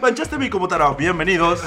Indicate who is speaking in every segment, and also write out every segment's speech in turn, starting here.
Speaker 1: Manchaste mi computadora. Bienvenidos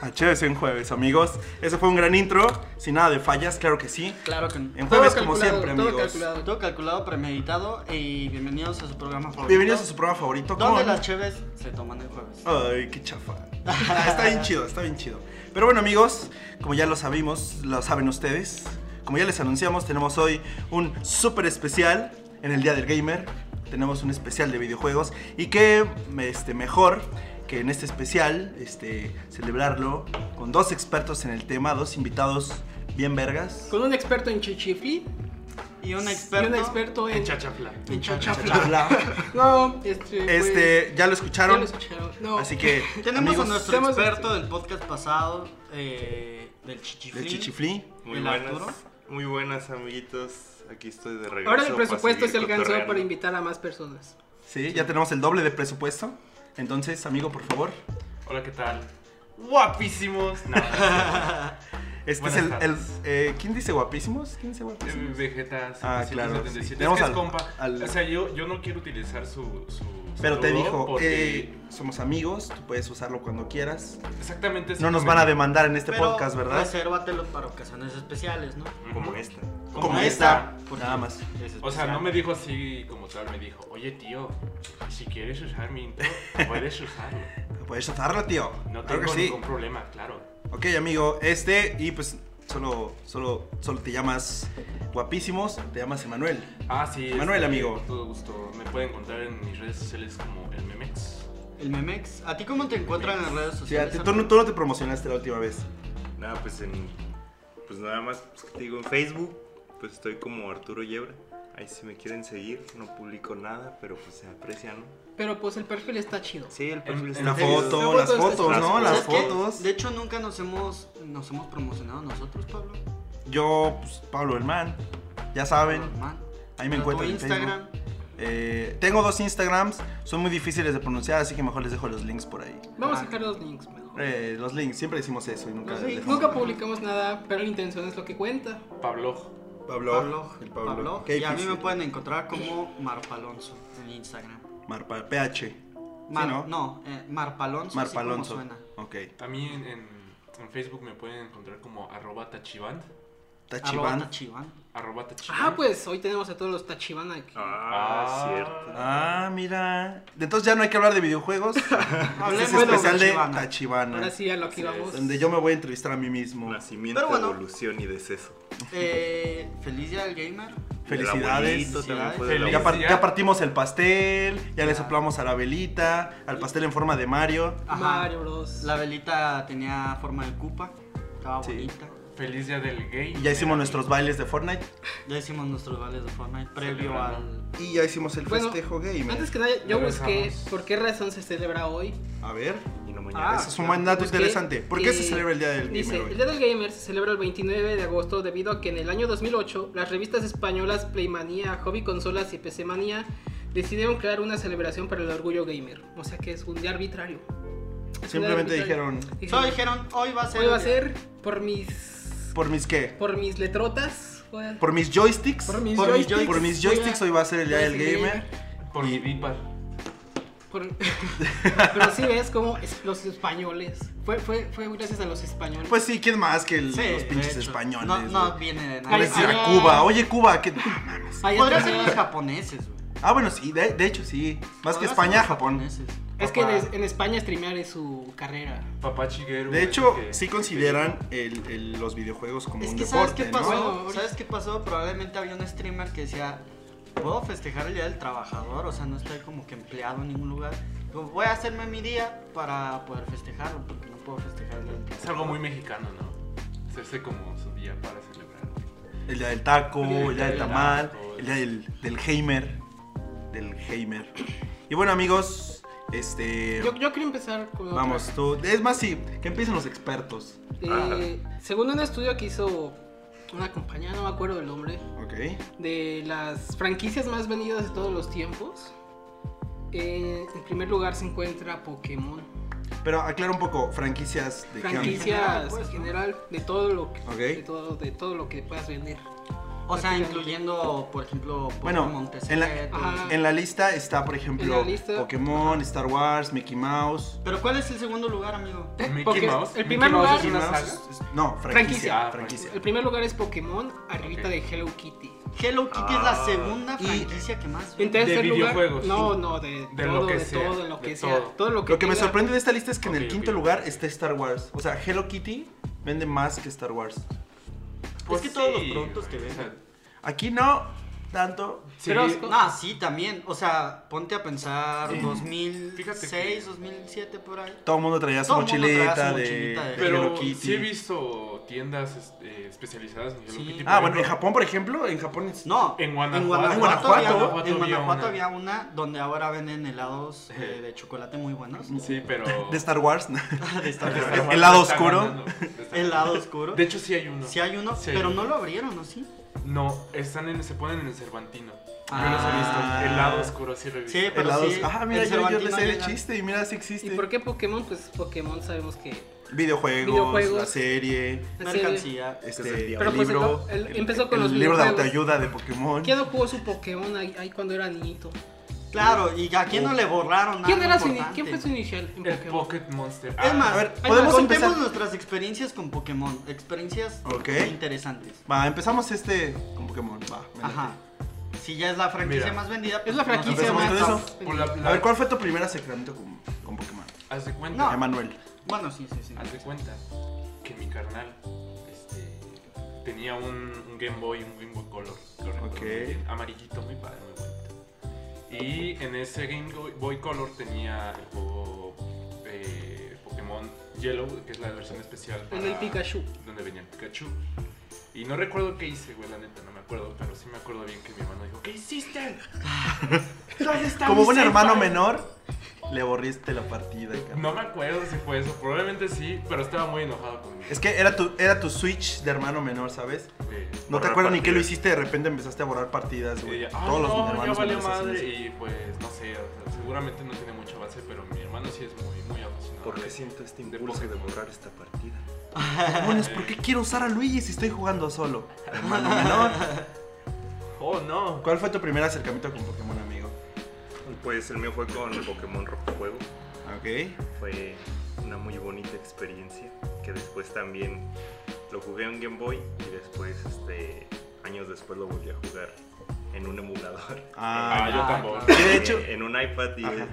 Speaker 1: a Chéves en Jueves, amigos. Ese fue un gran intro, sin nada de fallas, claro que sí.
Speaker 2: Claro que no.
Speaker 1: En Jueves,
Speaker 3: Todo
Speaker 1: como
Speaker 3: calculado,
Speaker 1: siempre,
Speaker 3: todo
Speaker 1: amigos.
Speaker 3: calculado, todo calculado, premeditado y bienvenidos a su programa favorito.
Speaker 1: Bienvenidos a su programa favorito.
Speaker 3: ¿Dónde
Speaker 1: con-
Speaker 3: las cheves se toman el jueves?
Speaker 1: Ay, qué chafa. está bien chido, está bien chido. Pero bueno, amigos, como ya lo sabimos, lo saben ustedes. Como ya les anunciamos, tenemos hoy un súper especial en el Día del Gamer. Tenemos un especial de videojuegos y que este, mejor que en este especial este, celebrarlo con dos expertos en el tema, dos invitados bien vergas.
Speaker 2: Con un experto en chichifli
Speaker 3: Y un
Speaker 2: y
Speaker 3: experto.
Speaker 2: un experto en.
Speaker 4: Chachafla.
Speaker 2: en chachafla.
Speaker 1: Habla.
Speaker 2: No, este.
Speaker 1: Este, ya lo
Speaker 2: pues, ya lo
Speaker 1: escucharon,
Speaker 2: escucharon. No.
Speaker 1: así que
Speaker 3: Tenemos
Speaker 1: amigos,
Speaker 3: a nuestro
Speaker 2: tenemos-
Speaker 3: experto del podcast pasado, eh, del Chichiflín.
Speaker 1: del Chichiflí.
Speaker 4: Muy
Speaker 3: ¿El
Speaker 4: buenas.
Speaker 3: Arturo?
Speaker 4: Muy buenas, amiguitos. Aquí estoy de regreso.
Speaker 2: Ahora el
Speaker 4: para
Speaker 2: presupuesto
Speaker 4: seguir
Speaker 2: se alcanzó
Speaker 4: cotorreando.
Speaker 2: para invitar a más personas.
Speaker 1: Sí, ya tenemos el doble de presupuesto. Entonces, amigo, por favor,
Speaker 4: Hola, ¿qué tal? Guapísimos. No,
Speaker 1: Este
Speaker 4: Buenas
Speaker 1: es el. el-
Speaker 4: tardes.
Speaker 1: eh, ¿Quién dice guapísimos? ¿Quién dice
Speaker 4: eh,
Speaker 1: guapísimos?
Speaker 4: Vegeta 777.
Speaker 1: Ah, claro, sí.
Speaker 4: Es que
Speaker 1: Tenemos
Speaker 4: es
Speaker 1: al-
Speaker 4: compa.
Speaker 1: al-
Speaker 4: O sea, yo, yo no quiero utilizar su. su
Speaker 1: Pero te
Speaker 4: saludo
Speaker 1: dijo,
Speaker 4: porque-
Speaker 1: eh, somos amigos, tú puedes usarlo cuando quieras.
Speaker 4: exactamente. ese
Speaker 1: No nos van a
Speaker 4: comentario.
Speaker 1: demandar en este
Speaker 3: Pero
Speaker 1: podcast, ¿verdad?
Speaker 3: Resérvatelo para ocasiones especiales, ¿no?
Speaker 4: Ujú.
Speaker 5: como esta.
Speaker 4: Como
Speaker 3: Como
Speaker 4: esta.
Speaker 3: porque
Speaker 1: Pues Nada más.
Speaker 3: es
Speaker 4: O sea,
Speaker 3: especial.
Speaker 4: no me dijo así como tal, me dijo, oye tío, si quieres usar mi intro, puedes usarlo.
Speaker 1: Puedes usarlo, tío.
Speaker 4: No
Speaker 1: claro
Speaker 4: tengo
Speaker 1: que sí.
Speaker 4: ningún problema, claro.
Speaker 1: Ok, amigo, este. Y pues, solo, solo, solo te llamas guapísimos, te llamas Emanuel.
Speaker 4: Ah, sí.
Speaker 1: Manuel,
Speaker 4: este,
Speaker 1: amigo.
Speaker 4: con Todo gusto. Me pueden encontrar en mis redes sociales como el Memex.
Speaker 3: El Memex. ¿A ti cómo te encuentran en las redes
Speaker 1: O sea,
Speaker 3: sociales?
Speaker 1: te- tú, no- tú no te promocionaste la última vez.
Speaker 5: Nada, pues en. Pues nada más, pues, ¿qué te digo, en Facebook, pues estoy como Arturo Yebra. Ahí si me quieren seguir, no publico nada, pero pues se aprecia, ¿no?
Speaker 2: Pero pues el perfil está chido.
Speaker 5: Sí, el perfil
Speaker 4: En-
Speaker 5: está
Speaker 1: En la
Speaker 4: Sí,
Speaker 5: chido.
Speaker 1: foto,
Speaker 2: la
Speaker 1: las
Speaker 2: foto está
Speaker 1: fotos, ¿no?
Speaker 5: chida.
Speaker 1: Las
Speaker 3: ¿Sabes qué?
Speaker 1: fotos.
Speaker 3: De hecho, nunca nos hemos, nos hemos promocionado nosotros, Pablo.
Speaker 1: Yo, pues, Pablo El Man. Ya saben,
Speaker 3: Man.
Speaker 1: ahí me
Speaker 3: Pero
Speaker 1: encuentro
Speaker 3: tu
Speaker 1: en Facebook.
Speaker 3: Instagram.
Speaker 1: Eh, tengo dos Instagrams, son muy difíciles de pronunciar, así que mejor les dejo los links por ahí.
Speaker 2: Vamos
Speaker 3: Ah.
Speaker 2: a dejar los links mejor.
Speaker 1: Eh, los links, siempre decimos eso y nunca
Speaker 3: Los links.
Speaker 1: dejamos-
Speaker 2: Nunca publicamos nada, pero la intención es lo que cuenta.
Speaker 4: Pablo.
Speaker 1: Pablo,
Speaker 3: Pablo,
Speaker 1: el Pablo.
Speaker 3: Pablo,
Speaker 1: Qué
Speaker 3: y a mí
Speaker 1: difícil.
Speaker 3: me pueden encontrar como Marpalonso en Instagram.
Speaker 1: Marpa, PH.
Speaker 3: Mar,
Speaker 1: ¿no?
Speaker 3: no, eh, Marpalonso. así como
Speaker 1: Marpalonso.
Speaker 3: suena.
Speaker 1: Ok.
Speaker 4: A mí en, en, en Facebook me pueden encontrar como arroba tachiband.
Speaker 3: Arroba
Speaker 1: Tachibán.
Speaker 3: Tachibán.
Speaker 4: Arroba tachiband.
Speaker 2: Ah, pues hoy tenemos a todos los Tachiban aquí.
Speaker 5: Ah, cierto.
Speaker 1: Ah, mira. Entonces ya no hay que hablar de videojuegos. Este es
Speaker 3: Hablemos de
Speaker 1: especial de
Speaker 3: Tachibana.
Speaker 1: Tachibana.
Speaker 2: Ahora sí a lo que
Speaker 4: Así es.
Speaker 2: íbamos.
Speaker 1: Donde yo me voy a entrevistar a mí mismo.
Speaker 5: Nacimiento,
Speaker 3: Pero bueno.
Speaker 5: evolución y deceso.
Speaker 3: Eh, feliz día del gamer.
Speaker 1: Felicidades.
Speaker 5: Del abuelito, también fue del
Speaker 4: Feliz.
Speaker 1: Ya, par-
Speaker 4: Felicidad.
Speaker 1: ya partimos el pastel, ya le
Speaker 3: Ya.
Speaker 1: soplamos a la velita, al pastel en forma de Mario.
Speaker 3: Ajá.
Speaker 2: Mario Bros.
Speaker 3: La velita tenía forma de cupa. Estaba
Speaker 1: Sí.
Speaker 3: bonita.
Speaker 4: Feliz día del gay.
Speaker 1: Y ya hicimos nuestros bailes de Fortnite.
Speaker 3: Ya hicimos nuestros vales de Fortnite previo
Speaker 4: Celebrando.
Speaker 3: al.
Speaker 1: Y ya hicimos el
Speaker 2: Bueno,
Speaker 1: festejo gamer.
Speaker 2: Antes que nada, yo
Speaker 4: Ya
Speaker 2: busqué
Speaker 4: regresamos.
Speaker 2: por qué razón se celebra hoy.
Speaker 1: A ver,
Speaker 5: Y no mañana.
Speaker 1: eso es un buen dato
Speaker 2: Busqué,
Speaker 1: interesante. ¿Por qué
Speaker 2: eh,
Speaker 1: se celebra el Día del
Speaker 2: Dice,
Speaker 1: Gamer
Speaker 2: el
Speaker 1: hoy?
Speaker 2: Día del Gamer se celebra el 29 de agosto debido a que en el año 2008 las revistas españolas Playmanía, Hobby Consolas y PC Manía decidieron crear una celebración para el orgullo gamer. O sea que es un día arbitrario. Es un día
Speaker 1: Simplemente
Speaker 2: arbitrario.
Speaker 1: dijeron,
Speaker 3: Solo dijeron, hoy va a ser.
Speaker 2: Hoy va a
Speaker 3: el-
Speaker 2: ser por mis
Speaker 1: ¿por mis qué?
Speaker 2: por mis letrotas. voy a-
Speaker 1: ¿Por mis joysticks?
Speaker 2: Por mis
Speaker 1: por mis
Speaker 2: joysticks.
Speaker 1: por mis joysticks hoy va a ser el Día
Speaker 2: voy a
Speaker 1: del
Speaker 2: seguir.
Speaker 1: Gamer.
Speaker 4: Por mi bipar.
Speaker 2: Por- Pero sí ves como es- los españoles. Fue, fue, fue gracias a los españoles.
Speaker 1: Pues sí, ¿quién más que el-
Speaker 3: Sí,
Speaker 1: los
Speaker 3: de
Speaker 1: pinches
Speaker 3: hecho.
Speaker 1: españoles?
Speaker 3: No, no
Speaker 1: güey?
Speaker 3: viene de
Speaker 1: No
Speaker 3: nada.
Speaker 1: les
Speaker 2: Ay,
Speaker 1: diga
Speaker 2: ay,
Speaker 1: Cuba.
Speaker 2: ay.
Speaker 1: Oye, Cuba, que... no mames.
Speaker 2: Allá
Speaker 3: Podría ser
Speaker 2: tenía-
Speaker 3: los japoneses, güey.
Speaker 1: Ah, bueno, sí, de, de hecho sí. Más que
Speaker 3: Podría ser
Speaker 1: España,
Speaker 3: los
Speaker 1: Japón.
Speaker 3: japoneses.
Speaker 2: Es que
Speaker 4: Papá.
Speaker 2: des- en España streamear es su carrera.
Speaker 4: Papá chiguero.
Speaker 1: De
Speaker 4: es
Speaker 1: hecho,
Speaker 4: que-
Speaker 1: sí consideran el- el- los videojuegos como
Speaker 3: Es
Speaker 1: un
Speaker 3: que ¿sabes
Speaker 1: deporte,
Speaker 3: qué
Speaker 1: ¿no?
Speaker 3: pasó?
Speaker 2: Bueno,
Speaker 3: ¿Sabes qué pasó? Probablemente había un streamer que decía, puedo festejar el día del trabajador, o sea, no estoy como que empleado en ningún lugar. Digo, voy a hacerme mi día para poder festejarlo, porque no puedo festejar el día del
Speaker 4: Es
Speaker 3: trabajador.
Speaker 4: algo muy mexicano, ¿no? Hacerse como su día para celebrar.
Speaker 1: El día del taco, el día del tamal,
Speaker 4: taco,
Speaker 1: el día del, del gamer. Del gamer. Y bueno, amigos, este...
Speaker 2: Yo, yo quiero empezar con otra.
Speaker 1: Vamos, tú. Es más, sí, que empiecen los expertos.
Speaker 2: Eh,
Speaker 1: Ah.
Speaker 2: según un estudio que hizo una compañía, no me acuerdo el nombre,
Speaker 1: Ok.
Speaker 2: de las franquicias más vendidas de todos los tiempos, eh, en primer lugar se encuentra Pokémon.
Speaker 1: Pero aclara un poco, franquicias de qué
Speaker 4: Ah,
Speaker 2: Franquicias en
Speaker 3: general,
Speaker 2: general,
Speaker 3: pues, ¿no?
Speaker 2: de todo lo que,
Speaker 1: Ok.
Speaker 2: de todo, de todo lo que puedas vender.
Speaker 1: onda?
Speaker 3: O sea,
Speaker 2: prácticamente.
Speaker 3: incluyendo, por ejemplo,
Speaker 1: Bueno,
Speaker 3: Pokémon,
Speaker 1: en la-
Speaker 3: TCG, todo
Speaker 2: Ajá.
Speaker 3: eso.
Speaker 1: En la lista está, por ejemplo,
Speaker 2: En la lista-
Speaker 1: Pokémon, Star Wars, Mickey Mouse.
Speaker 3: Pero ¿cuál es el segundo lugar, amigo?
Speaker 4: Mickey
Speaker 2: Porque
Speaker 4: Mouse.
Speaker 2: el
Speaker 4: Mickey
Speaker 2: primer
Speaker 4: Mouse
Speaker 2: lugar-
Speaker 4: es
Speaker 1: Mickey
Speaker 4: una
Speaker 1: Mouse
Speaker 4: saga.
Speaker 1: es- no, franquicia.
Speaker 4: Franquicia.
Speaker 1: franquicia.
Speaker 2: El primer lugar es Pokémon, arribita
Speaker 4: Ok.
Speaker 2: de Hello Kitty.
Speaker 3: Hello Kitty es la
Speaker 5: Ah.
Speaker 3: segunda
Speaker 1: Y-
Speaker 3: franquicia que más...
Speaker 2: En tercer
Speaker 4: De
Speaker 2: lugar,
Speaker 4: videojuegos.
Speaker 2: No, no, de,
Speaker 4: De
Speaker 2: todo,
Speaker 4: lo que
Speaker 2: de
Speaker 4: sea,
Speaker 2: todo, de lo
Speaker 4: de
Speaker 2: que sea.
Speaker 4: todo.
Speaker 2: Todo lo que
Speaker 1: Lo que me
Speaker 2: tenga-
Speaker 1: sorprende de esta lista es que en el
Speaker 4: Ok,
Speaker 1: quinto
Speaker 4: ok.
Speaker 1: lugar está Star Wars. O sea, Hello Kitty vende más que Star Wars.
Speaker 3: es que todos los productos te
Speaker 4: venden.
Speaker 3: venden.
Speaker 1: Aquí no tanto.
Speaker 2: Pero-
Speaker 3: No, sí, también. O sea, ponte a pensar
Speaker 1: Sí.
Speaker 3: 2006,
Speaker 4: que-
Speaker 3: 2007, por ahí.
Speaker 1: Todo el mundo traía su
Speaker 3: Todo el mundo traía su
Speaker 1: mochileta de,
Speaker 3: mochilita de
Speaker 1: de Hello
Speaker 4: Pero
Speaker 1: Kitty.
Speaker 4: sí he visto tiendas este, especializadas en Hello
Speaker 3: Sí.
Speaker 4: Kitty.
Speaker 1: ah,
Speaker 4: por
Speaker 1: bueno, en
Speaker 4: ejemplo.
Speaker 1: Japón, por ejemplo, en Japón es...
Speaker 3: No,
Speaker 4: En Guanajuato.
Speaker 3: En
Speaker 1: Guanajuato,
Speaker 3: Guanajuato, había,
Speaker 4: Guanajuato
Speaker 3: en
Speaker 4: había
Speaker 3: Guanajuato
Speaker 4: una.
Speaker 3: había una donde ahora venden helados eh, de chocolate muy buenos.
Speaker 4: Sí, pero.
Speaker 1: De Star Wars.
Speaker 3: De Star
Speaker 4: Star
Speaker 3: Wars.
Speaker 4: Wars
Speaker 1: El lado
Speaker 4: está
Speaker 1: oscuro.
Speaker 4: ganando, está
Speaker 3: El lado
Speaker 4: ganando.
Speaker 3: oscuro.
Speaker 4: De hecho, sí hay uno.
Speaker 3: sí hay uno,
Speaker 4: Sí hay
Speaker 3: pero
Speaker 4: uno.
Speaker 3: no lo abrieron, ¿o sí?
Speaker 4: No, están en, se ponen en el Cervantino. Yo los he
Speaker 3: Ah.
Speaker 4: visto. El lado oscuro sí lo he visto.
Speaker 3: Sí, pero
Speaker 1: helados.
Speaker 3: sí,
Speaker 1: ah, mira,
Speaker 3: el
Speaker 1: yo, yo le
Speaker 3: Cervantino
Speaker 1: sé el
Speaker 3: llega.
Speaker 1: chiste y mira, sí existe.
Speaker 2: ¿Y por qué Pokémon? Pues Pokémon sabemos que...
Speaker 1: Videojuegos,
Speaker 2: Videojuegos.
Speaker 1: la serie,
Speaker 3: Mercancía.
Speaker 1: este,
Speaker 2: Pero
Speaker 1: el
Speaker 2: pues,
Speaker 1: libro...
Speaker 2: el- el- empezó con
Speaker 1: el
Speaker 2: los
Speaker 1: libro de
Speaker 2: videojuegos.
Speaker 1: autoayuda de Pokémon.
Speaker 2: ¿Quién no jugó su Pokémon ahí, ahí cuando era niñito?
Speaker 3: Claro, y a quién Ah, no le borraron nada.
Speaker 2: ¿Quién, era su ini-
Speaker 3: importante?
Speaker 2: ¿Quién fue su inicial en
Speaker 4: El
Speaker 2: Pokémon?
Speaker 4: Pocket Monster. Ah,
Speaker 3: Es más,
Speaker 1: a ver,
Speaker 3: es
Speaker 1: podemos
Speaker 3: más, contemos
Speaker 1: empezar.
Speaker 3: nuestras experiencias con Pokémon. Experiencias
Speaker 1: Ok.
Speaker 3: interesantes.
Speaker 1: Va, empezamos este con Pokémon. Va, me late.
Speaker 3: Ajá. Si ya es la franquicia
Speaker 4: Mira.
Speaker 3: más vendida.
Speaker 2: Es la
Speaker 3: pues,
Speaker 2: franquicia
Speaker 1: empezamos
Speaker 2: más...
Speaker 3: nosotros-
Speaker 1: con
Speaker 2: top.
Speaker 1: eso.
Speaker 4: por la, la-
Speaker 1: A ver, ¿cuál fue tu primer acercamiento con, con Pokémon?
Speaker 4: Haz de cuenta.
Speaker 3: No.
Speaker 1: Emanuel.
Speaker 3: Bueno, sí, sí, sí.
Speaker 4: Haz de cuenta que mi carnal este, tenía un, un Game Boy, un Game Boy Color, lo recuerdo
Speaker 1: Ok.
Speaker 4: muy bien, amarillito, muy padre, muy bonito. Y en ese Game Boy- Boy Color tenía el juego eh, Pokémon Yellow, que es la versión especial.
Speaker 2: En el
Speaker 4: para-
Speaker 2: Pikachu.
Speaker 4: Donde venía el Pikachu. Y no recuerdo qué hice, güey, la neta, no me acuerdo, pero sí me acuerdo bien que mi hermano dijo, ¿qué hiciste? ¿Dónde está
Speaker 1: Como
Speaker 4: mi
Speaker 1: buen
Speaker 4: Senpai?"
Speaker 1: hermano menor, le borriste la partida, carnal.
Speaker 4: No me acuerdo si fue eso, probablemente sí, pero estaba muy enojado conmigo.
Speaker 1: Es que era tu, era tu switch de hermano menor, ¿sabes?
Speaker 4: Eh,
Speaker 1: No te
Speaker 5: Borrar
Speaker 1: acuerdas ni qué lo
Speaker 5: partidas.
Speaker 1: hiciste, de repente empezaste a borrar partidas,
Speaker 4: Y
Speaker 1: güey.
Speaker 4: ella, ah,
Speaker 1: Todos los
Speaker 4: no, ya
Speaker 1: hermanos
Speaker 4: valió
Speaker 1: menores hacen
Speaker 4: madre.
Speaker 1: eso.
Speaker 4: Y pues, no sé, o sea, seguramente no tiene mucho base, pero mi hermano sí es muy, muy aficionado.
Speaker 5: Porque
Speaker 4: de-
Speaker 5: siento este
Speaker 4: de
Speaker 5: impulso de
Speaker 4: Pokémon.
Speaker 5: borrar esta partida.
Speaker 1: Demonios, ¿por qué quiero usar a Luigi si estoy jugando solo? Hermano menor.
Speaker 4: Oh, no.
Speaker 1: ¿Cuál fue tu primer acercamiento con Pokémon, amigo?
Speaker 5: Pues el mío fue con el Pokémon Rojo Fuego.
Speaker 1: Ok.
Speaker 5: Fue una muy bonita experiencia que después también lo jugué en Game Boy y después, este, años después lo volví a jugar en un emulador.
Speaker 1: Ah,
Speaker 4: Ah, yo
Speaker 3: Ah,
Speaker 4: tampoco.
Speaker 1: Que de
Speaker 5: Eh,
Speaker 1: hecho-
Speaker 5: en un iPad y,
Speaker 1: Ajá.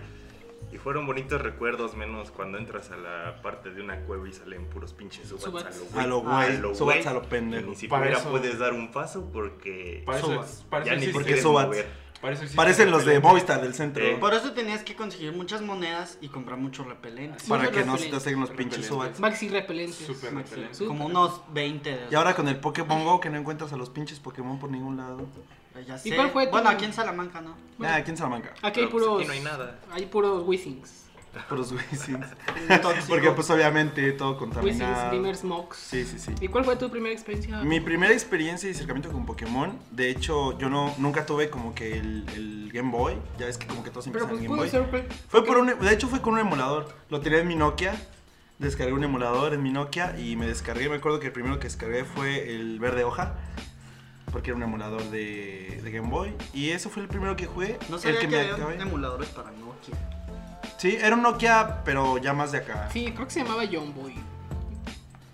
Speaker 5: y fueron bonitos recuerdos, menos cuando entras a la parte de una cueva y salen puros pinches subats
Speaker 2: Subats.
Speaker 5: a
Speaker 1: a lo
Speaker 5: lo güey.
Speaker 1: güey, subats
Speaker 5: güey.
Speaker 1: a lo
Speaker 5: Y
Speaker 1: pendejo.
Speaker 5: Ni
Speaker 4: Para
Speaker 5: siquiera
Speaker 4: eso-
Speaker 5: puedes dar un paso porque
Speaker 4: Para eso,
Speaker 3: Subas.
Speaker 4: para eso
Speaker 5: ya ni
Speaker 4: existe-
Speaker 1: porque
Speaker 5: porque
Speaker 1: subats.
Speaker 5: mover.
Speaker 4: para eso existe
Speaker 1: Parecen
Speaker 4: el
Speaker 1: los de
Speaker 4: repelente.
Speaker 1: Movistar del centro.
Speaker 5: Eh,
Speaker 3: Por eso tenías que conseguir muchas monedas y comprar mucho repelente.
Speaker 2: Sí.
Speaker 1: para
Speaker 2: son
Speaker 1: que no se te
Speaker 2: repelentes.
Speaker 1: hacen los pinches
Speaker 4: Repelentes.
Speaker 1: subats.
Speaker 2: Maxi repelentes.
Speaker 4: Súper
Speaker 3: Maxi,
Speaker 4: repelente.
Speaker 3: Como unos 20 de
Speaker 1: Y ahora con el Pokémon Go que no encuentras a los pinches Pokémon por ningún lado.
Speaker 3: Pues
Speaker 1: Ah,
Speaker 3: Ya
Speaker 2: ¿Y
Speaker 3: sé.
Speaker 2: cuál fue tu-
Speaker 3: Bueno, aquí en Salamanca, ¿no?
Speaker 2: Bueno.
Speaker 1: Nah, aquí en Salamanca.
Speaker 2: Aquí hay
Speaker 5: Pero, pues,
Speaker 2: puros...
Speaker 5: aquí no hay nada.
Speaker 2: Hay puros Wissings.
Speaker 1: Puros Wissings.
Speaker 3: Tóxico.
Speaker 1: Porque pues obviamente todo
Speaker 2: Wissings,
Speaker 1: contaminado.
Speaker 2: Dreamers, Mox.
Speaker 1: Sí, sí, sí.
Speaker 2: ¿Y cuál fue tu primera experiencia?
Speaker 1: Mi primera experiencia y acercamiento con Pokémon, de hecho, yo no, nunca tuve como que el, el Game Boy. Ya ves que como que todos
Speaker 2: Pero
Speaker 1: empezaron
Speaker 2: pues
Speaker 1: en Game
Speaker 2: pudo
Speaker 1: Boy.
Speaker 2: ser...
Speaker 1: Fue por un, de hecho fue con un emulador. Lo tenía en mi Nokia. Descargué un emulador en mi Nokia y me descargué. Me acuerdo que el primero que descargué fue el verde hoja. Porque era un emulador de, de Game Boy. Y eso fue el primero que jugué.
Speaker 3: No
Speaker 1: el
Speaker 3: sabía que, había
Speaker 1: acabé.
Speaker 3: emuladores para Nokia.
Speaker 1: Sí, era un Nokia, pero ya más de acá.
Speaker 2: Sí, creo que se llamaba John Boy.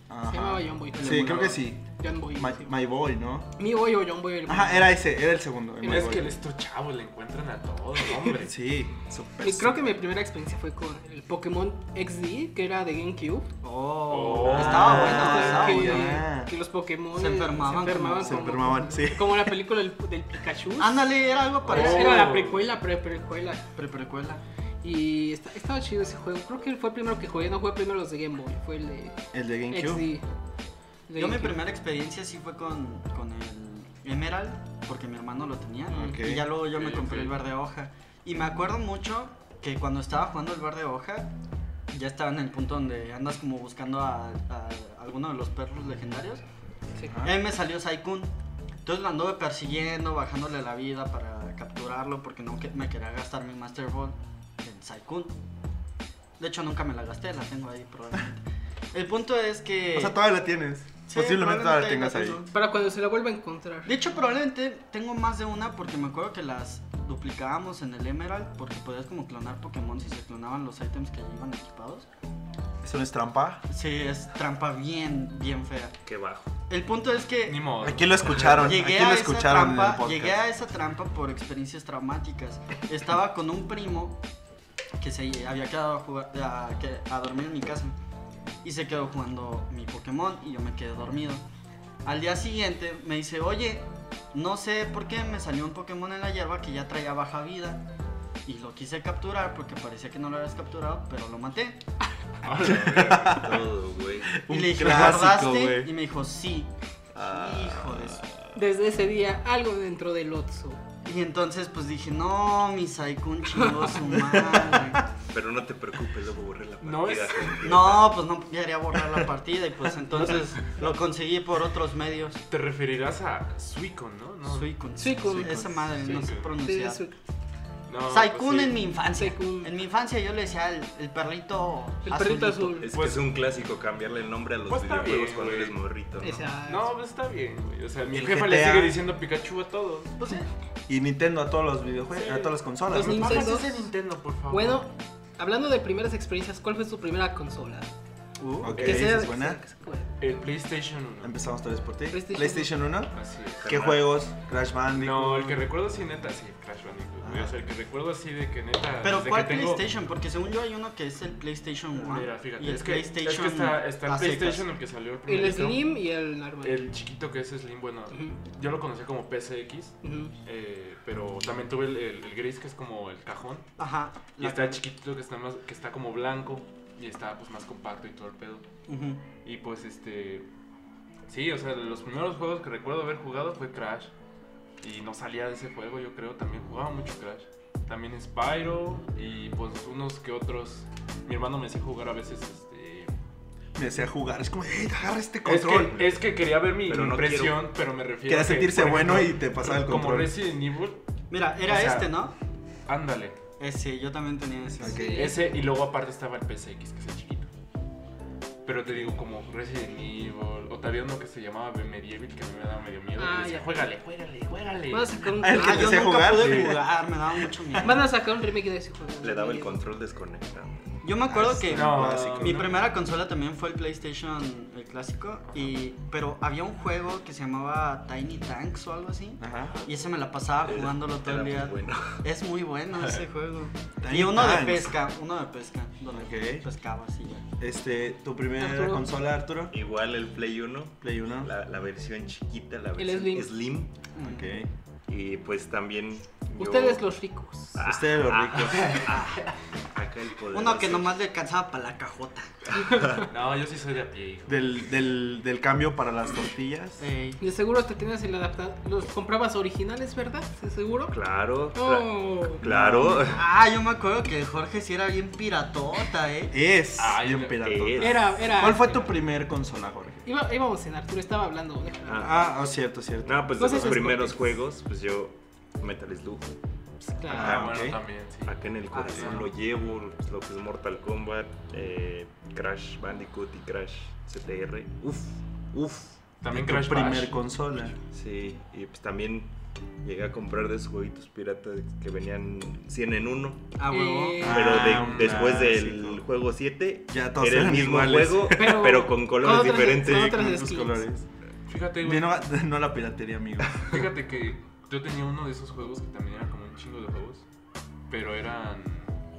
Speaker 1: Ajá.
Speaker 2: Se llamaba John Boy. el
Speaker 1: Sí, creo
Speaker 2: emulador.
Speaker 1: que sí.
Speaker 2: John Boy.
Speaker 1: My,
Speaker 2: sí.
Speaker 1: My Boy, ¿no?
Speaker 2: Mi Boy o John Boy. el
Speaker 1: Ajá,
Speaker 2: bueno.
Speaker 1: era ese, era el segundo. el My
Speaker 4: Es
Speaker 1: Boy.
Speaker 4: que estos chavos le encuentran a todo, hombre.
Speaker 1: eh, Sí, súper.
Speaker 2: Y creo que mi primera experiencia fue con el Pokémon XD, que era de GameCube.
Speaker 3: Oh,
Speaker 4: Oh.
Speaker 3: estaba bueno,
Speaker 1: Ah,
Speaker 3: estaba
Speaker 2: que,
Speaker 3: bueno.
Speaker 1: ya.
Speaker 2: que los Pokémon
Speaker 3: Se enfermaban
Speaker 2: se enfermaban
Speaker 3: como-
Speaker 1: se enfermaban, sí.
Speaker 2: como la película del, del Pikachu.
Speaker 3: Ándale, era algo
Speaker 2: Era,
Speaker 3: parecido.
Speaker 2: era la precuela, pre precuela.
Speaker 3: Pre-precuela.
Speaker 2: Y esta- estaba chido ese juego. Creo que fue el primero que jugué. No jugué primero los de Game Boy. Fue el de
Speaker 1: El de GameCube.
Speaker 2: XD. El de
Speaker 3: Yo mi
Speaker 2: GameCube.
Speaker 3: primera experiencia sí fue con, con el Emerald, porque mi hermano lo tenía.
Speaker 1: Ok.
Speaker 3: Y ya luego yo me
Speaker 4: Ok,
Speaker 3: compré
Speaker 4: ok.
Speaker 3: el verde hoja. Y me acuerdo mucho que cuando estaba jugando el verde hoja, ya estaba en el punto donde andas como buscando a, a alguno de los perros legendarios.
Speaker 2: Sí.
Speaker 1: Ah.
Speaker 3: Y ahí me salió Saikun. Entonces lo anduve persiguiendo, bajándole la vida para capturarlo porque no que- me quería gastar mi Master Ball en Saikun. De hecho, nunca me la gasté, la tengo ahí probablemente. El punto es que...
Speaker 1: O sea, todavía la tienes.
Speaker 3: Sí,
Speaker 1: Posiblemente todavía la
Speaker 3: probablemente
Speaker 1: tengas ahí.
Speaker 3: tenga
Speaker 2: Para cuando se la vuelva a encontrar.
Speaker 3: De hecho, probablemente tengo más de una porque me acuerdo que las duplicábamos en el Emerald porque podías como clonar Pokémon si se clonaban los ítems que iban equipados.
Speaker 1: Eso no es trampa.
Speaker 3: Sí, es trampa bien, bien fea.
Speaker 5: Qué bajo.
Speaker 3: El punto es que
Speaker 4: Ni modo.
Speaker 1: Aquí lo escucharon,
Speaker 3: llegué,
Speaker 1: aquí
Speaker 3: a
Speaker 1: lo
Speaker 3: esa
Speaker 1: escucharon en el
Speaker 3: trampa,
Speaker 1: podcast.
Speaker 3: llegué a esa trampa por experiencias traumáticas. Estaba con un primo que se había quedado a, jugar- a- que- a dormir en mi casa y se quedó jugando mi Pokémon y yo me quedé dormido. Al día siguiente me dice, oye, no sé por qué me salió un Pokémon en la hierba que ya traía baja vida. Y lo quise capturar porque parecía que no lo habías capturado, pero lo maté.
Speaker 5: Todo, güey.
Speaker 3: y
Speaker 1: Un
Speaker 3: le dije,
Speaker 1: clásico,
Speaker 3: ¿guardaste?
Speaker 1: güey.
Speaker 3: Y me dijo, sí.
Speaker 1: Ah.
Speaker 3: Hijo de su
Speaker 2: Desde ese día, algo dentro del Otso.
Speaker 3: Y entonces pues dije, no, mi Saikun chingó a su madre.
Speaker 5: Pero no te preocupes, luego borré la partida.
Speaker 4: No es-
Speaker 5: completa.
Speaker 3: No, pues no quería borrar la partida y pues entonces lo conseguí por otros medios.
Speaker 4: Te referirás a Suicon, ¿no? no
Speaker 3: Suicun.
Speaker 2: Suicun.
Speaker 3: Esa madre, no sé
Speaker 4: Suicun.
Speaker 3: pronunciar.
Speaker 2: Sí, su-
Speaker 4: No, pues
Speaker 3: Saikun
Speaker 4: sí.
Speaker 3: en mi infancia.
Speaker 2: Saikun.
Speaker 3: En mi infancia yo le decía el, el perrito
Speaker 2: El
Speaker 3: azulito.
Speaker 2: perrito azul.
Speaker 5: Es que es un clásico cambiarle el nombre a los
Speaker 4: Pues está
Speaker 5: videojuegos
Speaker 4: bien,
Speaker 5: cuando
Speaker 4: güey.
Speaker 5: eres morrito, ¿no?
Speaker 2: Esa-
Speaker 4: No, pues está bien, güey. O sea, mi
Speaker 1: El
Speaker 4: jefa le
Speaker 1: GTA.
Speaker 4: sigue diciendo Pikachu a todos.
Speaker 3: Pues, sí.
Speaker 1: Y Nintendo a todos los videojuegos,
Speaker 4: Sí.
Speaker 1: a todas las consolas.
Speaker 2: Los
Speaker 1: ¿no?
Speaker 2: Nin-
Speaker 4: Bajas
Speaker 2: Nintendo.
Speaker 4: ese Nintendo, por favor.
Speaker 2: Bueno, hablando de primeras experiencias, ¿cuál fue su primera consola?
Speaker 4: Uh,
Speaker 1: Ok,
Speaker 2: Que sea-
Speaker 1: esa es buena.
Speaker 2: que sea- que-
Speaker 4: El PlayStation 1.
Speaker 1: Empezamos tal vez por ti.
Speaker 2: PlayStation.
Speaker 1: PlayStation 1.
Speaker 4: Así es.
Speaker 1: ¿Qué
Speaker 5: Carnal.
Speaker 1: juegos? Crash Bandicoot.
Speaker 4: No, el que recuerdo así, neta, sí, Crash Bandicoot. güey.
Speaker 1: Ah.
Speaker 4: O sea, el que recuerdo así de que neta.
Speaker 3: Pero
Speaker 4: desde
Speaker 3: ¿cuál
Speaker 4: que tengo- Ah,
Speaker 3: PlayStation? Porque según yo hay uno que es el PlayStation 1.
Speaker 4: Mira, fíjate,
Speaker 3: y el
Speaker 4: es, que, es que
Speaker 3: PlayStation
Speaker 4: está, está
Speaker 3: a
Speaker 4: el
Speaker 3: secas.
Speaker 4: PlayStation el que salió el primero.
Speaker 2: El Slim y el normal.
Speaker 4: El chiquito que es Slim, bueno,
Speaker 2: Ujú.
Speaker 4: yo lo conocía como PSX,
Speaker 2: Ujú.
Speaker 4: eh, pero también tuve el, el, el gris que es como el cajón.
Speaker 3: Ajá.
Speaker 4: Y
Speaker 3: la-
Speaker 4: está chiquitito que está, más, que está como blanco y está pues más compacto y todo el pedo.
Speaker 3: Ujú.
Speaker 4: Y pues este. Sí, o sea, de los primeros juegos que recuerdo haber jugado fue Crash. Y no salía de ese juego, yo creo. También jugaba mucho Crash. También Spyro y pues unos que otros. Mi hermano me hacía jugar a veces este.
Speaker 1: Me decía jugar. Es como, hey, agarra este
Speaker 4: Es
Speaker 1: control.
Speaker 4: que, es que quería ver mi
Speaker 5: Pero no
Speaker 4: impresión, pero me refiero
Speaker 1: Quería
Speaker 4: a que,
Speaker 1: sentirse
Speaker 4: por
Speaker 1: bueno y te pasaba el
Speaker 4: Como
Speaker 1: control.
Speaker 4: Resident Evil,
Speaker 3: Mira, era
Speaker 4: O sea,
Speaker 3: este, ¿no?
Speaker 4: ándale.
Speaker 3: Ese, yo también tenía ese.
Speaker 1: Ok.
Speaker 4: Ese y luego aparte estaba el PSX, que es el chiquito. Pero te digo, como Resident Evil, o todavía uno que se llamaba Medieval, que a mí me daba medio miedo.
Speaker 2: Ah,
Speaker 4: y decía,
Speaker 2: ya.
Speaker 4: juégale, juégale, juégale.
Speaker 2: Van a sacar un,
Speaker 1: Ah, el que
Speaker 3: Ah,
Speaker 1: te
Speaker 3: yo
Speaker 1: hacía
Speaker 3: nunca
Speaker 1: jugar,
Speaker 3: pude
Speaker 1: sí.
Speaker 3: jugar, me daba mucho miedo.
Speaker 2: Van a sacar un remake de ese juego.
Speaker 5: Le daba el control desconectado.
Speaker 3: Yo me acuerdo que
Speaker 4: Ah, No,
Speaker 1: Clásico,
Speaker 3: mi
Speaker 4: no.
Speaker 3: primera consola también fue el PlayStation el clásico y pero había un juego que se llamaba Tiny Tanks o algo así
Speaker 1: Ajá.
Speaker 3: y ese me la pasaba jugándolo todo
Speaker 5: Era
Speaker 3: el
Speaker 5: muy
Speaker 3: día.
Speaker 5: bueno.
Speaker 3: Es muy bueno ese juego.
Speaker 1: Tiny
Speaker 3: Y uno de
Speaker 1: Tanks.
Speaker 3: pesca, uno de pesca, donde
Speaker 1: Ok.
Speaker 3: pescabas y ya.
Speaker 1: Este, tu primera
Speaker 2: Arturo.
Speaker 1: consola, Arturo.
Speaker 5: Igual el Play 1,
Speaker 1: Play 1.
Speaker 5: la, la versión chiquita, la
Speaker 2: El
Speaker 5: versión
Speaker 2: Slim.
Speaker 3: Mm.
Speaker 1: Ok.
Speaker 5: Y pues también. yo-
Speaker 2: Ustedes los ricos.
Speaker 5: Ah,
Speaker 1: Ustedes Este los
Speaker 5: ah,
Speaker 1: ricos.
Speaker 5: ah, acá el poder.
Speaker 3: Mm. Uno que nomás le alcanzaba para la cajota.
Speaker 4: No, yo sí soy de a pie, hijo.
Speaker 1: Del, del, del cambio para las tortillas.
Speaker 3: Ey.
Speaker 2: De seguro te tenías el adaptador. Los comprabas originales, ¿verdad? ¿De seguro?
Speaker 5: Claro. cla-
Speaker 2: Oh.
Speaker 5: Claro.
Speaker 3: Ah, yo me acuerdo que Jorge sí era bien piratota, eh.
Speaker 1: Es
Speaker 4: Ay,
Speaker 1: bien
Speaker 4: es.
Speaker 1: piratoso.
Speaker 2: Era, era.
Speaker 1: ¿Cuál fue tu primer consola, Jorge?
Speaker 2: Iba- íbamos en Arturo, estaba hablando. déjame hablar.
Speaker 1: Ah, ah, cierto, cierto.
Speaker 5: No, pues
Speaker 2: No
Speaker 5: de
Speaker 2: sé
Speaker 5: los
Speaker 2: si es
Speaker 5: primeros
Speaker 2: porque-
Speaker 5: juegos, pues yo. Metal Slug.
Speaker 2: Claro.
Speaker 4: Ah,
Speaker 1: Ah,
Speaker 4: bueno,
Speaker 1: ok.
Speaker 4: también, sí.
Speaker 5: Acá en el corazón
Speaker 4: Ah,
Speaker 5: lo llevo. pues, lo que es Mortal Kombat, eh, Crash Bandicoot y Crash CTR. Uf, uf.
Speaker 4: También
Speaker 1: tu
Speaker 4: Crash
Speaker 1: primer
Speaker 4: Bash.
Speaker 1: consola.
Speaker 5: Sí, y pues también llegué a comprar de esos jueguitos piratas que venían 100 en 1.
Speaker 3: Ah, huevo.
Speaker 2: Eh,
Speaker 5: Pero de-
Speaker 1: Ah, un
Speaker 5: después del
Speaker 1: clásico.
Speaker 5: juego 7,
Speaker 1: Ya todos
Speaker 5: era el
Speaker 1: eran
Speaker 5: mismo
Speaker 1: iguales.
Speaker 5: juego,
Speaker 2: Pero
Speaker 5: pero, con colores
Speaker 2: con otras-
Speaker 5: diferentes.
Speaker 2: con otras-
Speaker 1: Los
Speaker 2: skins.
Speaker 1: colores.
Speaker 4: Fíjate, güey.
Speaker 1: Bien, No, no la piratería, amigo.
Speaker 4: Fíjate que yo tenía uno de esos juegos que también era como un chingo de juegos, pero eran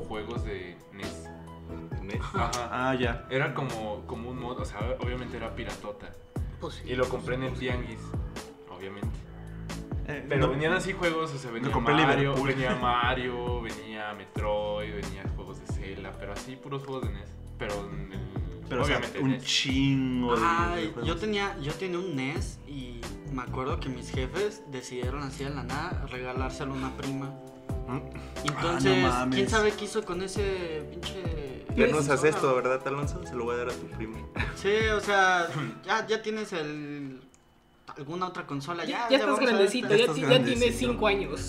Speaker 4: juegos de NES. Ajá.
Speaker 1: Ah, ya.
Speaker 4: Era como, como un mod, o sea, obviamente era piratota.
Speaker 2: Pues sí.
Speaker 4: Y lo compré en el Tianguis, obviamente.
Speaker 1: Eh,
Speaker 4: Pero
Speaker 1: no-
Speaker 4: venían así juegos, o sea, venía
Speaker 1: compré
Speaker 4: Mario,
Speaker 1: Liverpool.
Speaker 4: venía Mario, venía Metroid, venía juegos de Zelda, pero así puros juegos de NES. Pero, en el-
Speaker 1: Pero, o sea,
Speaker 4: obviamente E
Speaker 1: un
Speaker 4: NES.
Speaker 1: chingo de.
Speaker 3: Ay,
Speaker 1: videojuegos.
Speaker 3: yo tenía, yo tenía un NES y me acuerdo que mis jefes decidieron así de la nada regalárselo a una prima.
Speaker 1: ¿Mm?
Speaker 3: Entonces,
Speaker 1: Ah, no mames.
Speaker 3: ¿quién sabe qué hizo con ese pinche...
Speaker 5: Ya no usas
Speaker 3: consola?
Speaker 5: esto, ¿verdad, Alonso? Se lo voy a dar a tu primo.
Speaker 3: Sí, o sea, ya, ya tienes el alguna otra consola. Ya,
Speaker 2: Ya, ya estás
Speaker 3: vamos a ver
Speaker 2: grandecito,
Speaker 1: Ya
Speaker 2: ya,
Speaker 1: estás
Speaker 2: ti- ya
Speaker 1: grandecito.
Speaker 2: tienes 5 años.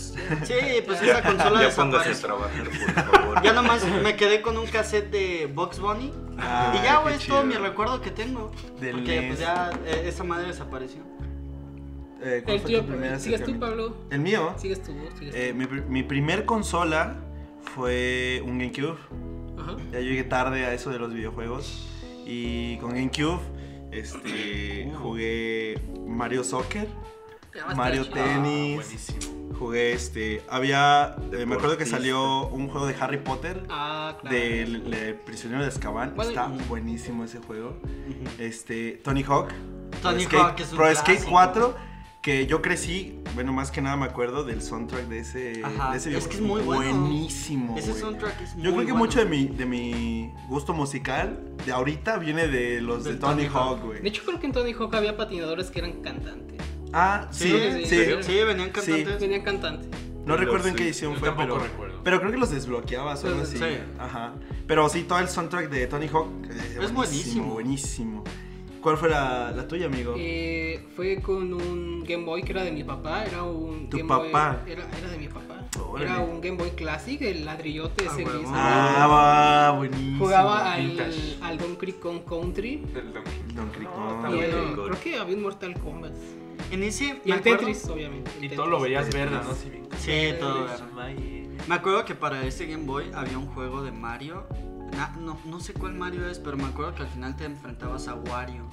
Speaker 3: Sí, pues
Speaker 2: Ya-
Speaker 3: esa consola
Speaker 5: ya póngase a
Speaker 3: desapareció.
Speaker 5: trabajar, por favor.
Speaker 3: Ya nomás me quedé con un cassette de Box Bunny.
Speaker 1: Ay,
Speaker 3: y ya, güey,
Speaker 1: qué
Speaker 3: es todo mi
Speaker 1: chido.
Speaker 3: recuerdo que tengo.
Speaker 1: Del E
Speaker 3: porque
Speaker 1: NES.
Speaker 3: pues ya eh, esa madre desapareció.
Speaker 1: Eh, ¿cuál
Speaker 2: El
Speaker 1: fue
Speaker 2: tuyo,
Speaker 1: tu primer
Speaker 2: sigues tú,
Speaker 1: acercamiento?
Speaker 2: Pablo.
Speaker 1: El mío.
Speaker 2: Sigues tú, sigues tú.
Speaker 1: eh, mi, pr- mi primer consola fue un GameCube.
Speaker 2: Ajá.
Speaker 1: Ya llegué tarde a eso de los videojuegos. Y con GameCube este, jugué Mario Soccer,
Speaker 2: Ya va a estar
Speaker 1: Mario
Speaker 2: chido.
Speaker 1: Tennis.
Speaker 4: buenísimo.
Speaker 1: jugué este... Había... eh, me acuerdo que
Speaker 5: Deportista.
Speaker 1: salió un juego de Harry Potter.
Speaker 2: Ah, claro.
Speaker 1: Del eh, prisionero de Azkaban
Speaker 2: Bueno,
Speaker 1: está
Speaker 3: y-
Speaker 1: buenísimo ese juego este Tony Hawk
Speaker 3: Tony
Speaker 1: Pro Skate-
Speaker 3: Hawk es un
Speaker 1: Pro Skate
Speaker 3: clásico.
Speaker 1: 4 que yo crecí bueno más que nada me acuerdo del soundtrack de ese
Speaker 3: Ajá,
Speaker 1: de ese
Speaker 3: es que es
Speaker 1: videojuego.
Speaker 3: muy bueno.
Speaker 1: buenísimo
Speaker 3: Ese
Speaker 1: güey.
Speaker 3: soundtrack es muy
Speaker 1: yo creo que
Speaker 3: bueno.
Speaker 1: mucho de mi de mi gusto musical de ahorita viene de los de,
Speaker 3: Del
Speaker 1: Tony,
Speaker 3: Tony
Speaker 1: Hawk
Speaker 3: Hawk.
Speaker 2: De
Speaker 1: güey
Speaker 2: hecho, creo que en Tony Hawk había patinadores que eran cantantes.
Speaker 1: ah sí sí,
Speaker 2: Sí, sí,
Speaker 3: Sí, venían cantantes.
Speaker 2: Tenían cantantes.
Speaker 1: no
Speaker 5: Los-
Speaker 1: recuerdo en qué
Speaker 5: sí.
Speaker 1: edición
Speaker 4: Yo
Speaker 1: fue
Speaker 4: tampoco
Speaker 1: pero
Speaker 4: recuerdo.
Speaker 1: pero creo que los desbloqueabas o algo así
Speaker 3: Sí.
Speaker 1: ajá pero sí todo el soundtrack de Tony Hawk eh,
Speaker 3: Es buenísimo.
Speaker 1: buenísimo ¿cuál fue la, la tuya amigo
Speaker 2: Eh, fue con un Game Boy que era de mi papá. Era un
Speaker 1: Tu
Speaker 2: Game
Speaker 1: papá.
Speaker 2: Boy. Era, era de mi papá.
Speaker 1: Órale.
Speaker 2: Era un Game Boy Classic, el ladrillote
Speaker 3: Ah,
Speaker 2: ese
Speaker 3: huevo.
Speaker 2: gris.
Speaker 1: ah va, buenísimo
Speaker 2: Jugaba al,
Speaker 4: vintage.
Speaker 2: al Donkey Kong Country.
Speaker 4: Del Donkey.
Speaker 1: Don Crick,
Speaker 4: No,
Speaker 1: no.
Speaker 4: está Ah,
Speaker 2: y
Speaker 5: bueno.
Speaker 2: el-
Speaker 5: Donkey Kong.
Speaker 2: creo que había un Mortal Kombat.
Speaker 3: En ese,
Speaker 2: Y
Speaker 3: me
Speaker 2: el
Speaker 3: acuerdo-
Speaker 2: Tetris, obviamente. el
Speaker 4: Y todo lo
Speaker 2: Tetris.
Speaker 4: veías
Speaker 1: E
Speaker 4: verde, ¿no? Sí, bien.
Speaker 3: Sí, todo.
Speaker 2: Tetris.
Speaker 3: era. Me acuerdo que para ese Game Boy había un juego de Mario. Na- no, no sé cuál Mario es, pero me acuerdo que al final te enfrentabas a Wario.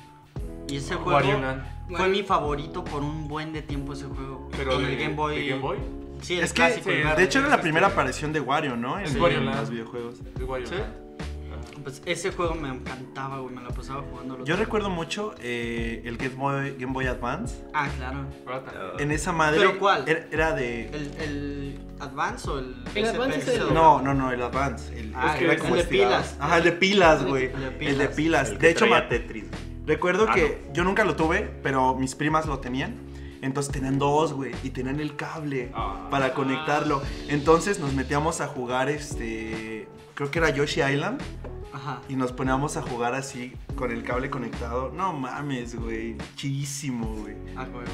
Speaker 3: Y ese juego
Speaker 4: Wario Land.
Speaker 3: fue
Speaker 2: Wario.
Speaker 3: mi favorito por un buen de tiempo ese juego.
Speaker 4: Pero
Speaker 3: con
Speaker 4: de-
Speaker 3: el Game Boy.
Speaker 4: de Game Boy.
Speaker 3: Sí, el
Speaker 1: Es que, eh,
Speaker 3: clásico.
Speaker 4: sí,
Speaker 3: el
Speaker 4: de
Speaker 1: de
Speaker 3: verde.
Speaker 1: hecho, era
Speaker 4: es
Speaker 1: la
Speaker 4: este-
Speaker 1: primera aparición de Wario, ¿no? En,
Speaker 4: Es Wario
Speaker 1: en
Speaker 4: Land.
Speaker 1: los videojuegos.
Speaker 4: De Wario
Speaker 3: ¿Sí?
Speaker 4: Land. Ajá.
Speaker 3: Pues ese juego me encantaba, güey. Me la pasaba jugando.
Speaker 1: Yo recuerdo mucho eh, el Game Boy, Game Boy Advance.
Speaker 3: Ah, claro.
Speaker 4: Ahora también.
Speaker 3: Ah,
Speaker 1: En esa madre.
Speaker 3: ¿Pero cuál?
Speaker 1: Era, era de.
Speaker 3: ¿El, el Advance o el.
Speaker 2: El Advance es el-
Speaker 1: No, no, no, el Advance. El,
Speaker 3: Ah,
Speaker 1: es que
Speaker 4: el-
Speaker 1: era como
Speaker 3: el de
Speaker 1: estirado.
Speaker 3: pilas.
Speaker 1: Ajá, el de pilas, güey.
Speaker 3: El de pilas.
Speaker 1: El de pilas.
Speaker 5: El que
Speaker 1: de hecho,
Speaker 5: traía
Speaker 1: ma-
Speaker 5: Tetris.
Speaker 1: recuerdo
Speaker 5: Ah,
Speaker 1: que yo nunca lo tuve, pero mis primas lo tenían. Entonces tenían dos, güey, y tenían el cable
Speaker 4: Ah.
Speaker 1: para conectarlo. Entonces nos metíamos a jugar este. Creo que era Yoshi Island.
Speaker 3: Ajá.
Speaker 1: Y nos poníamos a jugar así con el cable conectado. No mames, güey. Chidísimo, güey.
Speaker 3: Ah, güey.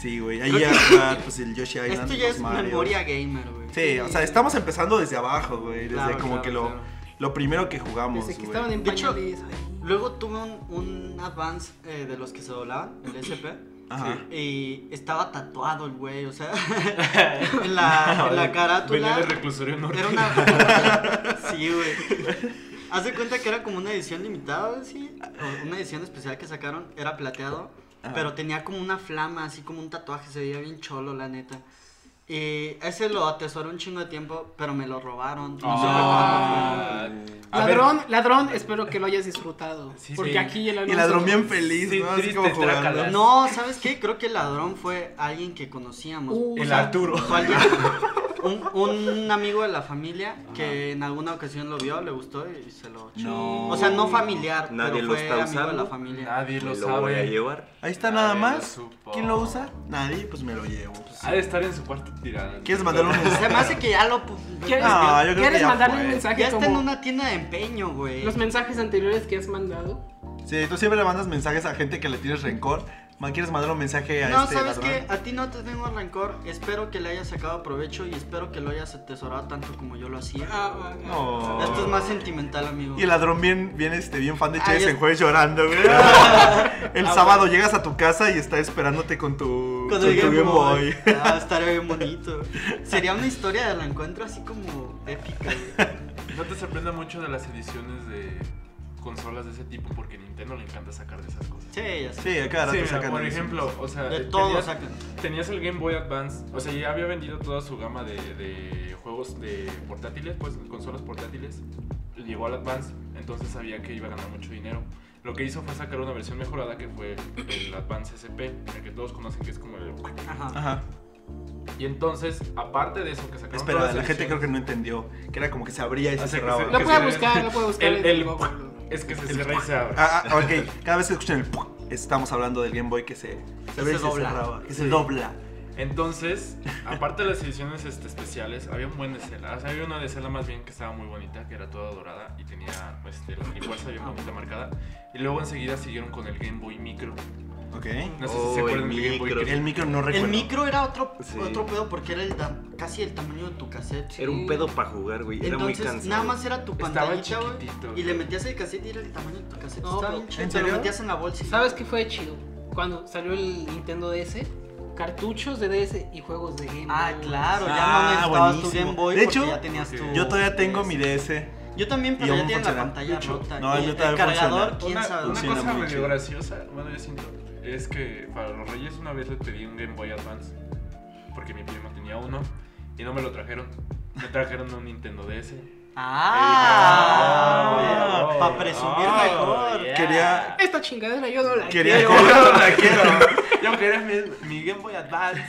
Speaker 1: Sí, güey. Ahí a jugar pues, el Yoshi Island.
Speaker 3: Esto ya
Speaker 1: los
Speaker 3: es
Speaker 1: Marios.
Speaker 3: memoria gamer, güey.
Speaker 1: Sí, o sea, estamos empezando desde abajo, güey. Desde
Speaker 3: Claro,
Speaker 1: como
Speaker 3: claro,
Speaker 1: que lo,
Speaker 3: claro.
Speaker 1: lo primero que jugamos.
Speaker 2: Desde que
Speaker 1: güey.
Speaker 2: estaban en
Speaker 3: De hecho,
Speaker 2: pañales. ahí.
Speaker 3: Luego tuve un, un Advance eh, de los que se doblaban, el SP.
Speaker 1: Ajá.
Speaker 3: Y estaba tatuado el güey, o sea, en
Speaker 1: Ah,
Speaker 3: la, en la
Speaker 4: Venía del
Speaker 3: carátula.
Speaker 4: reclusorio norte.
Speaker 3: Era una. Sí, güey. Haz de cuenta que era como una edición limitada, sí. o Una edición especial que sacaron, era plateado.
Speaker 1: Ajá.
Speaker 3: Pero tenía como una flama, así como un tatuaje, se veía bien cholo, la neta. Y ese lo atesoré un chingo de tiempo, pero me lo robaron. No
Speaker 1: Pues,
Speaker 3: sé
Speaker 4: Ah.
Speaker 3: cuándo
Speaker 4: A ver.
Speaker 2: Ladrón, ladrón, espero que lo hayas disfrutado.
Speaker 4: Sí,
Speaker 2: porque
Speaker 4: sí.
Speaker 2: aquí el
Speaker 1: Y
Speaker 2: Alonso-
Speaker 1: ladrón bien feliz,
Speaker 4: Sí,
Speaker 1: ¿no? Así
Speaker 4: triste,
Speaker 1: como jugando.
Speaker 4: trácala.
Speaker 3: fue. No, ¿sabes qué? Creo que el ladrón fue alguien que conocíamos.
Speaker 2: Uh,
Speaker 4: El
Speaker 2: o sea,
Speaker 4: Arturo.
Speaker 3: Fue alguien- un, un amigo de la familia que en alguna ocasión lo vio, le gustó y se lo echó.
Speaker 1: No.
Speaker 3: O sea, no familiar,
Speaker 5: Nadie
Speaker 3: pero
Speaker 5: lo
Speaker 3: fue
Speaker 5: está
Speaker 3: amigo de
Speaker 5: usando.
Speaker 3: la familia.
Speaker 4: Nadie lo
Speaker 5: Me lo
Speaker 4: sabe.
Speaker 5: voy a llevar.
Speaker 1: Ahí está
Speaker 4: Nadie
Speaker 1: nada
Speaker 4: lo
Speaker 1: más.
Speaker 4: supo.
Speaker 1: ¿Quién lo usa? Nadie, pues me lo llevo. pues.
Speaker 4: Ha de estar en su cuarto tirado.
Speaker 1: ¿Quieres mandar un
Speaker 3: Se
Speaker 1: mensaje?
Speaker 3: me hace que ya lo...
Speaker 2: ¿Quieres,
Speaker 1: No, yo creo que
Speaker 2: ¿quieres
Speaker 1: ya
Speaker 2: mandarle
Speaker 1: fue.
Speaker 2: un mensaje
Speaker 3: Ya está en
Speaker 2: como
Speaker 3: una tienda de empeño, güey.
Speaker 2: los mensajes anteriores que has mandado?
Speaker 1: Sí, tú siempre le mandas mensajes a gente que le tienes rencor. Man, ¿Quieres mandar un mensaje a
Speaker 3: No,
Speaker 1: este
Speaker 3: ¿sabes
Speaker 1: ladrón?
Speaker 3: qué? A ti no te tengo rencor. Espero que le hayas sacado provecho y espero que lo hayas atesorado tanto como yo lo hacía.
Speaker 2: Ah, ah, ah.
Speaker 1: No.
Speaker 3: Esto es más sentimental, amigo.
Speaker 1: Y el ladrón bien, bien, este, bien fan de
Speaker 3: Ay,
Speaker 1: Chávez
Speaker 3: es-
Speaker 1: en jueves llorando, güey. El
Speaker 3: Ah,
Speaker 1: sábado llegas a tu casa y está esperándote con tu,
Speaker 3: Con
Speaker 1: con
Speaker 3: el
Speaker 1: tu
Speaker 3: Game Boy.
Speaker 1: Boy.
Speaker 3: Ah, estaría bien bonito. Sería una historia del encuentro así como épica, güey.
Speaker 4: No te sorprenda mucho de las ediciones de consolas de ese tipo porque a Nintendo le encanta sacar de esas cosas.
Speaker 3: Sí, ya sé.
Speaker 1: Sí, a cada rato
Speaker 4: Sí, mira,
Speaker 1: sacan
Speaker 4: por
Speaker 1: eso.
Speaker 4: ejemplo, o sea, eh,
Speaker 3: De
Speaker 4: tenías-
Speaker 3: todo sacan.
Speaker 4: Tenías el Game Boy Advance, o sea, ya había vendido toda su gama de, de juegos de portátiles, pues consolas portátiles. Llegó al Advance, entonces sabía que iba a ganar mucho dinero. Lo que hizo fue sacar una versión mejorada que fue el Advance SP, el que todos conocen que es como el.
Speaker 3: Ajá.
Speaker 1: Ajá.
Speaker 4: Y entonces, aparte de eso que sacaron.
Speaker 1: Espera,
Speaker 4: todas
Speaker 1: la
Speaker 4: las
Speaker 1: gente creo
Speaker 4: ediciones-
Speaker 1: que no entendió. Que era como que se abría y se
Speaker 4: Así que
Speaker 1: cerraba.
Speaker 4: se-
Speaker 2: Lo
Speaker 4: que
Speaker 2: voy a
Speaker 4: se-
Speaker 2: buscar, lo voy a buscar.
Speaker 4: El-
Speaker 2: en
Speaker 4: el-
Speaker 2: Google.
Speaker 4: Es que se cierra y se abre.
Speaker 1: Ah, ah, ok. Cada vez que escuchen el ¡puc! estamos hablando del Game Boy que se, se abría y
Speaker 3: se
Speaker 1: se
Speaker 3: dobla.
Speaker 1: cerraba. Que se dobla.
Speaker 4: Entonces, aparte de las ediciones este, especiales, había un buen de Zelda. O sea, había una de Zelda más bien que estaba muy bonita, que era toda dorada y pues, tenía este, la fuerza bien bonita marcada. Y luego enseguida siguieron con el Game Boy Micro.
Speaker 1: Ok.
Speaker 4: No sé si se
Speaker 5: Oh, el
Speaker 4: acuerdan del Game Boy
Speaker 5: micro.
Speaker 4: que-
Speaker 1: El micro no recuerdo.
Speaker 3: El micro era otro,
Speaker 5: Sí.
Speaker 3: otro pedo porque era el da- casi el tamaño de tu cassette.
Speaker 5: Era un pedo para jugar, güey. Era muy
Speaker 3: Entonces,
Speaker 5: cansado.
Speaker 3: nada más era tu
Speaker 4: Estaba
Speaker 3: pantallita, güey.
Speaker 4: chiquitito,
Speaker 3: Y le
Speaker 4: güey.
Speaker 3: metías el cassette y era el tamaño de tu cassette.
Speaker 2: No,
Speaker 3: Estaba
Speaker 2: pero-
Speaker 3: bien chido.
Speaker 1: ¿En
Speaker 3: Te lo
Speaker 1: serio?
Speaker 3: metías en la bolsa. y-
Speaker 2: ¿Sabes qué fue chido? Cuando salió el Nintendo DS, cartuchos de DS y juegos de Game
Speaker 3: Ah,
Speaker 2: Boy.
Speaker 3: claro, ya
Speaker 1: Ah,
Speaker 3: no necesitabas tu
Speaker 1: buenísimo.
Speaker 3: Game Boy
Speaker 1: De
Speaker 3: porque
Speaker 1: hecho,
Speaker 3: ya tenías tu...
Speaker 1: Yo todavía tengo mi DS.
Speaker 3: Yo también,
Speaker 1: y
Speaker 3: pero
Speaker 1: aún
Speaker 3: ya tiene la
Speaker 1: funciona.
Speaker 3: pantalla
Speaker 1: Mucho.
Speaker 3: rota.
Speaker 1: No, el
Speaker 3: Y
Speaker 1: mío
Speaker 3: el
Speaker 1: todavía funciona.
Speaker 3: cargador, quién
Speaker 4: Una,
Speaker 3: sabe.
Speaker 4: una
Speaker 1: Funciona
Speaker 4: cosa
Speaker 1: muy
Speaker 4: medio
Speaker 1: chido.
Speaker 4: graciosa, bueno, yo siento, es que para los Reyes una vez le pedí un Game Boy Advance, porque mi primo tenía uno, y no me lo trajeron. Me trajeron un Nintendo DS.
Speaker 3: Ah,
Speaker 4: Ah,
Speaker 3: para presumir
Speaker 4: ah,
Speaker 3: mejor.
Speaker 4: yeah.
Speaker 1: Quería-
Speaker 2: Esta chingadera yo no la
Speaker 1: Quería-
Speaker 2: quiero.
Speaker 4: Yo no la quiero. Yo quería mi, mi Game Boy Advance.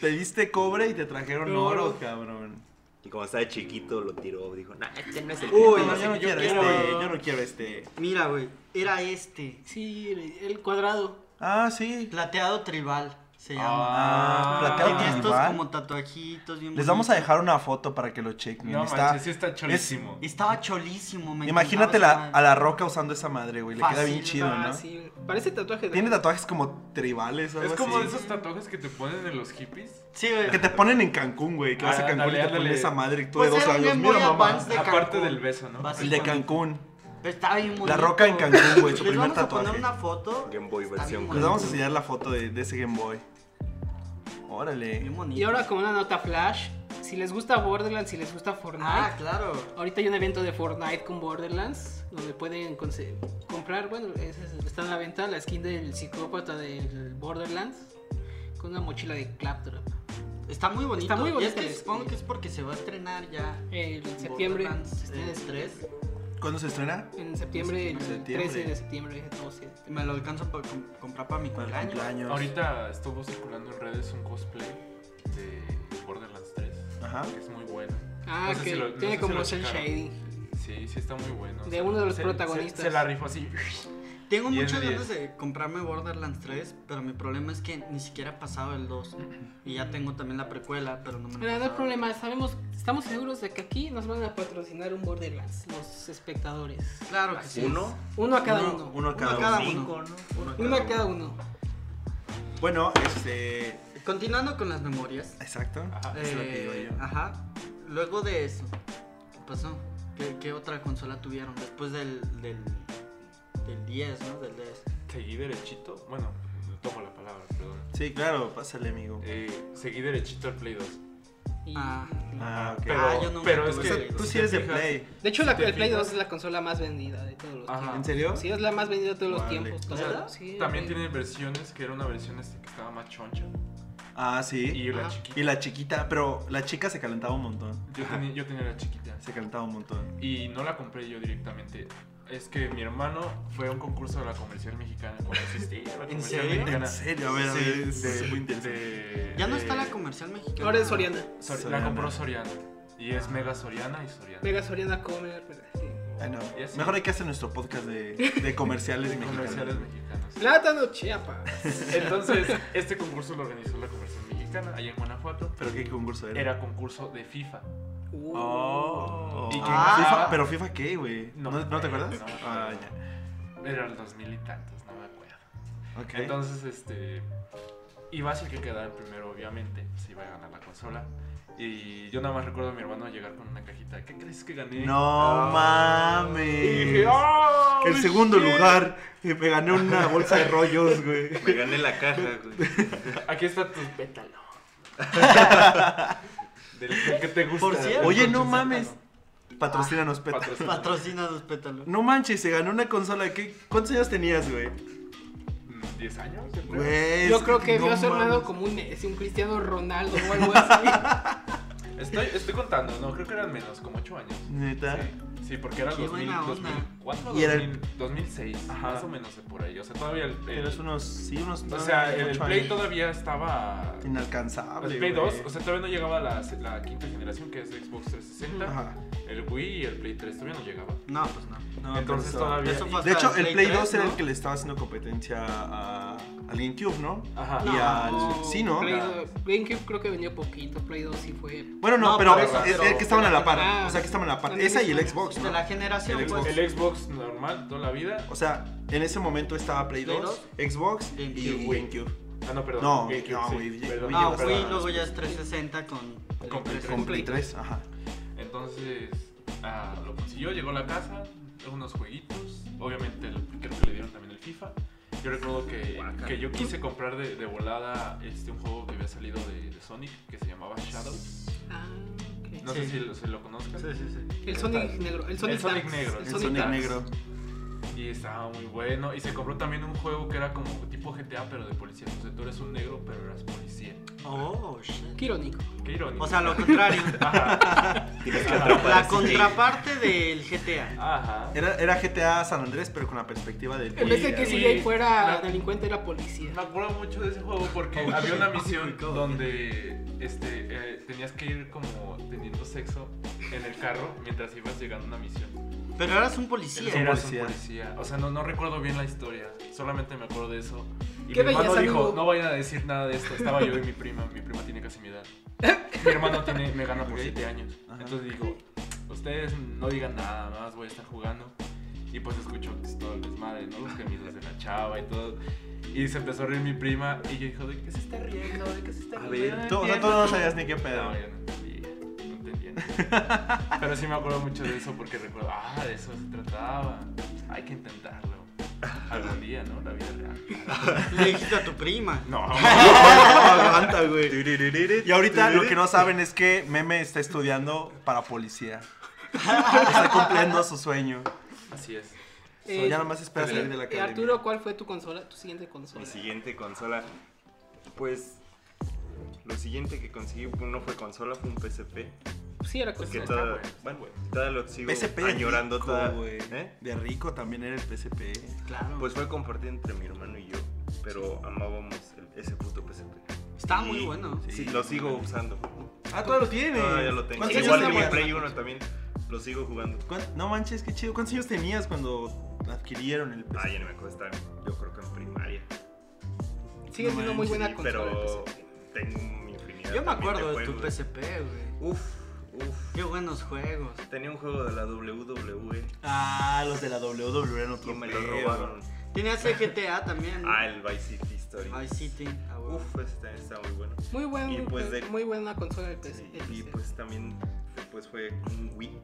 Speaker 1: Pediste cobre y te trajeron
Speaker 2: No.
Speaker 1: oro, cabrón.
Speaker 5: Y como estaba chiquito, lo tiró. Dijo, nah, este no es el
Speaker 3: Uy,
Speaker 5: tiempo".
Speaker 1: No, yo no
Speaker 3: yo
Speaker 1: quiero
Speaker 3: quiero-
Speaker 1: este. Yo no quiero este.
Speaker 3: Mira, güey, era este.
Speaker 2: Sí, el cuadrado.
Speaker 1: Ah, sí.
Speaker 3: Plateado tribal se llama.
Speaker 1: Ah, plateado
Speaker 3: Tiene
Speaker 1: tribal.
Speaker 3: estos como tatuajitos bien
Speaker 1: Les vamos a
Speaker 3: bonitos.
Speaker 1: dejar una foto para que lo chequen.
Speaker 4: No
Speaker 1: Está-
Speaker 4: manches, sí está cholísimo.
Speaker 3: Estaba cholísimo, me
Speaker 1: Imagínate
Speaker 3: encantaba
Speaker 1: la-
Speaker 3: esa
Speaker 1: a la roca usando esa madre, güey. Le queda
Speaker 3: Fácil,
Speaker 1: bien chido,
Speaker 2: Ah,
Speaker 1: ¿no?
Speaker 2: sí. Parece tatuaje de.
Speaker 1: Tiene tatuajes como tribales o
Speaker 4: Es
Speaker 1: algo
Speaker 4: como
Speaker 1: así.
Speaker 4: de esos tatuajes que te ponen en los hippies.
Speaker 3: Sí, güey.
Speaker 1: Que te ponen en Cancún, güey. Que vas a
Speaker 4: Ah,
Speaker 1: Cancún y
Speaker 4: ándale,
Speaker 1: te ponen
Speaker 4: ándale.
Speaker 1: esa madre y tú de
Speaker 3: Pues
Speaker 1: dos
Speaker 3: era un
Speaker 1: años.
Speaker 3: Game
Speaker 1: Mira,
Speaker 3: Boy
Speaker 1: mamá.
Speaker 3: Advance de
Speaker 4: Aparte
Speaker 3: Cancún.
Speaker 4: del beso, ¿no?
Speaker 3: Vas-
Speaker 1: El de Cancún.
Speaker 3: Pero estaba bien bonito.
Speaker 1: La roca en Cancún, güey. Su
Speaker 3: Les
Speaker 1: primer
Speaker 3: vamos a
Speaker 1: tatuaje.
Speaker 3: poner una foto.
Speaker 5: Game Boy
Speaker 3: Está bien
Speaker 5: versión
Speaker 1: Les
Speaker 5: Cancún.
Speaker 1: vamos a enseñar la foto de, de ese Game Boy. Órale.
Speaker 3: Bien bonito.
Speaker 2: Y ahora con una nota flash. Si les gusta Borderlands, si les gusta Fortnite.
Speaker 3: Ah, claro.
Speaker 2: Ahorita hay un evento de Fortnite con Borderlands. Donde pueden conse- comprar. Bueno, es- es- está en la venta la skin del psicópata del Borderlands. Con una mochila de Claptrap.
Speaker 3: Está muy bonito.
Speaker 2: Está muy
Speaker 3: Y es
Speaker 2: bonito,
Speaker 3: que
Speaker 2: es-
Speaker 3: supongo que es porque se va a estrenar ya.
Speaker 2: El- En septiembre.
Speaker 3: Borderlands,
Speaker 2: está en
Speaker 3: eh,
Speaker 2: el-
Speaker 3: tres.
Speaker 1: ¿Cuándo se estrena?
Speaker 2: En septiembre, el
Speaker 1: Septiembre.
Speaker 2: 13 de septiembre, 12.
Speaker 3: Me lo alcanzo para com- comprar para mi
Speaker 1: Para el
Speaker 3: cumpleaños.
Speaker 1: cumpleaños.
Speaker 4: Ahorita estuvo circulando en redes un cosplay de Borderlands 3.
Speaker 1: Ajá.
Speaker 4: Que es muy bueno.
Speaker 2: Ah,
Speaker 4: No sé
Speaker 2: que
Speaker 4: si lo- no sé
Speaker 2: tiene
Speaker 4: si
Speaker 2: como
Speaker 4: lo
Speaker 2: cel
Speaker 4: checaron.
Speaker 2: shading.
Speaker 4: Sí, sí está muy bueno.
Speaker 2: De uno de los
Speaker 4: se-
Speaker 2: protagonistas.
Speaker 4: Se, se la rifó así.
Speaker 3: Tengo
Speaker 4: Diez
Speaker 3: muchas
Speaker 4: de
Speaker 3: ganas de comprarme Borderlands 3, pero mi problema es que ni siquiera ha pasado el 2. Y ya tengo también la precuela, pero no me
Speaker 2: Pero
Speaker 3: la
Speaker 2: no hay
Speaker 3: pasaron.
Speaker 2: problema, sabemos, estamos seguros de que aquí nos van a patrocinar un Borderlands, los espectadores.
Speaker 3: Claro que sí.
Speaker 5: Uno,
Speaker 2: Uno a cada uno.
Speaker 3: Uno,
Speaker 5: uno a cada,
Speaker 3: cada
Speaker 5: uno.
Speaker 3: uno.
Speaker 5: Uno
Speaker 2: Uno a cada uno.
Speaker 1: Bueno, este.
Speaker 3: Continuando con las memorias.
Speaker 1: Exacto.
Speaker 4: Ajá.
Speaker 1: Es lo que
Speaker 3: eh,
Speaker 1: digo yo.
Speaker 3: Ajá. Luego de eso, ¿qué pasó? ¿Qué, qué otra consola tuvieron después del, del, del 10, ¿no? Del 10.
Speaker 4: Seguí derechito. Bueno, tomo la palabra, perdón.
Speaker 1: Sí, claro, pásale, amigo.
Speaker 4: Eh, seguí derechito al Play 2.
Speaker 2: Y-
Speaker 3: Ah.
Speaker 1: Ah, ok.
Speaker 4: Pero,
Speaker 3: Ah, yo nunca
Speaker 4: pero
Speaker 3: tuve
Speaker 4: es
Speaker 1: O
Speaker 4: que.
Speaker 1: sea,
Speaker 3: Play.
Speaker 1: tú
Speaker 4: si
Speaker 1: sí
Speaker 4: te
Speaker 1: eres de
Speaker 4: fijas-
Speaker 1: Play.
Speaker 2: De hecho, la,
Speaker 4: te
Speaker 2: el Play
Speaker 4: fijas-
Speaker 2: 2 es la consola más vendida de todos los
Speaker 4: Ajá.
Speaker 1: ¿En
Speaker 2: tiempos.
Speaker 1: serio?
Speaker 2: Sí, es la más vendida de todos los
Speaker 1: Vale.
Speaker 2: tiempos.
Speaker 3: ¿Verdad?
Speaker 2: O sea, sí,
Speaker 4: También
Speaker 2: ok.
Speaker 4: tiene versiones que era una versión este que estaba más choncha.
Speaker 1: Ah, sí.
Speaker 4: Y la
Speaker 3: Ajá.
Speaker 4: chiquita.
Speaker 1: Y la chiquita, pero la chica se calentaba un montón.
Speaker 4: Yo, tenía, yo tenía la chiquita.
Speaker 1: Se calentaba un montón.
Speaker 4: Y no la compré yo directamente. Es que mi hermano fue a un concurso de la comercial mexicana cuando asistí a la
Speaker 3: ¿En
Speaker 4: comercial
Speaker 3: serio?
Speaker 4: mexicana.
Speaker 1: En serio, a ver, a
Speaker 4: Sí,
Speaker 1: ver, es
Speaker 4: de-
Speaker 1: muy interesante.
Speaker 4: de-
Speaker 3: Ya no está la
Speaker 1: Eh,
Speaker 4: de-
Speaker 3: comercial mexicana.
Speaker 2: Ahora es Soriana.
Speaker 4: Sor-
Speaker 1: Soriana.
Speaker 4: La compró Soriana. Y es Mega Soriana y Soriana.
Speaker 2: Mega Soriana Comer. pero sí.
Speaker 1: Ah, no.
Speaker 4: Y así.
Speaker 1: Mejor hay que hacer nuestro podcast de, de comerciales
Speaker 4: de
Speaker 1: mexicanos.
Speaker 4: comerciales mexicanos.
Speaker 2: Plátano Chiapas.
Speaker 4: Entonces, este concurso lo organizó la comercial mexicana allá en Guanajuato.
Speaker 1: Pero qué concurso era.
Speaker 4: Era concurso de FIFA.
Speaker 2: Uh.
Speaker 1: Oh.
Speaker 4: ¿Y quién
Speaker 1: Ah,
Speaker 4: ganaba?
Speaker 1: FIFA- pero FIFA qué, güey. No,
Speaker 4: No. eh,
Speaker 1: ¿no te acuerdas?
Speaker 4: No.
Speaker 1: Ah, ya.
Speaker 4: Era el 2000 y tantos, no me acuerdo.
Speaker 1: Ok.
Speaker 4: Entonces, este. Iba a ser que quedara en primero, obviamente. Se iba a ganar la consola. Y yo nada más recuerdo a mi hermano llegar con una cajita. ¿Qué crees que gané? Ah,
Speaker 1: no
Speaker 4: Y
Speaker 1: mames.
Speaker 4: dije, "Oh,
Speaker 1: El segundo
Speaker 4: shit".
Speaker 1: lugar. eh, Me gané una bolsa de rollos, güey.
Speaker 5: Me gané la caja, güey.
Speaker 4: Aquí está tu pétalo. Del del que te gusta.
Speaker 3: Por cierto.
Speaker 1: Oye, no
Speaker 4: Sácalo.
Speaker 1: mames. Patrocínanos, Peta.
Speaker 4: Patrocina.
Speaker 3: Patrocinados, pétalo.
Speaker 1: No manches, se ganó una consola. ¿Qué? ¿Cuántos años tenías, güey?
Speaker 4: Mm, ¿10 años? yo creo.
Speaker 1: Güey, es
Speaker 2: Yo creo que
Speaker 1: no
Speaker 2: vio a su hermano
Speaker 1: mames.
Speaker 2: como un Messi, un Cristiano Ronaldo o algo así.
Speaker 4: Estoy, estoy contando, no, creo que eran menos, como 8 años.
Speaker 1: Neta.
Speaker 4: Sí, sí, porque era
Speaker 3: Qué
Speaker 4: 2000,
Speaker 3: buena onda.
Speaker 4: 2004,
Speaker 1: Y era el-
Speaker 4: 2000, 2006,
Speaker 1: Ajá.
Speaker 4: más o menos de por ahí. O sea, todavía el, el-
Speaker 1: Eres unos. Sí, unos.
Speaker 4: o sea, el,
Speaker 1: ocho
Speaker 4: Play
Speaker 1: años.
Speaker 4: todavía estaba...
Speaker 1: Inalcanzable.
Speaker 4: El Play
Speaker 1: güey.
Speaker 4: 2, o sea, todavía no llegaba la, la quinta generación que es Xbox 360,
Speaker 1: Ajá.
Speaker 4: el Wii y el Play 3 todavía no llegaba.
Speaker 3: No, pues no.
Speaker 1: No,
Speaker 4: Entonces
Speaker 1: pero-
Speaker 4: todavía...
Speaker 3: Eso fue
Speaker 1: De
Speaker 3: hasta
Speaker 1: hecho, el Play 2
Speaker 3: 3,
Speaker 1: era
Speaker 3: ¿no?
Speaker 1: el que le estaba haciendo competencia a. al GameCube, ¿no?
Speaker 4: Ajá.
Speaker 1: Y al. Sí, ¿no?
Speaker 2: Play do- GameCube creo que vendió poquito, Play 2 sí fue.
Speaker 1: Bueno, no,
Speaker 3: No,
Speaker 1: pero,
Speaker 3: por eso,
Speaker 1: es,
Speaker 3: pero-
Speaker 1: es que estaban a la par.
Speaker 2: Ah,
Speaker 1: o sea, que estaban a la par.
Speaker 2: son
Speaker 1: Esa y el
Speaker 2: diferentes.
Speaker 1: Xbox,
Speaker 3: De
Speaker 1: ¿no?
Speaker 3: la generación,
Speaker 4: El Xbox,
Speaker 3: pues.
Speaker 4: el Xbox normal toda la vida.
Speaker 1: O sea, en ese momento estaba Play
Speaker 3: Play
Speaker 1: 2, Xbox y
Speaker 3: GameCube.
Speaker 1: GameCube.
Speaker 4: Ah, no, perdón.
Speaker 1: No,
Speaker 4: GameCube,
Speaker 1: no,
Speaker 4: sí,
Speaker 1: güey,
Speaker 4: perdón.
Speaker 1: güey,
Speaker 3: No,
Speaker 1: yo-
Speaker 3: Wii,
Speaker 1: perdón.
Speaker 3: Ah, luego ya es 360 con.
Speaker 4: Con Play tres.
Speaker 1: Con Play 3, ajá.
Speaker 4: Entonces, ah, lo consiguió, llegó a la casa, unos jueguitos. Obviamente, el- creo que le dieron también el FIFA. Yo recuerdo que,
Speaker 5: Guácala.
Speaker 4: que yo quise comprar de, de volada este, un juego que había salido de, de Sonic que se llamaba Shadow.
Speaker 2: Ah, ok.
Speaker 4: No
Speaker 3: Sí.
Speaker 4: sé si lo, si lo conozcas.
Speaker 5: Sí, sí, sí.
Speaker 2: El Sonic negro. El Sonic,
Speaker 4: Sonic
Speaker 2: Dance,
Speaker 4: negro,
Speaker 2: El
Speaker 1: El
Speaker 2: Sonic
Speaker 1: Sonic
Speaker 2: Dance.
Speaker 1: negro.
Speaker 4: Y estaba muy bueno. Y se compró también un juego que era como tipo GTA, pero de policía. O sea, tú eres un negro, pero eras policía.
Speaker 3: Oh, shit.
Speaker 2: Qué irónico.
Speaker 4: Qué irónico.
Speaker 3: O sea, lo contrario.
Speaker 4: Ajá.
Speaker 5: Tienes que
Speaker 4: Ajá.
Speaker 5: atrapar a
Speaker 3: la
Speaker 5: ese
Speaker 3: contraparte del GTA.
Speaker 4: Ajá.
Speaker 1: Era, era GTA San Andrés, pero con la perspectiva del.
Speaker 2: En vez de que
Speaker 4: Sí.
Speaker 2: CJ fuera
Speaker 4: La-
Speaker 2: delincuente, era policía.
Speaker 4: Me acuerdo mucho de ese juego porque había una misión donde este, eh, tenías que ir como teniendo sexo en el carro mientras ibas llegando a una misión.
Speaker 3: Pero eras un policía.
Speaker 1: Era-
Speaker 4: Eras un
Speaker 1: policía.
Speaker 4: policía. O sea, no, no recuerdo bien la historia, solamente me acuerdo de eso. Y
Speaker 2: ¿Qué
Speaker 4: mi hermano
Speaker 2: veías,
Speaker 4: dijo,
Speaker 2: amigo?
Speaker 4: no vayan a decir nada de esto. Estaba yo y mi prima, mi prima tiene casi mi edad. Mi hermano tiene, me gana por
Speaker 1: Ok.
Speaker 4: 7 años.
Speaker 1: Ajá.
Speaker 4: Entonces digo, ustedes no digan nada, nada más voy a estar jugando. Y pues escucho pues, todo el desmadre, ¿no? Los gemidos de la chava y todo. Y se empezó a reír mi prima y yo dijo, ¿de qué se está riendo? ¿De qué se está
Speaker 5: A
Speaker 4: riendo?
Speaker 5: ver,
Speaker 4: no
Speaker 1: Tú, o sea, tú
Speaker 4: entiendo".
Speaker 1: no sabías ni qué pedo.
Speaker 4: No, yo no entendía, no entendía Pero sí me acuerdo mucho de eso porque recuerdo, ah, de eso se trataba. Hay que intentarlo. Algún día, ¿no? La vida real.
Speaker 3: Le dijiste a tu prima.
Speaker 4: No,
Speaker 1: Aguanta, güey.
Speaker 5: güey.
Speaker 1: Y ahorita lo que no saben es que Meme está estudiando para policía. Está cumpliendo su sueño.
Speaker 4: así es.
Speaker 1: So, ya nomás espera salir de la
Speaker 2: eh,
Speaker 1: academia.
Speaker 2: Arturo, ¿cuál fue tu consola? Tu siguiente consola.
Speaker 5: Mi siguiente consola. Pues. Lo siguiente que conseguí no fue consola, fue un PSP.
Speaker 3: Pues
Speaker 2: Sí, era
Speaker 5: Porque
Speaker 2: consola.
Speaker 5: toda,
Speaker 4: bueno,
Speaker 5: bueno, toda lo sigo
Speaker 1: PSP.
Speaker 5: añorando
Speaker 1: rico,
Speaker 5: toda.
Speaker 1: güey.
Speaker 5: ¿eh?
Speaker 1: De rico también era el PSP.
Speaker 3: Claro.
Speaker 5: Pues fue compartido entre mi hermano y yo. Pero amábamos el- ese puto PSP.
Speaker 3: Estaba muy
Speaker 5: Y-
Speaker 3: bueno.
Speaker 5: Sí, lo sigo usando.
Speaker 1: Ah, todavía lo tiene.
Speaker 5: Todavía lo tengo.
Speaker 1: ¿Cuántos
Speaker 5: Igual que
Speaker 1: años
Speaker 5: mi
Speaker 1: tenías?
Speaker 5: Play 1 también. Lo sigo jugando.
Speaker 1: ¿Cuán- No manches, qué chido. ¿Cuántos años tenías cuando adquirieron el PSP?
Speaker 5: Ah, ya no me acuerdo. estaba, Yo creo que en primaria.
Speaker 2: Sigue
Speaker 1: No
Speaker 2: siendo muy
Speaker 1: manches,
Speaker 2: buena
Speaker 5: Sí,
Speaker 2: consola.
Speaker 5: pero
Speaker 2: el PSP.
Speaker 5: tengo mi infinidad.
Speaker 3: Yo me
Speaker 5: también
Speaker 3: acuerdo de tu
Speaker 5: juegos.
Speaker 3: PSP, güey.
Speaker 5: Uf, uf.
Speaker 3: Qué buenos juegos.
Speaker 5: Tenía un juego de la WWE
Speaker 1: Ah, los de la WWE no
Speaker 5: y me lo
Speaker 1: pedo.
Speaker 5: robaron.
Speaker 3: Tenías el GTA también. ¿no?
Speaker 5: Ah, el Vice City Story.
Speaker 3: Vice City. Ah, güey.
Speaker 5: Uf, ese también está muy bueno.
Speaker 2: Muy, buen-
Speaker 5: Y pues de-
Speaker 2: muy buena consola el PS- el
Speaker 5: Y
Speaker 2: PSP.
Speaker 5: pues también pues fue un Wii.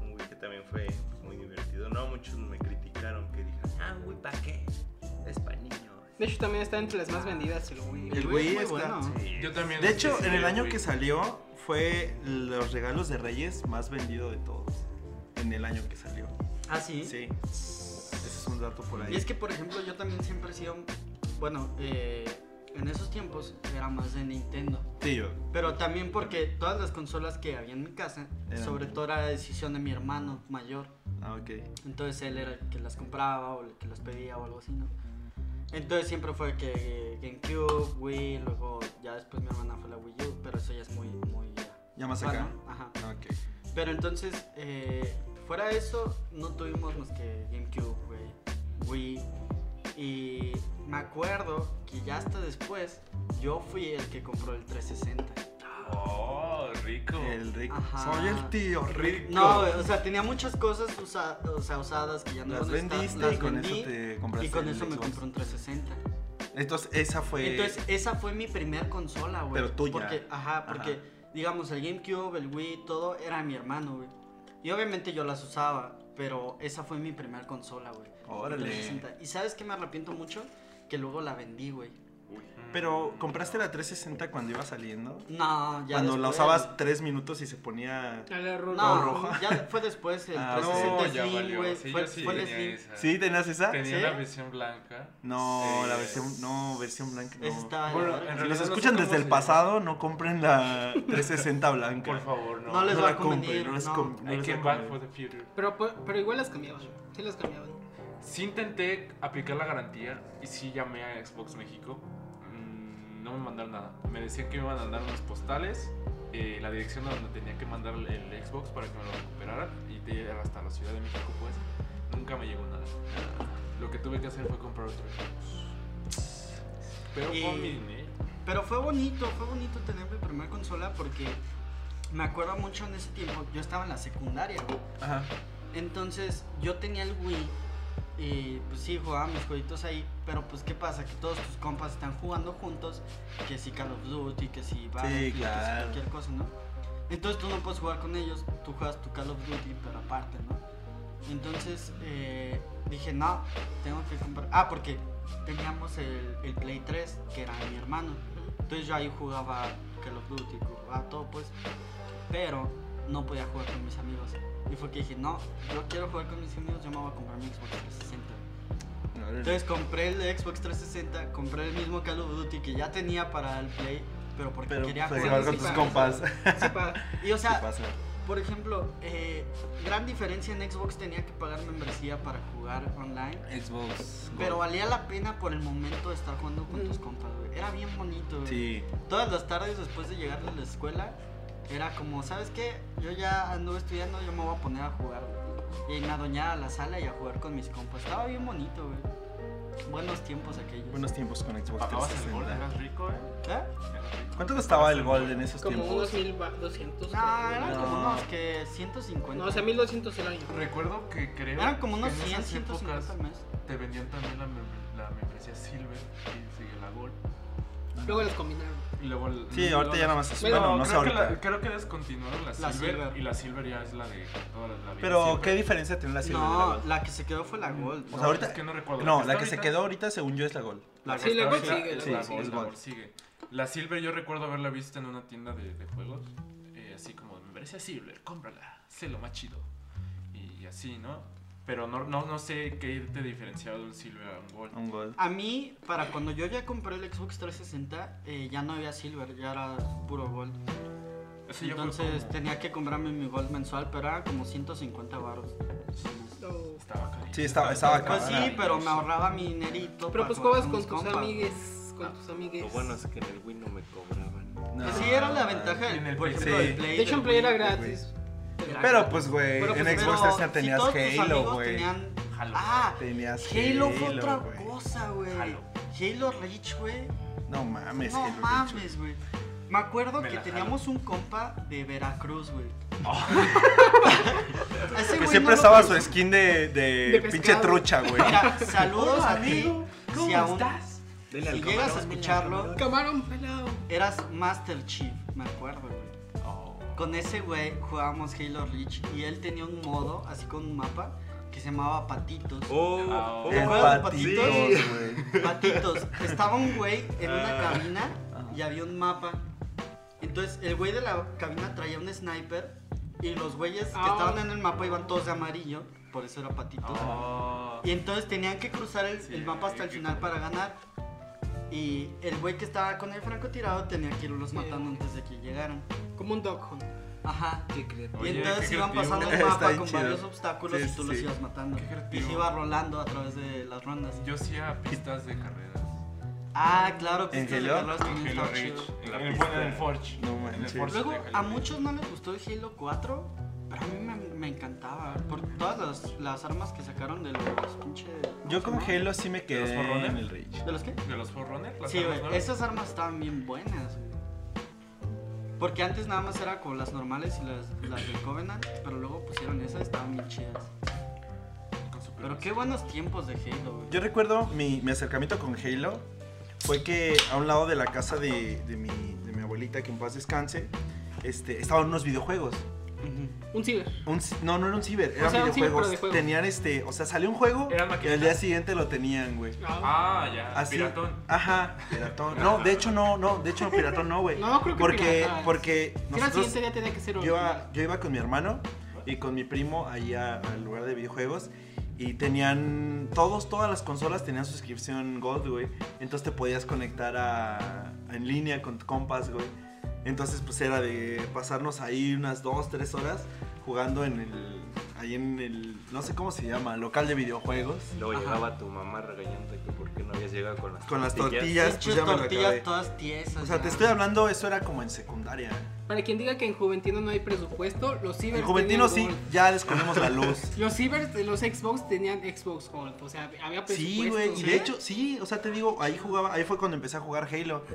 Speaker 5: Un Wii que también fue muy divertido. No, muchos me criticaron que dijeron, ah, un Wii, ¿para qué? Es para niños.
Speaker 2: De hecho, también está entre las más vendidas el Wii.
Speaker 1: El
Speaker 3: Wii
Speaker 1: Wii
Speaker 3: es muy
Speaker 1: está-
Speaker 3: bueno.
Speaker 5: Sí.
Speaker 4: Yo también.
Speaker 1: De hecho,
Speaker 4: Sí,
Speaker 1: en el año
Speaker 4: güey.
Speaker 1: que salió fue los regalos de Reyes más vendido de todos. En el año que salió.
Speaker 3: Ah, sí.
Speaker 1: Sí. Ese es un dato por ahí.
Speaker 3: Y es que, por ejemplo, yo también siempre he sido. Bueno, eh, en esos tiempos era más de Nintendo.
Speaker 1: Sí, yo.
Speaker 3: Pero también porque todas las consolas que había en mi casa,
Speaker 1: Eran-
Speaker 3: sobre todo era decisión de mi hermano mayor.
Speaker 1: Ah, ok.
Speaker 3: Entonces él era el que las compraba o el que las pedía o algo así, ¿no? Entonces siempre fue que GameCube, Wii, luego ya después mi hermana fue la Wii U, pero eso ya es muy, muy... ya,
Speaker 1: Ya más
Speaker 3: urbano,
Speaker 1: acá.
Speaker 3: Ajá.
Speaker 1: Ah, Ok.
Speaker 3: Pero entonces, eh, fuera de eso, no tuvimos más que GameCube, güey, Wii. Y me acuerdo que ya hasta después yo fui el que compró el 360.
Speaker 4: Oh, rico.
Speaker 1: El rico.
Speaker 3: Ajá.
Speaker 1: Soy el tío rico.
Speaker 3: No, güey, o sea, tenía muchas cosas usa- o sea, usadas que ya no
Speaker 1: Las
Speaker 3: iban a estar,
Speaker 1: vendiste
Speaker 3: las
Speaker 1: y con
Speaker 3: vendí,
Speaker 1: eso te compraste.
Speaker 3: Y con
Speaker 1: el
Speaker 3: eso me
Speaker 1: Xbox.
Speaker 3: compré un 360.
Speaker 1: Entonces, esa fue.
Speaker 3: Entonces, esa fue mi primer consola, güey.
Speaker 1: Pero tuya.
Speaker 3: Porque, ajá, porque, digamos, el GameCube, el Wii, todo era mi hermano, güey. Y obviamente yo las usaba, pero esa fue mi primer consola, güey. el
Speaker 1: Órale.
Speaker 3: 360. Y sabes que me arrepiento mucho que luego la vendí, güey.
Speaker 4: Mm.
Speaker 1: Pero, ¿compraste la 360 cuando iba saliendo?
Speaker 3: No, ya
Speaker 1: cuando la
Speaker 3: después.
Speaker 1: usabas tres minutos y se ponía.
Speaker 2: A la roja.
Speaker 3: No,
Speaker 1: roja.
Speaker 3: ya fue después el
Speaker 1: Ah,
Speaker 3: 360
Speaker 4: No, ya
Speaker 3: Slim,
Speaker 4: valió.
Speaker 3: güey.
Speaker 4: Sí,
Speaker 3: fue
Speaker 4: yo sí
Speaker 3: fue el
Speaker 4: tenía
Speaker 3: Slim.
Speaker 4: esa.
Speaker 1: ¿Sí? ¿Tenías esa?
Speaker 4: Tenía
Speaker 3: ¿Sí?
Speaker 4: la versión blanca.
Speaker 1: No,
Speaker 4: Sí.
Speaker 1: la versión. No, versión blanca. No.
Speaker 3: Esa estaba
Speaker 4: Bueno,
Speaker 3: de-
Speaker 4: en
Speaker 1: Si
Speaker 4: realidad
Speaker 1: nos
Speaker 4: no sé
Speaker 1: escuchan
Speaker 4: cómo
Speaker 1: desde el
Speaker 4: se-
Speaker 1: pasado, no compren la 360 blanca.
Speaker 4: Por favor, no.
Speaker 3: No les
Speaker 1: No
Speaker 3: va
Speaker 1: la
Speaker 3: a convenir.
Speaker 1: compren, no les
Speaker 3: no.
Speaker 1: com- no
Speaker 4: I
Speaker 1: les va
Speaker 4: came
Speaker 1: a
Speaker 4: back
Speaker 1: convenir.
Speaker 4: for the future.
Speaker 2: Pero, pero igual las cambiaban. Sí las cambiaban.
Speaker 4: Sí intenté aplicar la garantía y sí llamé a Xbox México. Mm, No me mandaron nada. Me decían que me iban a mandar unos postales, eh, la dirección a donde tenía que mandar el- el Xbox para que me lo recuperaran y te llegara hasta la Ciudad de México, pues. Nunca me llegó nada. Lo que tuve que hacer fue comprar otro Xbox. Pero
Speaker 3: Y-
Speaker 4: con mi dinero.
Speaker 3: Pero fue bonito, fue bonito tener mi primer consola porque me acuerdo mucho en ese tiempo, yo estaba en la secundaria, güey.
Speaker 1: Ajá.
Speaker 3: Entonces yo tenía el Wii y pues sí, jugaba mis jueguitos ahí, pero pues qué pasa, que todos tus compas están jugando juntos, que si Call of Duty, que si Battlefield, que si
Speaker 1: claro.
Speaker 3: cualquier cosa, ¿no? Entonces tú no puedes jugar con ellos, tú juegas tu Call of Duty, pero aparte, ¿no? Entonces eh, dije, no, tengo que comprar... Ah, porque teníamos el, el Play 3, que era de mi hermano. Entonces yo ahí jugaba Call of Duty, jugaba todo pues, pero no podía jugar con mis amigos. Y fue que dije, no, yo quiero jugar con mis amigos, yo me voy a comprar mi Xbox 360. Entonces compré el Xbox 360, compré el mismo Call of Duty que ya tenía para el Play, pero porque
Speaker 1: Pero
Speaker 3: quería
Speaker 1: pues,
Speaker 3: jugar
Speaker 1: igual
Speaker 2: jugar
Speaker 1: con
Speaker 3: mis
Speaker 1: tus
Speaker 2: sí,
Speaker 1: compas.
Speaker 3: amigos.
Speaker 2: Sí, pa.
Speaker 3: Y o
Speaker 1: ¿Qué
Speaker 3: sea,
Speaker 1: pasa?
Speaker 3: por ejemplo, eh, gran diferencia en Xbox tenía que pagar membresía para jugar online.
Speaker 1: Xbox.
Speaker 3: Pero
Speaker 1: Gold.
Speaker 3: valía la pena por el momento de estar jugando con tus
Speaker 2: Mm.
Speaker 3: compas, güey. Era bien bonito, güey.
Speaker 1: Sí.
Speaker 3: Todas las tardes después de llegar de la escuela, era como, ¿sabes qué? Yo ya anduve estudiando, yo me voy a poner a jugar, güey. Y me adoñaba a la sala y a jugar con mis compas. Estaba bien bonito, güey. Buenos tiempos aquellos.
Speaker 1: Buenos tiempos con Xbox
Speaker 4: Pagabas el gol,
Speaker 1: 360.
Speaker 4: eras rico, ¿eh?
Speaker 3: ¿Eh?
Speaker 4: Eras rico.
Speaker 1: ¿Cuánto costaba
Speaker 4: Pagabas
Speaker 1: el Gold en esos
Speaker 2: Como
Speaker 1: tiempos?
Speaker 2: unos 1200.
Speaker 3: No, eran
Speaker 1: No.
Speaker 3: como unos que 150.
Speaker 2: No, o sea, 1200 el año.
Speaker 4: Recuerdo que creo
Speaker 3: Eran como unos
Speaker 4: que en
Speaker 3: 100,
Speaker 4: esas
Speaker 3: 150
Speaker 4: épocas
Speaker 3: al mes.
Speaker 4: te vendían también la, mem- la membresía Silver y sigue la Gold.
Speaker 2: Luego los combinaron.
Speaker 4: Y luego el-
Speaker 1: Sí,
Speaker 4: luego
Speaker 1: ahorita ya
Speaker 4: la-
Speaker 1: nada más es-
Speaker 4: Bueno,
Speaker 1: bueno, no sé
Speaker 4: creo, que
Speaker 1: ahorita.
Speaker 4: la- creo que descontinuaron la,
Speaker 3: La
Speaker 4: Silver,
Speaker 3: Silver.
Speaker 4: y la Silver ya es la de toda la, la vida
Speaker 1: Pero, ¿qué
Speaker 4: siempre.
Speaker 1: diferencia tiene la Silver de la
Speaker 3: No,
Speaker 1: Gold?
Speaker 3: la que se quedó fue la Gold.
Speaker 1: O
Speaker 4: No,
Speaker 1: sea, ahorita-
Speaker 4: es que no recuerdo.
Speaker 1: No,
Speaker 4: está
Speaker 1: la que se
Speaker 4: ahorita-
Speaker 1: quedó ahorita, según yo, es la Gold.
Speaker 3: La
Speaker 2: Sí, la
Speaker 3: está
Speaker 2: Gold
Speaker 3: ahorita-
Speaker 2: sigue, la
Speaker 4: La
Speaker 1: Sí,
Speaker 2: Gold
Speaker 1: sí,
Speaker 4: Gold,
Speaker 1: es
Speaker 4: la
Speaker 1: Gold.
Speaker 4: Gold sigue. La Silver yo recuerdo haberla visto en una tienda de, de juegos. eh, así como, me parece Silver, cómprala, sé lo más chido. Y, así, ¿no? Pero no, no, no sé qué te diferenciaba de un Silver a un Gold.
Speaker 1: Un Gold.
Speaker 3: A mí, para cuando yo ya compré el Xbox 360, eh, ya no había Silver, ya era puro Gold.
Speaker 4: Eso ya fue
Speaker 3: Entonces
Speaker 4: como-
Speaker 3: tenía que comprarme mi Gold mensual, pero era como 150 baros.
Speaker 2: No.
Speaker 4: Estaba carito.
Speaker 1: Sí, estaba- estaba
Speaker 3: Pues
Speaker 1: Ah,
Speaker 3: sí,
Speaker 1: caray,
Speaker 3: pero me ahorraba mi dinerito.
Speaker 2: Pero
Speaker 3: para
Speaker 2: pues
Speaker 3: jugar
Speaker 2: jugabas con
Speaker 3: mis
Speaker 2: tus
Speaker 3: compas.
Speaker 2: amigues. Con tus amigues.
Speaker 5: Lo pues bueno es que en el Wii no me cobraban.
Speaker 1: No,
Speaker 3: Pues sí, era la
Speaker 1: no,
Speaker 3: ventaja
Speaker 4: en
Speaker 3: del
Speaker 4: el
Speaker 3: por
Speaker 4: Play,
Speaker 3: ejemplo,
Speaker 1: sí.
Speaker 3: del Play.
Speaker 2: De hecho, en
Speaker 3: del
Speaker 2: Play era
Speaker 3: Wii.
Speaker 2: gratis.
Speaker 3: Era
Speaker 1: Pero
Speaker 3: gratis.
Speaker 1: pues, güey,
Speaker 3: Pero,
Speaker 1: en
Speaker 3: pues,
Speaker 1: Xbox
Speaker 3: pero
Speaker 1: 360
Speaker 3: si
Speaker 1: tenías
Speaker 3: todos tus
Speaker 1: Halo,
Speaker 3: amigos
Speaker 1: güey.
Speaker 3: tenían-
Speaker 4: Halo.
Speaker 3: Ah,
Speaker 1: Tenías
Speaker 3: Halo fue otra
Speaker 1: güey.
Speaker 3: cosa, güey.
Speaker 4: Halo.
Speaker 3: Halo Reach, güey.
Speaker 1: No mames,
Speaker 3: No
Speaker 1: Halo Reach, güey.
Speaker 3: mames, güey. Me acuerdo
Speaker 4: Me
Speaker 3: que
Speaker 4: la jalo.
Speaker 3: teníamos un compa de Veracruz, güey. Ese
Speaker 1: Oh. Que
Speaker 3: güey
Speaker 1: siempre
Speaker 3: no lo
Speaker 1: estaba su
Speaker 3: conocí.
Speaker 1: skin de, de
Speaker 2: De
Speaker 1: pinche
Speaker 2: pescado.
Speaker 1: trucha, güey.
Speaker 3: Mira, saludos a ti. Si aún
Speaker 5: Dele
Speaker 3: si
Speaker 5: al
Speaker 3: llegas
Speaker 5: camarón,
Speaker 3: a escucharlo,
Speaker 2: Camarón pelado.
Speaker 3: eras Master Chief, me acuerdo, güey.
Speaker 4: Oh.
Speaker 3: Con ese güey jugábamos Halo Reach y él tenía un modo, así con un mapa, que se llamaba Patitos.
Speaker 5: Oh,
Speaker 4: Oh.
Speaker 5: oh,
Speaker 1: El
Speaker 3: acuerdas de
Speaker 1: patito,
Speaker 5: Patitos?
Speaker 1: güey.
Speaker 3: Patitos. Estaba un güey en una
Speaker 5: Ah.
Speaker 3: cabina
Speaker 1: Ajá.
Speaker 3: y había un mapa. Entonces el güey de la cabina traía un sniper y los güeyes que
Speaker 2: Ah.
Speaker 3: estaban en el mapa iban todos de amarillo, por eso era Patitos.
Speaker 5: Ah.
Speaker 4: Oh.
Speaker 3: Y entonces tenían que cruzar el,
Speaker 4: Sí,
Speaker 3: el mapa hasta el
Speaker 4: qué
Speaker 3: final para ganar. Y el güey que estaba con el francotirado tenía que irlos
Speaker 2: Sí.
Speaker 3: matando antes de que llegaran.
Speaker 2: Como un dog hunt.
Speaker 3: Ajá.
Speaker 2: Qué creativo.
Speaker 3: Y
Speaker 4: Oye,
Speaker 3: entonces
Speaker 4: qué
Speaker 3: iban
Speaker 4: creativo.
Speaker 3: pasando el
Speaker 1: Está
Speaker 3: mapa
Speaker 1: bien
Speaker 3: con
Speaker 1: chido.
Speaker 3: varios obstáculos
Speaker 1: Sí,
Speaker 3: y tú
Speaker 1: sí,
Speaker 3: los
Speaker 1: sí.
Speaker 3: ibas matando.
Speaker 4: Qué
Speaker 3: Y
Speaker 4: creativo.
Speaker 3: se iba rolando a través de las rondas.
Speaker 4: Yo hacía pistas de carreras.
Speaker 3: Ah, claro,
Speaker 1: ¿En
Speaker 3: pistas de
Speaker 1: Halo?
Speaker 3: carreras también
Speaker 4: En Halo
Speaker 3: estaba
Speaker 4: Reach.
Speaker 3: chido.
Speaker 4: En
Speaker 5: La
Speaker 4: el,
Speaker 5: pista.
Speaker 4: en el Forge.
Speaker 1: No
Speaker 4: en el
Speaker 1: manches.
Speaker 4: Forge
Speaker 3: Luego,
Speaker 4: de Halo
Speaker 3: a
Speaker 4: Reach.
Speaker 3: muchos no les gustó el Halo 4, pero a mí me, me encantaba. Por todas las, las armas que sacaron de los pinches.
Speaker 1: Yo con
Speaker 3: ¿no?
Speaker 1: Halo sí me quedé
Speaker 4: ¿Los forrones?
Speaker 1: en el Reach.
Speaker 3: ¿De los qué?
Speaker 4: ¿De los Forerunner? las
Speaker 3: Sí,
Speaker 4: armas
Speaker 3: güey,
Speaker 4: nuevas.
Speaker 3: esas armas estaban bien buenas, güey. Porque antes nada más era como las normales y las, las del Covenant, pero luego pusieron esas, estaban bien chidas.
Speaker 4: Con su
Speaker 3: Pero
Speaker 4: permiso.
Speaker 3: qué buenos tiempos de Halo, güey.
Speaker 1: Yo recuerdo mi, mi acercamiento con Halo fue que a un lado de la casa de, de mi, de mi abuelita, que en paz descanse, este, estaban unos videojuegos.
Speaker 3: Ujú.
Speaker 2: Un ciber.
Speaker 1: Un ci- no, no era un ciber, eran
Speaker 2: sea, un ciber,
Speaker 1: videojuegos.
Speaker 2: pero de juegos.
Speaker 1: Tenían este, o sea, salió un juego
Speaker 4: Eran
Speaker 1: y
Speaker 4: maquinitas.
Speaker 1: al día siguiente lo tenían, güey.
Speaker 4: Ah, ya.
Speaker 1: Así.
Speaker 4: Piratón.
Speaker 1: Ajá, piratón. No, de hecho no, no, de hecho piratón no, güey.
Speaker 2: No, creo que
Speaker 1: porque
Speaker 2: pirata.
Speaker 1: porque
Speaker 2: Si era el
Speaker 1: nosotros
Speaker 2: siguiente día tenía que ser
Speaker 1: yo,
Speaker 2: original.
Speaker 1: iba, yo iba con mi hermano y con mi primo ahí a- al lugar de videojuegos y tenían todos todas las consolas tenían suscripción Gold, güey. Entonces te podías conectar a, en línea con compas, güey. Entonces pues era de pasarnos ahí unas dos, tres horas jugando en el ahí en el, no sé cómo se llama, local de videojuegos.
Speaker 5: Luego
Speaker 3: Ajá.
Speaker 5: llegaba tu mamá regañándote que por qué no habías llegado con las
Speaker 1: Con las
Speaker 5: tortillas.
Speaker 1: tortillas, pues
Speaker 3: Pinches
Speaker 1: ya me lo acabé.
Speaker 3: tortillas todas tiesas.
Speaker 1: O sea,
Speaker 3: ya.
Speaker 1: te estoy hablando, eso era como en secundaria. ¿eh?
Speaker 2: Para quien diga que en Juventino no hay presupuesto, los cibers
Speaker 1: En Juventino sí,
Speaker 2: tenían
Speaker 1: ya desconocemos la luz.
Speaker 2: Gold. Los cibers, los Xbox tenían Xbox Gold, o sea,
Speaker 3: Ah,
Speaker 2: había presupuesto.
Speaker 1: Sí, güey. Y
Speaker 2: ¿Sí?
Speaker 3: ¿eh?
Speaker 1: de hecho, sí, o sea, te digo, ahí jugaba, ahí fue cuando empecé a jugar Halo.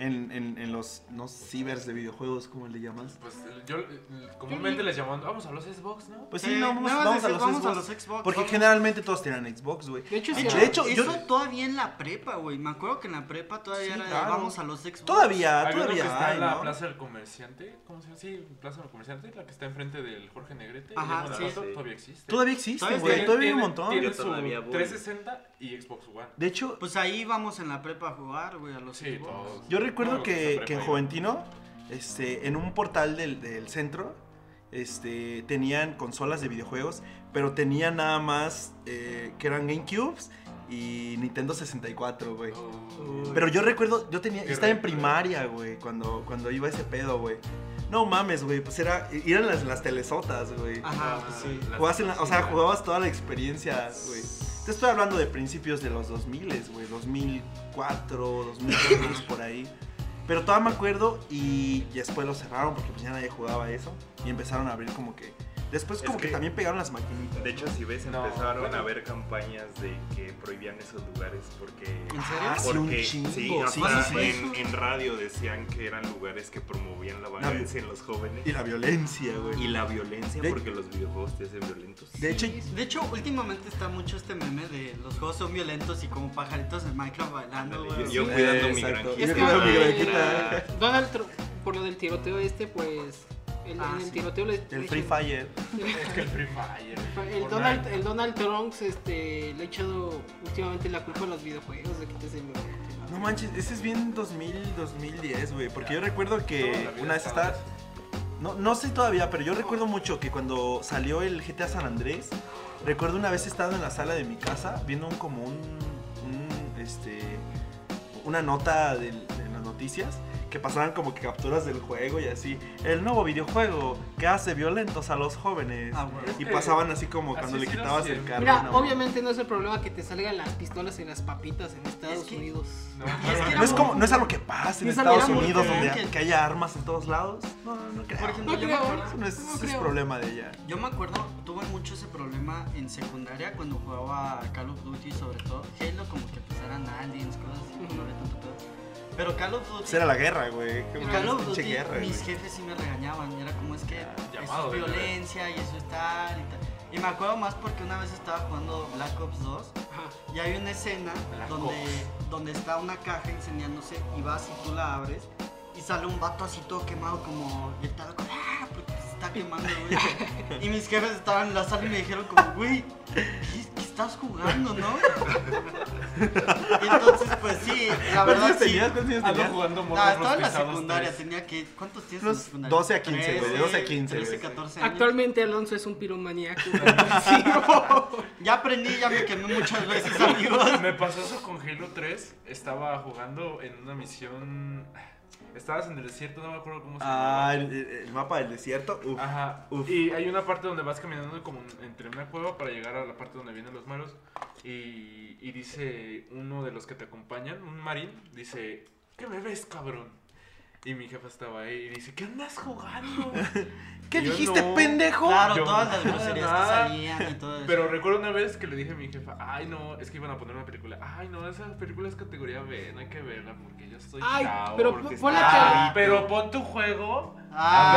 Speaker 1: En, en, en los, no, cibers de videojuegos, ¿cómo le llamas?
Speaker 4: Pues eh, yo eh, comúnmente les llamaban, vamos a los Xbox, ¿no?
Speaker 1: Pues
Speaker 3: Eh,
Speaker 1: sí, no, vamos,
Speaker 3: nada más
Speaker 1: vamos a
Speaker 3: decir,
Speaker 1: los
Speaker 3: vamos
Speaker 1: Xbox.
Speaker 3: a los Xbox,
Speaker 1: Porque
Speaker 3: vamos.
Speaker 1: generalmente todos tienen Xbox, güey.
Speaker 2: De hecho,
Speaker 1: Ay,
Speaker 2: sí,
Speaker 1: de hecho, yo
Speaker 3: eso
Speaker 1: no-
Speaker 3: todavía en la prepa, güey. Me acuerdo que en la prepa todavía
Speaker 1: Sí,
Speaker 3: era de,
Speaker 1: claro.
Speaker 3: vamos a los Xbox.
Speaker 1: Todavía,
Speaker 4: Había una que
Speaker 1: todavía
Speaker 4: está
Speaker 1: hay,
Speaker 4: en la
Speaker 1: ¿no?
Speaker 4: Plaza del Comerciante, ¿cómo se llama? Sí, Plaza del Comerciante, la que está enfrente del Jorge Negrete.
Speaker 3: Ajá,
Speaker 4: en
Speaker 3: sí.
Speaker 4: Guanajuato,
Speaker 5: Sí.
Speaker 4: Todavía existe.
Speaker 1: Todavía existe,
Speaker 3: ¿Sabes
Speaker 1: güey.
Speaker 3: qué?
Speaker 1: Todavía hay un
Speaker 4: Tiene-
Speaker 1: montón.
Speaker 4: Tiene
Speaker 5: Yo todavía
Speaker 4: su
Speaker 5: voy.
Speaker 4: 360 y Xbox One.
Speaker 1: De hecho,
Speaker 3: Pues ahí íbamos en la prepa a jugar, güey, a los
Speaker 4: Sí,
Speaker 3: Xbox.
Speaker 4: todos.
Speaker 1: Yo recuerdo
Speaker 4: No, pues,
Speaker 1: que,
Speaker 4: la
Speaker 1: que en
Speaker 4: prepa iba.
Speaker 1: Juventino, este, en un portal del, del centro, este, tenían consolas de videojuegos, pero tenían nada más eh, que eran GameCubes y Nintendo 64, güey.
Speaker 4: Oh.
Speaker 1: Pero yo recuerdo, yo tenía,
Speaker 4: Qué
Speaker 1: estaba en
Speaker 4: retro.
Speaker 1: primaria, güey, cuando, cuando iba ese pedo, güey. No mames, güey, pues era, eran las, las telesotas, güey.
Speaker 3: Ajá,
Speaker 4: Ah,
Speaker 3: pues sí.
Speaker 4: las
Speaker 1: Jugabas en la- o sea,
Speaker 4: tortillas.
Speaker 1: jugabas toda la experiencia, güey. Te estoy hablando de principios de los 2000, güey, 2004, 2003, por ahí. Pero todavía me acuerdo y y después lo cerraron porque pues ya nadie jugaba eso y empezaron a abrir como que... Después
Speaker 5: Es
Speaker 1: como que,
Speaker 5: que-
Speaker 1: también pegaron las maquinitas.
Speaker 5: De hecho, si ves,
Speaker 4: No,
Speaker 5: empezaron
Speaker 4: bueno.
Speaker 5: a haber campañas de que prohibían esos lugares porque...
Speaker 3: ¿En
Speaker 1: Ah,
Speaker 3: serio?
Speaker 1: sí, un
Speaker 5: Porque
Speaker 1: chingo,
Speaker 5: sí,
Speaker 1: sí,
Speaker 5: hasta
Speaker 1: sí, sí.
Speaker 5: en, en radio decían que eran lugares que promovían la violencia en los jóvenes
Speaker 1: Y la violencia, güey.
Speaker 5: y la violencia
Speaker 1: De-
Speaker 5: porque los videojuegos te hacen violentos.
Speaker 1: De hecho,
Speaker 3: De hecho, últimamente está mucho este meme de los juegos son violentos y como pajaritos en Minecraft bailando,
Speaker 5: Ándale,
Speaker 3: güey.
Speaker 5: yo- yo
Speaker 1: Sí.
Speaker 5: cuidando mi
Speaker 1: Exacto.
Speaker 5: granjita.
Speaker 1: Yo
Speaker 2: Es que
Speaker 1: cuidando mi
Speaker 2: eh,
Speaker 1: granjita.
Speaker 2: Donald Trump, por lo del tiroteo este, pues. El,
Speaker 3: Ah,
Speaker 2: en el
Speaker 3: sí.
Speaker 2: tiroteo le-
Speaker 1: el
Speaker 2: le-
Speaker 1: Free Fire.
Speaker 4: Es que el eh, Free Fire.
Speaker 2: El Donald, el Donald Trump este, le ha echado últimamente la culpa a los videojuegos de que te hacen violentos.
Speaker 1: No manches, ese es bien 2000, 2010, güey. Porque yo recuerdo
Speaker 4: Toda
Speaker 1: que
Speaker 4: la vida
Speaker 1: Eh, una vez
Speaker 4: estaba
Speaker 1: estaba... No, no sé todavía, pero yo recuerdo mucho que cuando salió el GTA San Andrés, recuerdo una vez estando en la sala de mi casa viendo un, como un, un, este, una nota del- de, las noticias que pasaban como que capturas del juego y así. El nuevo videojuego que hace violentos a los jóvenes.
Speaker 3: Ah, güey.
Speaker 1: Y pasaban así como
Speaker 4: Así
Speaker 1: cuando le
Speaker 4: sí lo
Speaker 1: quitabas el
Speaker 4: hacían.
Speaker 1: carro.
Speaker 2: Mira,
Speaker 1: ¿no?
Speaker 2: obviamente no es el problema que te salgan las pistolas y las papitas en Estados
Speaker 3: Es que-
Speaker 2: Unidos.
Speaker 4: No,
Speaker 3: que
Speaker 1: No es, como, no es algo que pasa en
Speaker 2: Esa
Speaker 1: Estados
Speaker 2: era muy
Speaker 1: Unidos
Speaker 3: común
Speaker 1: donde
Speaker 3: que-
Speaker 1: que haya armas en todos lados. No, no, no creo.
Speaker 3: Por ejemplo,
Speaker 2: No
Speaker 3: yo me
Speaker 2: creo.
Speaker 3: acuerdo-
Speaker 1: Eso no es, eso
Speaker 2: no
Speaker 1: es
Speaker 2: creo.
Speaker 1: problema de ella.
Speaker 3: Yo me acuerdo, tuve mucho ese problema en secundaria cuando jugaba Call of Duty, sobre todo Halo, como que pues eran aliens, cosas así, como no había tanto pedo. Pero Call of Duty,
Speaker 1: Pues era la guerra, güey. Qué
Speaker 3: en
Speaker 1: pinche
Speaker 3: Call of Duty,
Speaker 1: guerra,
Speaker 3: mis
Speaker 1: güey.
Speaker 3: jefes sí me regañaban, y era como es que eso
Speaker 4: llamado
Speaker 3: es
Speaker 4: de guerra.
Speaker 3: violencia y eso es tal y tal. Y me acuerdo más porque una vez estaba jugando Black Ops 2
Speaker 2: Ajá.
Speaker 3: y hay una escena
Speaker 4: Black
Speaker 3: donde, donde está una caja incendiándose y vas y tú la abres y sale un vato así todo quemado como gritando como, "Ah", porque se está quemando, güey. y mis jefes estaban en la sala y me dijeron como, güey, ¿qué, qué estás jugando, no? y entonces, pues sí, la
Speaker 1: ¿Cuántos
Speaker 3: verdad
Speaker 1: años
Speaker 3: sí.
Speaker 1: tenías? ¿Cuántos años
Speaker 4: Ando
Speaker 1: tenías?
Speaker 4: Ah, jugando
Speaker 3: No,
Speaker 4: morros
Speaker 3: estaba en la
Speaker 4: pisados
Speaker 3: secundaria,
Speaker 4: tres.
Speaker 3: tenía que... ¿Cuántos tienes en
Speaker 1: Unos
Speaker 3: la secundaria?
Speaker 1: 12 a 15, güey, 12 a 15,
Speaker 3: 13,
Speaker 1: güey.
Speaker 3: 14 años.
Speaker 2: Actualmente Alonso es un piromaníaco. agresivo.
Speaker 3: Ya aprendí, ya me quemé muchas veces, amigos.
Speaker 4: Me pasó eso con Halo 3. Estaba jugando en una misión. Estabas en el desierto, no me acuerdo cómo se
Speaker 1: Ah,
Speaker 4: llamaba.
Speaker 1: el, el- el mapa del desierto. Uf.
Speaker 4: Ajá.
Speaker 1: uf.
Speaker 4: Y hay una parte donde vas caminando como entre una cueva para llegar a la parte donde vienen los malos. Y, y dice uno de los que te acompañan, un marín, dice, ¿qué me ves, cabrón? Y mi jefa estaba ahí y dice, ¿qué andas jugando?
Speaker 1: ¿Qué
Speaker 4: yo
Speaker 1: dijiste,
Speaker 4: no.
Speaker 1: pendejo?
Speaker 3: Claro,
Speaker 4: Yo-
Speaker 3: todas las groserías que
Speaker 4: Ah,
Speaker 3: salían y todo eso.
Speaker 4: Pero recuerdo una vez que le dije a mi jefa, ay no, es que iban a poner una película. Ay no, esa película es categoría B, no hay que verla porque yo estoy
Speaker 2: Ay,
Speaker 4: chao,
Speaker 2: pero
Speaker 4: porque
Speaker 2: pon la
Speaker 4: está-
Speaker 3: cara.
Speaker 4: Ah, Pero pon tu juego
Speaker 3: Ah.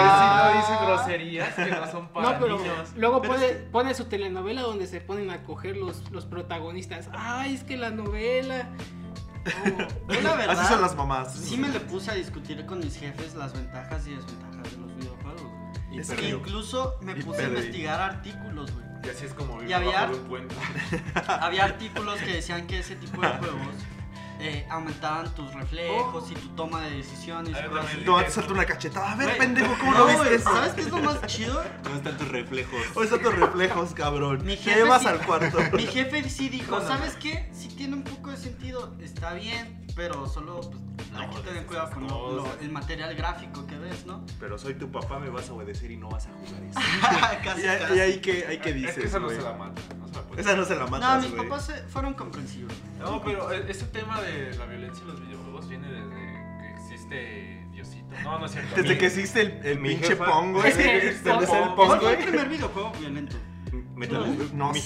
Speaker 4: a ver si no dice groserías que no son para
Speaker 2: No, pero
Speaker 4: niños.
Speaker 2: luego
Speaker 3: Pero
Speaker 2: pone,
Speaker 3: es que-
Speaker 2: pone su telenovela donde se ponen a coger los, los protagonistas. Ay, es que la novela. No,
Speaker 3: Yo la verdad,
Speaker 1: Así son las mamás.
Speaker 3: sí me le puse a discutir con mis jefes las ventajas y desventajas de los videojuegos. güey.
Speaker 5: Y
Speaker 1: Es
Speaker 3: Que
Speaker 5: perdió.
Speaker 3: incluso me
Speaker 1: Y
Speaker 3: puse
Speaker 1: perdí.
Speaker 3: a investigar artículos, güey.
Speaker 4: Y así es como
Speaker 3: Y
Speaker 4: vivo
Speaker 3: había-
Speaker 4: bajo de un puente.
Speaker 3: Había artículos que decían que ese tipo de juegos eh, aumentaban tus reflejos y tu toma de decisiones.
Speaker 4: A ver,
Speaker 3: cosas
Speaker 4: también
Speaker 3: así.
Speaker 1: No, te salta una cachetada. A ver,
Speaker 3: Güey,
Speaker 1: pendejo, ¿cómo
Speaker 3: no,
Speaker 1: lo
Speaker 3: güey,
Speaker 1: viste eso?
Speaker 3: ¿Sabes qué es lo más chido?
Speaker 5: ¿Dónde están tus reflejos?
Speaker 1: O están tus reflejos, cabrón.
Speaker 3: Mi
Speaker 1: Te
Speaker 3: jefe
Speaker 1: llevas
Speaker 3: sí-
Speaker 1: al cuarto.
Speaker 3: Mi jefe sí dijo,
Speaker 4: No, no,
Speaker 3: ¿sabes qué? Si tiene un poco de sentido, está bien. Pero solo pues,
Speaker 4: No,
Speaker 3: hay que tener
Speaker 4: esas
Speaker 3: cuidado con lo- lo-
Speaker 4: cosas.
Speaker 3: el material gráfico que ves, ¿no?
Speaker 5: Pero soy tu papá, me vas a obedecer y no vas a jugar eso.
Speaker 3: casi,
Speaker 1: Y, ahí-
Speaker 3: casi.
Speaker 1: y ahí que, ahí que dices.
Speaker 4: Es que esa no
Speaker 1: güey.
Speaker 4: se la mata. No se la puede.
Speaker 1: Esa no se la
Speaker 3: No,
Speaker 1: matas,
Speaker 3: mis
Speaker 1: güey.
Speaker 3: papás eh, fueron comprensibles.
Speaker 4: No, pero e- este tema de la violencia en los videojuegos viene desde que existe Diosito. No, no es cierto.
Speaker 1: Desde
Speaker 4: Mi-
Speaker 1: que existe el, el
Speaker 5: Mi
Speaker 1: pinche
Speaker 5: jefa-
Speaker 1: Pong, güey.
Speaker 4: Es que es
Speaker 1: Donde sea el
Speaker 4: Pong,
Speaker 1: Pong,
Speaker 3: ¿Cuál
Speaker 4: Pongo-
Speaker 3: fue el
Speaker 1: güey.
Speaker 3: primer videojuego violento?
Speaker 5: Metal Slug.
Speaker 1: No,
Speaker 5: Mi-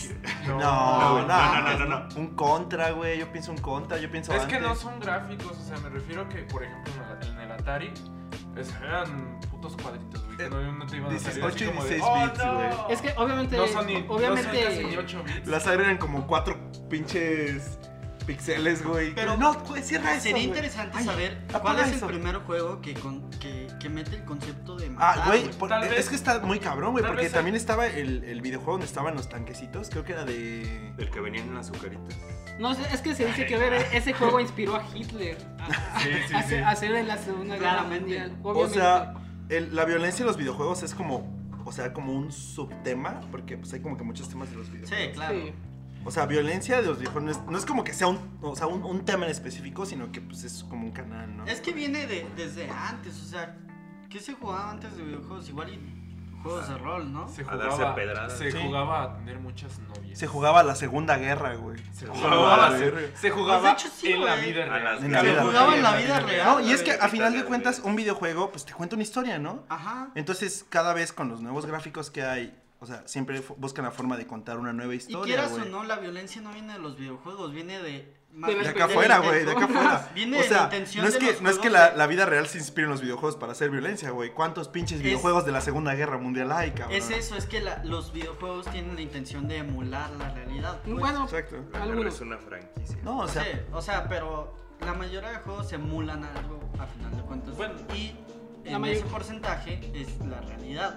Speaker 1: No,
Speaker 5: No,
Speaker 1: no,
Speaker 5: no, no, no, no.
Speaker 1: Un contra, güey. Yo pienso un contra, yo pienso
Speaker 4: Es que
Speaker 1: antes.
Speaker 4: no son gráficos, o sea, me refiero a que, por ejemplo, en el- en el Atari, es- eran putos cuadritos, güey. que
Speaker 1: Eh,
Speaker 4: No, no te iban a salir
Speaker 1: 18
Speaker 4: así
Speaker 1: y
Speaker 4: como de,
Speaker 1: 16
Speaker 4: "Oh,
Speaker 1: bits,
Speaker 4: no".
Speaker 1: güey.
Speaker 2: Es que obviamente.
Speaker 4: no son ni,
Speaker 2: obviamente.
Speaker 4: no son casi ni 8 bits.
Speaker 1: Las agregan como cuatro pinches pixeles, güey.
Speaker 3: Pero-
Speaker 1: no, güey, cierra eso.
Speaker 3: Sería
Speaker 1: güey.
Speaker 3: interesante
Speaker 1: Ay,
Speaker 3: saber
Speaker 1: apaga
Speaker 3: cuál es el
Speaker 1: eso.
Speaker 3: primer juego que, con- que, que mete el concepto de matar.
Speaker 1: Ah, güey, por-
Speaker 4: Tal
Speaker 1: es
Speaker 4: vez-
Speaker 1: que está muy cabrón, güey,
Speaker 4: tal
Speaker 1: porque
Speaker 4: vez-
Speaker 1: también estaba el, el videojuego donde estaban los tanquecitos, creo que era de...
Speaker 5: El que venían en las azucaritas.
Speaker 2: No, es que se dice que obviamente ese juego inspiró a Hitler a,
Speaker 4: Sí, sí,
Speaker 2: a
Speaker 4: sí.
Speaker 2: hacer, a hacer en la Segunda Guerra
Speaker 3: Claramente.
Speaker 2: Mundial.
Speaker 1: O
Speaker 2: Obviamente.
Speaker 1: sea, el- la violencia en los videojuegos es como, o sea, como un subtema, porque pues hay como que muchos temas de los videojuegos.
Speaker 3: Sí, claro.
Speaker 2: Sí.
Speaker 1: O sea, violencia de los videojuegos no es, no es como que sea un, o sea, un, un tema en específico, sino que pues es como un canal, ¿no?
Speaker 3: Es que viene de, desde antes, o sea, ¿qué se jugaba antes de videojuegos? Igual y juegos de rol, ¿no?
Speaker 4: Se
Speaker 5: A darse
Speaker 4: jugaba,
Speaker 5: pedradas.
Speaker 4: se
Speaker 1: Sí.
Speaker 4: jugaba a tener muchas novias.
Speaker 1: Se jugaba la Segunda Guerra, güey.
Speaker 4: Se
Speaker 3: Ah,
Speaker 5: jugaba
Speaker 4: jugaba,
Speaker 5: a la
Speaker 4: se-
Speaker 1: guerra.
Speaker 4: se jugaba
Speaker 3: Pues de hecho, sí,
Speaker 4: en la
Speaker 3: güey.
Speaker 4: vida
Speaker 5: A
Speaker 4: real.
Speaker 5: las
Speaker 1: En la
Speaker 4: Se
Speaker 1: vida
Speaker 4: jugaba
Speaker 1: real.
Speaker 4: en la vida real.
Speaker 1: No, y es que a final de
Speaker 5: Dale,
Speaker 1: cuentas
Speaker 5: güey.
Speaker 1: un videojuego pues te cuenta una historia, ¿no?
Speaker 3: Ajá.
Speaker 1: Entonces, cada vez con los nuevos gráficos que hay, o sea, siempre fu- buscan la forma de contar una nueva
Speaker 3: Y
Speaker 1: historia,
Speaker 3: quieras o
Speaker 1: güey.
Speaker 3: no, la violencia no viene de los videojuegos, viene de...
Speaker 2: De
Speaker 1: De
Speaker 2: las
Speaker 1: acá
Speaker 2: pendejadas.
Speaker 1: afuera, güey, de acá afuera.
Speaker 3: este Viene
Speaker 1: o
Speaker 3: de la
Speaker 1: sea,
Speaker 3: intención
Speaker 1: no es
Speaker 3: de
Speaker 1: que,
Speaker 3: los
Speaker 1: no es que
Speaker 3: juegos
Speaker 1: la,
Speaker 3: de-
Speaker 1: la vida real se inspire en los videojuegos para hacer violencia, güey. ¿Cuántos pinches
Speaker 3: Es-
Speaker 1: videojuegos de la Segunda Guerra Mundial hay, cabrón?
Speaker 3: Es eso, es que la- los videojuegos tienen la intención de emular la realidad. pues.
Speaker 2: Bueno,
Speaker 1: Exacto.
Speaker 5: La guerra
Speaker 2: Algunos.
Speaker 5: es una franquicia.
Speaker 1: No, o
Speaker 3: O sea,
Speaker 1: sea,
Speaker 3: sí, o sea, pero la mayoría de juegos emulan algo a final de cuentas.
Speaker 4: Bueno.
Speaker 3: y
Speaker 2: La
Speaker 3: en
Speaker 2: mayor-
Speaker 3: ese porcentaje es la realidad.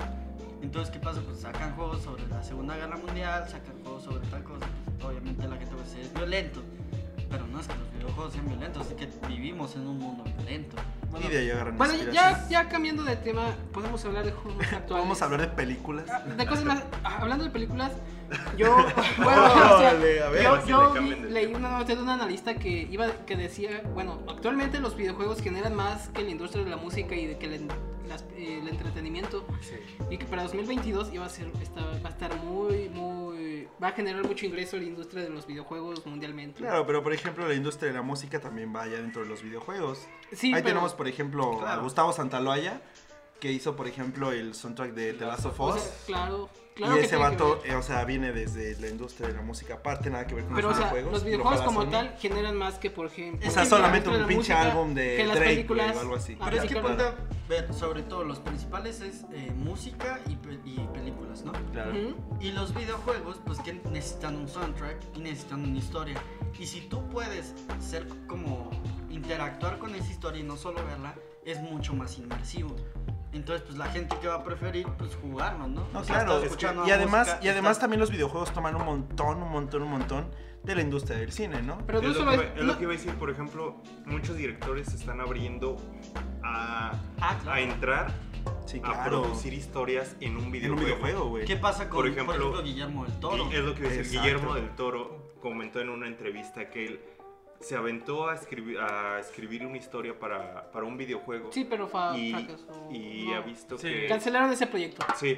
Speaker 3: Entonces, ¿qué pasa? Pues sacan juegos sobre la Segunda Guerra Mundial, sacan juegos sobre tal cosa. pues, obviamente la gente va a decir, es violento. Pero no es que los videojuegos sean violentos, es que vivimos en un mundo violento.
Speaker 1: y de ahí agarran
Speaker 2: Bueno, ya,
Speaker 1: inspiración.
Speaker 2: ya cambiando de tema, podemos hablar de juegos actuales.
Speaker 1: pues, Vamos a hablar de películas.
Speaker 2: De cosas más, ah, hablando de películas, yo, bueno, o sea,
Speaker 1: Órale, a ver.
Speaker 2: yo,
Speaker 5: si
Speaker 2: yo
Speaker 5: le cambian
Speaker 2: vi-
Speaker 5: de
Speaker 2: leí
Speaker 5: tema.
Speaker 2: una nota de un analista que iba que decía, bueno, actualmente los videojuegos generan más que la industria de la música y de que el, las- eh, el entretenimiento
Speaker 4: Sí.
Speaker 2: y que para 2022 iba a ser está- va a estar muy muy va a generar mucho ingreso la industria de los videojuegos mundialmente.
Speaker 1: Claro, pero por ejemplo, la industria de la música también va allá dentro de los videojuegos.
Speaker 2: Sí,
Speaker 1: Ahí
Speaker 2: pero-
Speaker 1: tenemos, por ejemplo, a
Speaker 3: Claro.
Speaker 1: Gustavo Santaloya, que hizo, por ejemplo, el soundtrack de The Last of
Speaker 2: o
Speaker 1: Us.
Speaker 2: sea, claro, claro
Speaker 1: y
Speaker 2: que
Speaker 1: ese
Speaker 2: tiene que
Speaker 1: vato,
Speaker 2: ver.
Speaker 1: eh, o sea, viene desde la industria de la música, aparte nada que ver con
Speaker 2: Pero, o
Speaker 1: los
Speaker 2: sea,
Speaker 1: videojuegos.
Speaker 2: los
Speaker 1: lo
Speaker 2: videojuegos
Speaker 1: paga
Speaker 2: como
Speaker 1: Sony.
Speaker 2: tal generan más que, por ejemplo...
Speaker 1: O sea,
Speaker 2: que
Speaker 1: solamente
Speaker 2: la industria
Speaker 1: un
Speaker 2: la
Speaker 1: pinche
Speaker 2: música,
Speaker 1: álbum de
Speaker 2: que las
Speaker 1: Drake,
Speaker 2: películas.
Speaker 1: güey, o algo así.
Speaker 2: Ah,
Speaker 3: Pero es
Speaker 2: sí,
Speaker 3: que
Speaker 2: claro.
Speaker 3: ponte a ver, sobre todo los principales es eh, música y, pe- y películas, ¿no?
Speaker 1: Claro.
Speaker 2: Ujú.
Speaker 3: Y los videojuegos, pues que necesitan un soundtrack y necesitan una historia. Y si tú puedes ser como interactuar con esa historia y no solo verla, es mucho más inmersivo. Entonces, pues la gente que va a preferir, pues jugarlo, ¿no?
Speaker 1: No,
Speaker 3: O sea,
Speaker 1: claro.
Speaker 3: estás
Speaker 1: es que-
Speaker 3: escuchando
Speaker 1: y
Speaker 3: la
Speaker 1: además,
Speaker 3: música,
Speaker 1: y además
Speaker 3: estás-
Speaker 1: también los videojuegos toman un montón, un montón, un montón de la industria del cine, ¿no?
Speaker 2: Pero no
Speaker 5: es, lo
Speaker 2: solo
Speaker 5: que, iba-
Speaker 2: es-
Speaker 5: es lo
Speaker 2: no-
Speaker 5: que iba a decir, por ejemplo, muchos directores se están abriendo a,
Speaker 3: Ah,
Speaker 5: a
Speaker 3: claro.
Speaker 5: entrar
Speaker 1: Sí,
Speaker 5: a
Speaker 1: claro.
Speaker 5: producir historias en un
Speaker 1: En
Speaker 5: videojuego.
Speaker 1: un videojuego, güey.
Speaker 3: ¿Qué pasa con,
Speaker 5: Por
Speaker 3: por
Speaker 5: ejemplo,
Speaker 3: ejemplo, Guillermo del Toro?
Speaker 1: Ah,
Speaker 5: Y es lo que iba a decir.
Speaker 1: Exacto.
Speaker 5: Guillermo del Toro comentó en una entrevista que él se aventó a escribir, a escribir una historia para, para un videojuego
Speaker 2: Sí, pero fa-
Speaker 5: y,
Speaker 2: fracasó.
Speaker 5: y
Speaker 2: No.
Speaker 5: ha visto
Speaker 4: Sí.
Speaker 5: que...
Speaker 2: Cancelaron ese proyecto.
Speaker 5: Sí,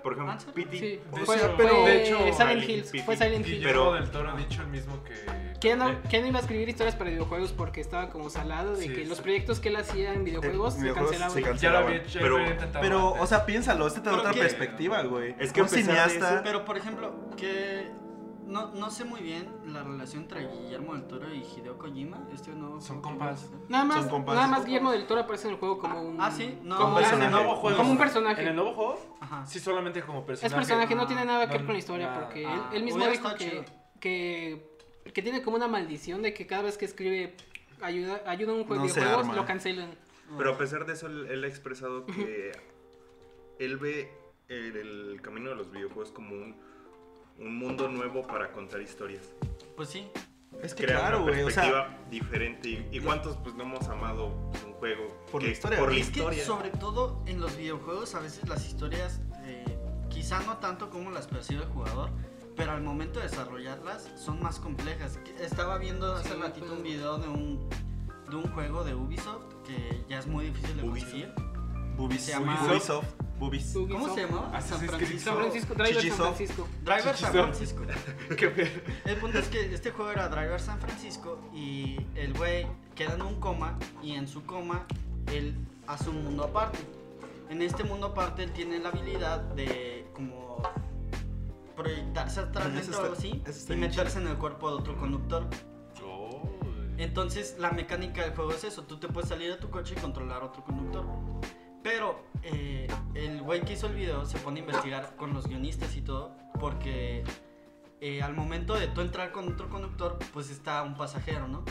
Speaker 5: por
Speaker 3: ¿Ah,
Speaker 5: ejemplo,
Speaker 3: sí?
Speaker 5: Pity.
Speaker 2: Sí,
Speaker 4: de
Speaker 2: fue,
Speaker 4: hecho-
Speaker 2: fue
Speaker 4: pero de hecho,
Speaker 2: Silent
Speaker 5: Silent
Speaker 2: Hills.
Speaker 5: Hill,
Speaker 2: Fue Silent Hill.
Speaker 4: Guillermo
Speaker 5: Pero-
Speaker 4: del Toro ha dicho el mismo que...
Speaker 2: ¿Quién no,
Speaker 4: Eh,
Speaker 2: que no iba a escribir historias para videojuegos porque estaba como salado de
Speaker 4: Sí,
Speaker 2: que
Speaker 4: sí.
Speaker 2: los proyectos que él hacía en
Speaker 1: Eh,
Speaker 2: videojuegos se
Speaker 1: videojuegos
Speaker 2: cancelaban?
Speaker 1: se
Speaker 4: Ya lo
Speaker 1: cancelaban.
Speaker 4: había hecho,
Speaker 5: Pero-
Speaker 4: ya lo había intentado
Speaker 1: Pero,
Speaker 4: antes.
Speaker 1: o sea, piénsalo, este te da
Speaker 3: Pero
Speaker 1: otra
Speaker 3: que-
Speaker 1: perspectiva, güey.
Speaker 5: Es que
Speaker 1: un
Speaker 5: a pesar de
Speaker 1: cineasta.
Speaker 5: eso-
Speaker 3: Pero, por ejemplo, que no, no sé muy bien la relación entre Guillermo del Toro y Hideo Kojima. Este no
Speaker 4: Son compas.
Speaker 2: Nada más,
Speaker 1: Son compas.
Speaker 2: nada más Guillermo del Toro aparece en el juego como un...
Speaker 3: Ah, sí, no.
Speaker 2: como
Speaker 1: Un
Speaker 2: un-
Speaker 4: en el
Speaker 1: personaje.
Speaker 4: nuevo juego.
Speaker 2: Como un personaje.
Speaker 4: En el nuevo juego,
Speaker 3: Ajá.
Speaker 4: sí, solamente como
Speaker 2: Es
Speaker 4: personaje.
Speaker 2: personaje, no
Speaker 3: Ah,
Speaker 2: tiene nada que ver
Speaker 4: no,
Speaker 2: con la historia
Speaker 4: nada.
Speaker 2: porque
Speaker 3: Ah,
Speaker 2: él, él mismo
Speaker 3: hubiera
Speaker 2: dijo
Speaker 3: estado
Speaker 2: que,
Speaker 3: chido.
Speaker 2: que, que tiene como una maldición de que cada vez que escribe ayuda, ayuda a un juego
Speaker 1: No
Speaker 2: de
Speaker 1: se
Speaker 2: videojuegos
Speaker 1: arma.
Speaker 2: lo cancelan.
Speaker 5: Pero
Speaker 1: Ah.
Speaker 5: a pesar de eso, él, él ha expresado que él ve el, el camino de los videojuegos como un, un mundo nuevo para contar historias.
Speaker 3: Pues sí.
Speaker 1: Es que
Speaker 5: Crear
Speaker 1: claro,
Speaker 5: una
Speaker 1: güey. O sea,
Speaker 5: perspectiva diferente. Y, y cuántos pues no hemos amado pues, un juego
Speaker 1: Por la
Speaker 5: que-
Speaker 1: historia.
Speaker 5: Por la
Speaker 3: Es que
Speaker 5: historia.
Speaker 3: sobre todo en los videojuegos a veces las historias eh, quizá no tanto como las percibe el jugador, pero al momento de desarrollarlas son más complejas. Que- Estaba viendo hace
Speaker 2: Sí,
Speaker 3: ratito
Speaker 2: pues.
Speaker 3: un video de un de un juego de Ubisoft que ya es muy difícil de
Speaker 5: Ubisoft.
Speaker 3: conseguir.
Speaker 1: Bubis.
Speaker 3: Se llama-
Speaker 1: Ubisoft. Bubis.
Speaker 2: Ubisoft.
Speaker 3: ¿Cómo se llama?
Speaker 4: Assassin's
Speaker 3: San
Speaker 4: Creed
Speaker 2: San
Speaker 3: Francisco.
Speaker 2: Francisco, Driver
Speaker 1: Chichizo.
Speaker 2: San Francisco.
Speaker 3: Driver San
Speaker 4: Chichizo.
Speaker 3: Francisco.
Speaker 4: Qué ver-
Speaker 3: El punto es que este juego era Driver San Francisco y el güey queda en un coma y en su coma él hace un mundo aparte. En este mundo aparte él tiene la habilidad de como proyectarse atrás
Speaker 1: Bueno, eso
Speaker 3: dentro o algo
Speaker 1: está-
Speaker 3: así
Speaker 1: eso está
Speaker 3: y
Speaker 1: bien chido.
Speaker 3: meterse en el cuerpo de otro conductor.
Speaker 4: Oh,
Speaker 3: Entonces la mecánica del juego es eso, tú te puedes salir de tu coche y controlar a otro conductor. Pero eh, el güey que hizo el video se pone a investigar con los guionistas y todo, porque eh, al momento de tú entrar con otro conductor, pues está un pasajero, ¿no?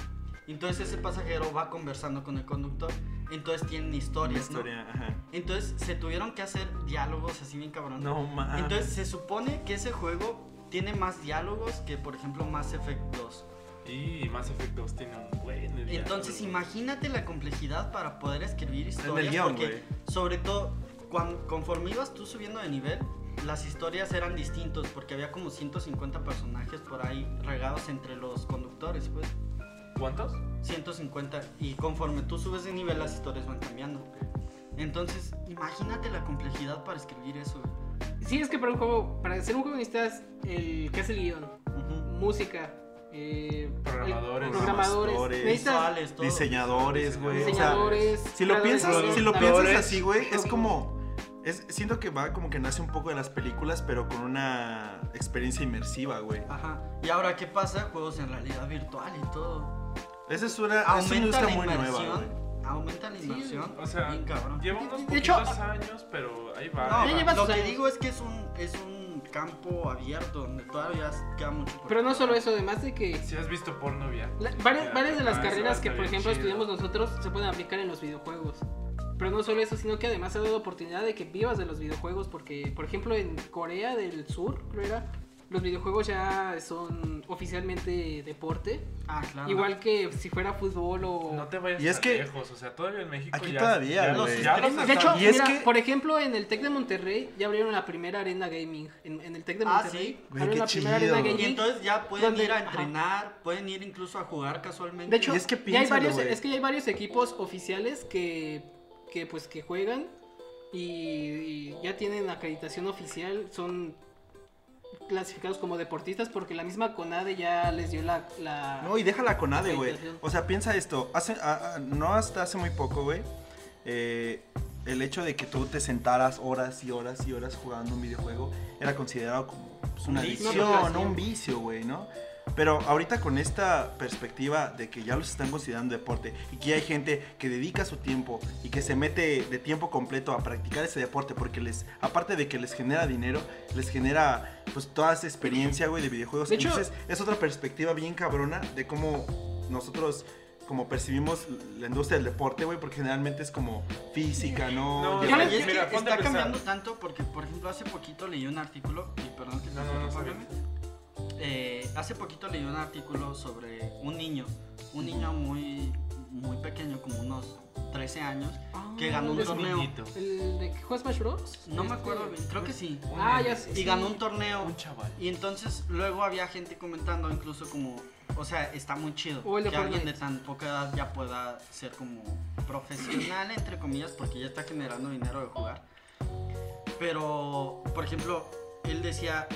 Speaker 3: Entonces ese pasajero va conversando con el conductor, entonces tienen
Speaker 1: Una
Speaker 3: historias,
Speaker 1: historia, ajá.
Speaker 3: ¿no? Entonces se tuvieron que hacer diálogos así bien cabrón.
Speaker 1: No ah. mames.
Speaker 3: Entonces se supone que ese juego tiene más diálogos que, por ejemplo, Mass Effect 2.
Speaker 4: Y más efectos tiene un buen. el
Speaker 3: Entonces
Speaker 4: diablo.
Speaker 3: imagínate la complejidad para poder
Speaker 1: en el
Speaker 3: escribir historias.
Speaker 1: guión,
Speaker 3: porque
Speaker 1: güey.
Speaker 3: sobre todo, cuan- conforme ibas tú subiendo de nivel, las historias eran distintos porque había como 150 personajes por ahí regados entre los conductores, pues.
Speaker 4: ¿Cuántos?
Speaker 3: 150. Y conforme tú subes de nivel, las historias van cambiando. Entonces, imagínate la complejidad para escribir eso. güey.
Speaker 2: Sí, es que para un juego, para ser un juego necesitas el que hace el guión, música, eh,
Speaker 4: Programadores.
Speaker 2: el- programadores,
Speaker 1: Programadores.
Speaker 2: necesitas
Speaker 3: Visuales, todo.
Speaker 1: Diseñadores, güey. O sea,
Speaker 2: diseñadores.
Speaker 1: si lo
Speaker 2: creadores,
Speaker 1: piensas, si lo
Speaker 2: programadores.
Speaker 1: piensas así, güey, es como es, siento que va como que nace un poco de las películas, pero con una experiencia inmersiva, güey.
Speaker 3: Ajá. Y ahora, ¿qué pasa? Juegos en realidad virtual y todo.
Speaker 1: Esa es una, es una
Speaker 3: Aumenta
Speaker 1: industria
Speaker 3: la
Speaker 1: muy nueva,
Speaker 3: inmersión.
Speaker 1: güey.
Speaker 3: aumenta la inmersión.
Speaker 4: O sea,
Speaker 3: bien cabrón.
Speaker 4: lleva unos
Speaker 2: De hecho-
Speaker 4: poquitos años, pero ahí va.
Speaker 3: No,
Speaker 4: ahí
Speaker 2: Ya
Speaker 4: va.
Speaker 2: lleva
Speaker 3: lo
Speaker 2: sus
Speaker 3: que
Speaker 2: años.
Speaker 3: digo es que es un, es un campo abierto donde todavía queda mucho. por
Speaker 2: Pero no
Speaker 3: hacer.
Speaker 2: solo eso, además de que
Speaker 4: Si has visto porno, via.
Speaker 2: la- varias,
Speaker 4: Ya,
Speaker 2: varias de las
Speaker 4: ah,
Speaker 2: carreras
Speaker 4: está
Speaker 2: que, por
Speaker 4: bien
Speaker 2: ejemplo,
Speaker 4: chido.
Speaker 2: estudiamos nosotros se pueden aplicar en los videojuegos. Pero no solo eso, sino que además ha dado oportunidad de que vivas de los videojuegos, porque, por ejemplo, en Corea del Sur, creo era, los videojuegos ya son oficialmente deporte.
Speaker 3: Ah, claro.
Speaker 2: Igual que si fuera fútbol o...
Speaker 4: No te vayas
Speaker 1: Y es
Speaker 4: tan
Speaker 1: que-
Speaker 4: lejos, o sea, todavía en México
Speaker 1: aquí
Speaker 4: ya-
Speaker 1: todavía,
Speaker 4: ya los-
Speaker 1: güey.
Speaker 4: ya los
Speaker 3: De
Speaker 2: De
Speaker 4: están-
Speaker 2: hecho,
Speaker 1: Y es
Speaker 2: mira,
Speaker 1: que-
Speaker 2: por ejemplo, en el Tec de Monterrey ya abrieron la primera arena gaming. En, en el Tec de
Speaker 3: Ah,
Speaker 2: Monterrey
Speaker 1: sí. Güey,
Speaker 2: abrieron
Speaker 1: qué
Speaker 2: la primera
Speaker 1: chido.
Speaker 2: arena
Speaker 1: Y
Speaker 2: gaming.
Speaker 3: Y entonces ya pueden
Speaker 2: Donde-
Speaker 3: ir a
Speaker 2: ajá.
Speaker 3: entrenar, pueden ir incluso a jugar casualmente.
Speaker 2: de hecho,
Speaker 1: y es que
Speaker 2: ya hay
Speaker 1: piénsalo,
Speaker 2: varios,
Speaker 1: güey.
Speaker 2: es que ya hay varios equipos oficiales que, que pues que juegan y, y ya tienen acreditación oficial, son clasificados como deportistas porque la misma CONADE ya les dio la, la-
Speaker 1: No, y déjala con ADE, güey.
Speaker 2: Alimentación.
Speaker 1: O sea, piensa esto. Hace, a- a- no hasta hace muy poco, güey. eh, el hecho de que tú te sentaras horas y horas y horas jugando un videojuego era considerado como pues, una
Speaker 3: Un vicio.
Speaker 1: adicción,
Speaker 2: Una
Speaker 1: un vicio, güey, ¿no? Pero ahorita con esta perspectiva de que ya los están considerando deporte y que ya hay gente que dedica su tiempo y que se mete de tiempo completo a practicar ese deporte porque les, aparte de que les genera dinero, les genera pues toda esa experiencia, güey, de videojuegos.
Speaker 2: De hecho-
Speaker 1: Entonces es otra perspectiva bien cabrona de cómo nosotros como percibimos la industria del deporte, güey, porque generalmente es como física, ¿no?
Speaker 4: No,
Speaker 1: Ya
Speaker 2: yo
Speaker 1: ves-
Speaker 2: les-
Speaker 3: Y es que
Speaker 4: Mira, ponte a
Speaker 3: está
Speaker 4: pensar.
Speaker 3: cambiando tanto porque, por ejemplo, hace poquito leí un artículo, y perdón que te
Speaker 4: No, no, no,
Speaker 3: interrumpa,
Speaker 4: está
Speaker 3: Pepe. Eh, hace poquito leí un artículo sobre un niño, un niño muy, muy pequeño, como unos 13 años,
Speaker 2: Ah,
Speaker 3: que ganó un
Speaker 2: el-
Speaker 4: Es
Speaker 3: torneo.
Speaker 4: niñito,
Speaker 2: ¿El de que juega Smash Bros?
Speaker 3: no me
Speaker 2: Este-
Speaker 3: acuerdo bien, creo que sí.
Speaker 4: un
Speaker 2: Ah,
Speaker 4: niño,
Speaker 2: ya sé.
Speaker 3: Y
Speaker 2: sí.
Speaker 3: ganó un torneo
Speaker 4: Un chaval.
Speaker 3: Y entonces luego había gente comentando incluso como, o sea, está muy chido
Speaker 2: O el de
Speaker 3: que alguien de
Speaker 2: Fortnite.
Speaker 3: tan poca edad ya pueda ser como profesional, entre comillas, porque ya está generando dinero de jugar. Pero, por ejemplo, él decía,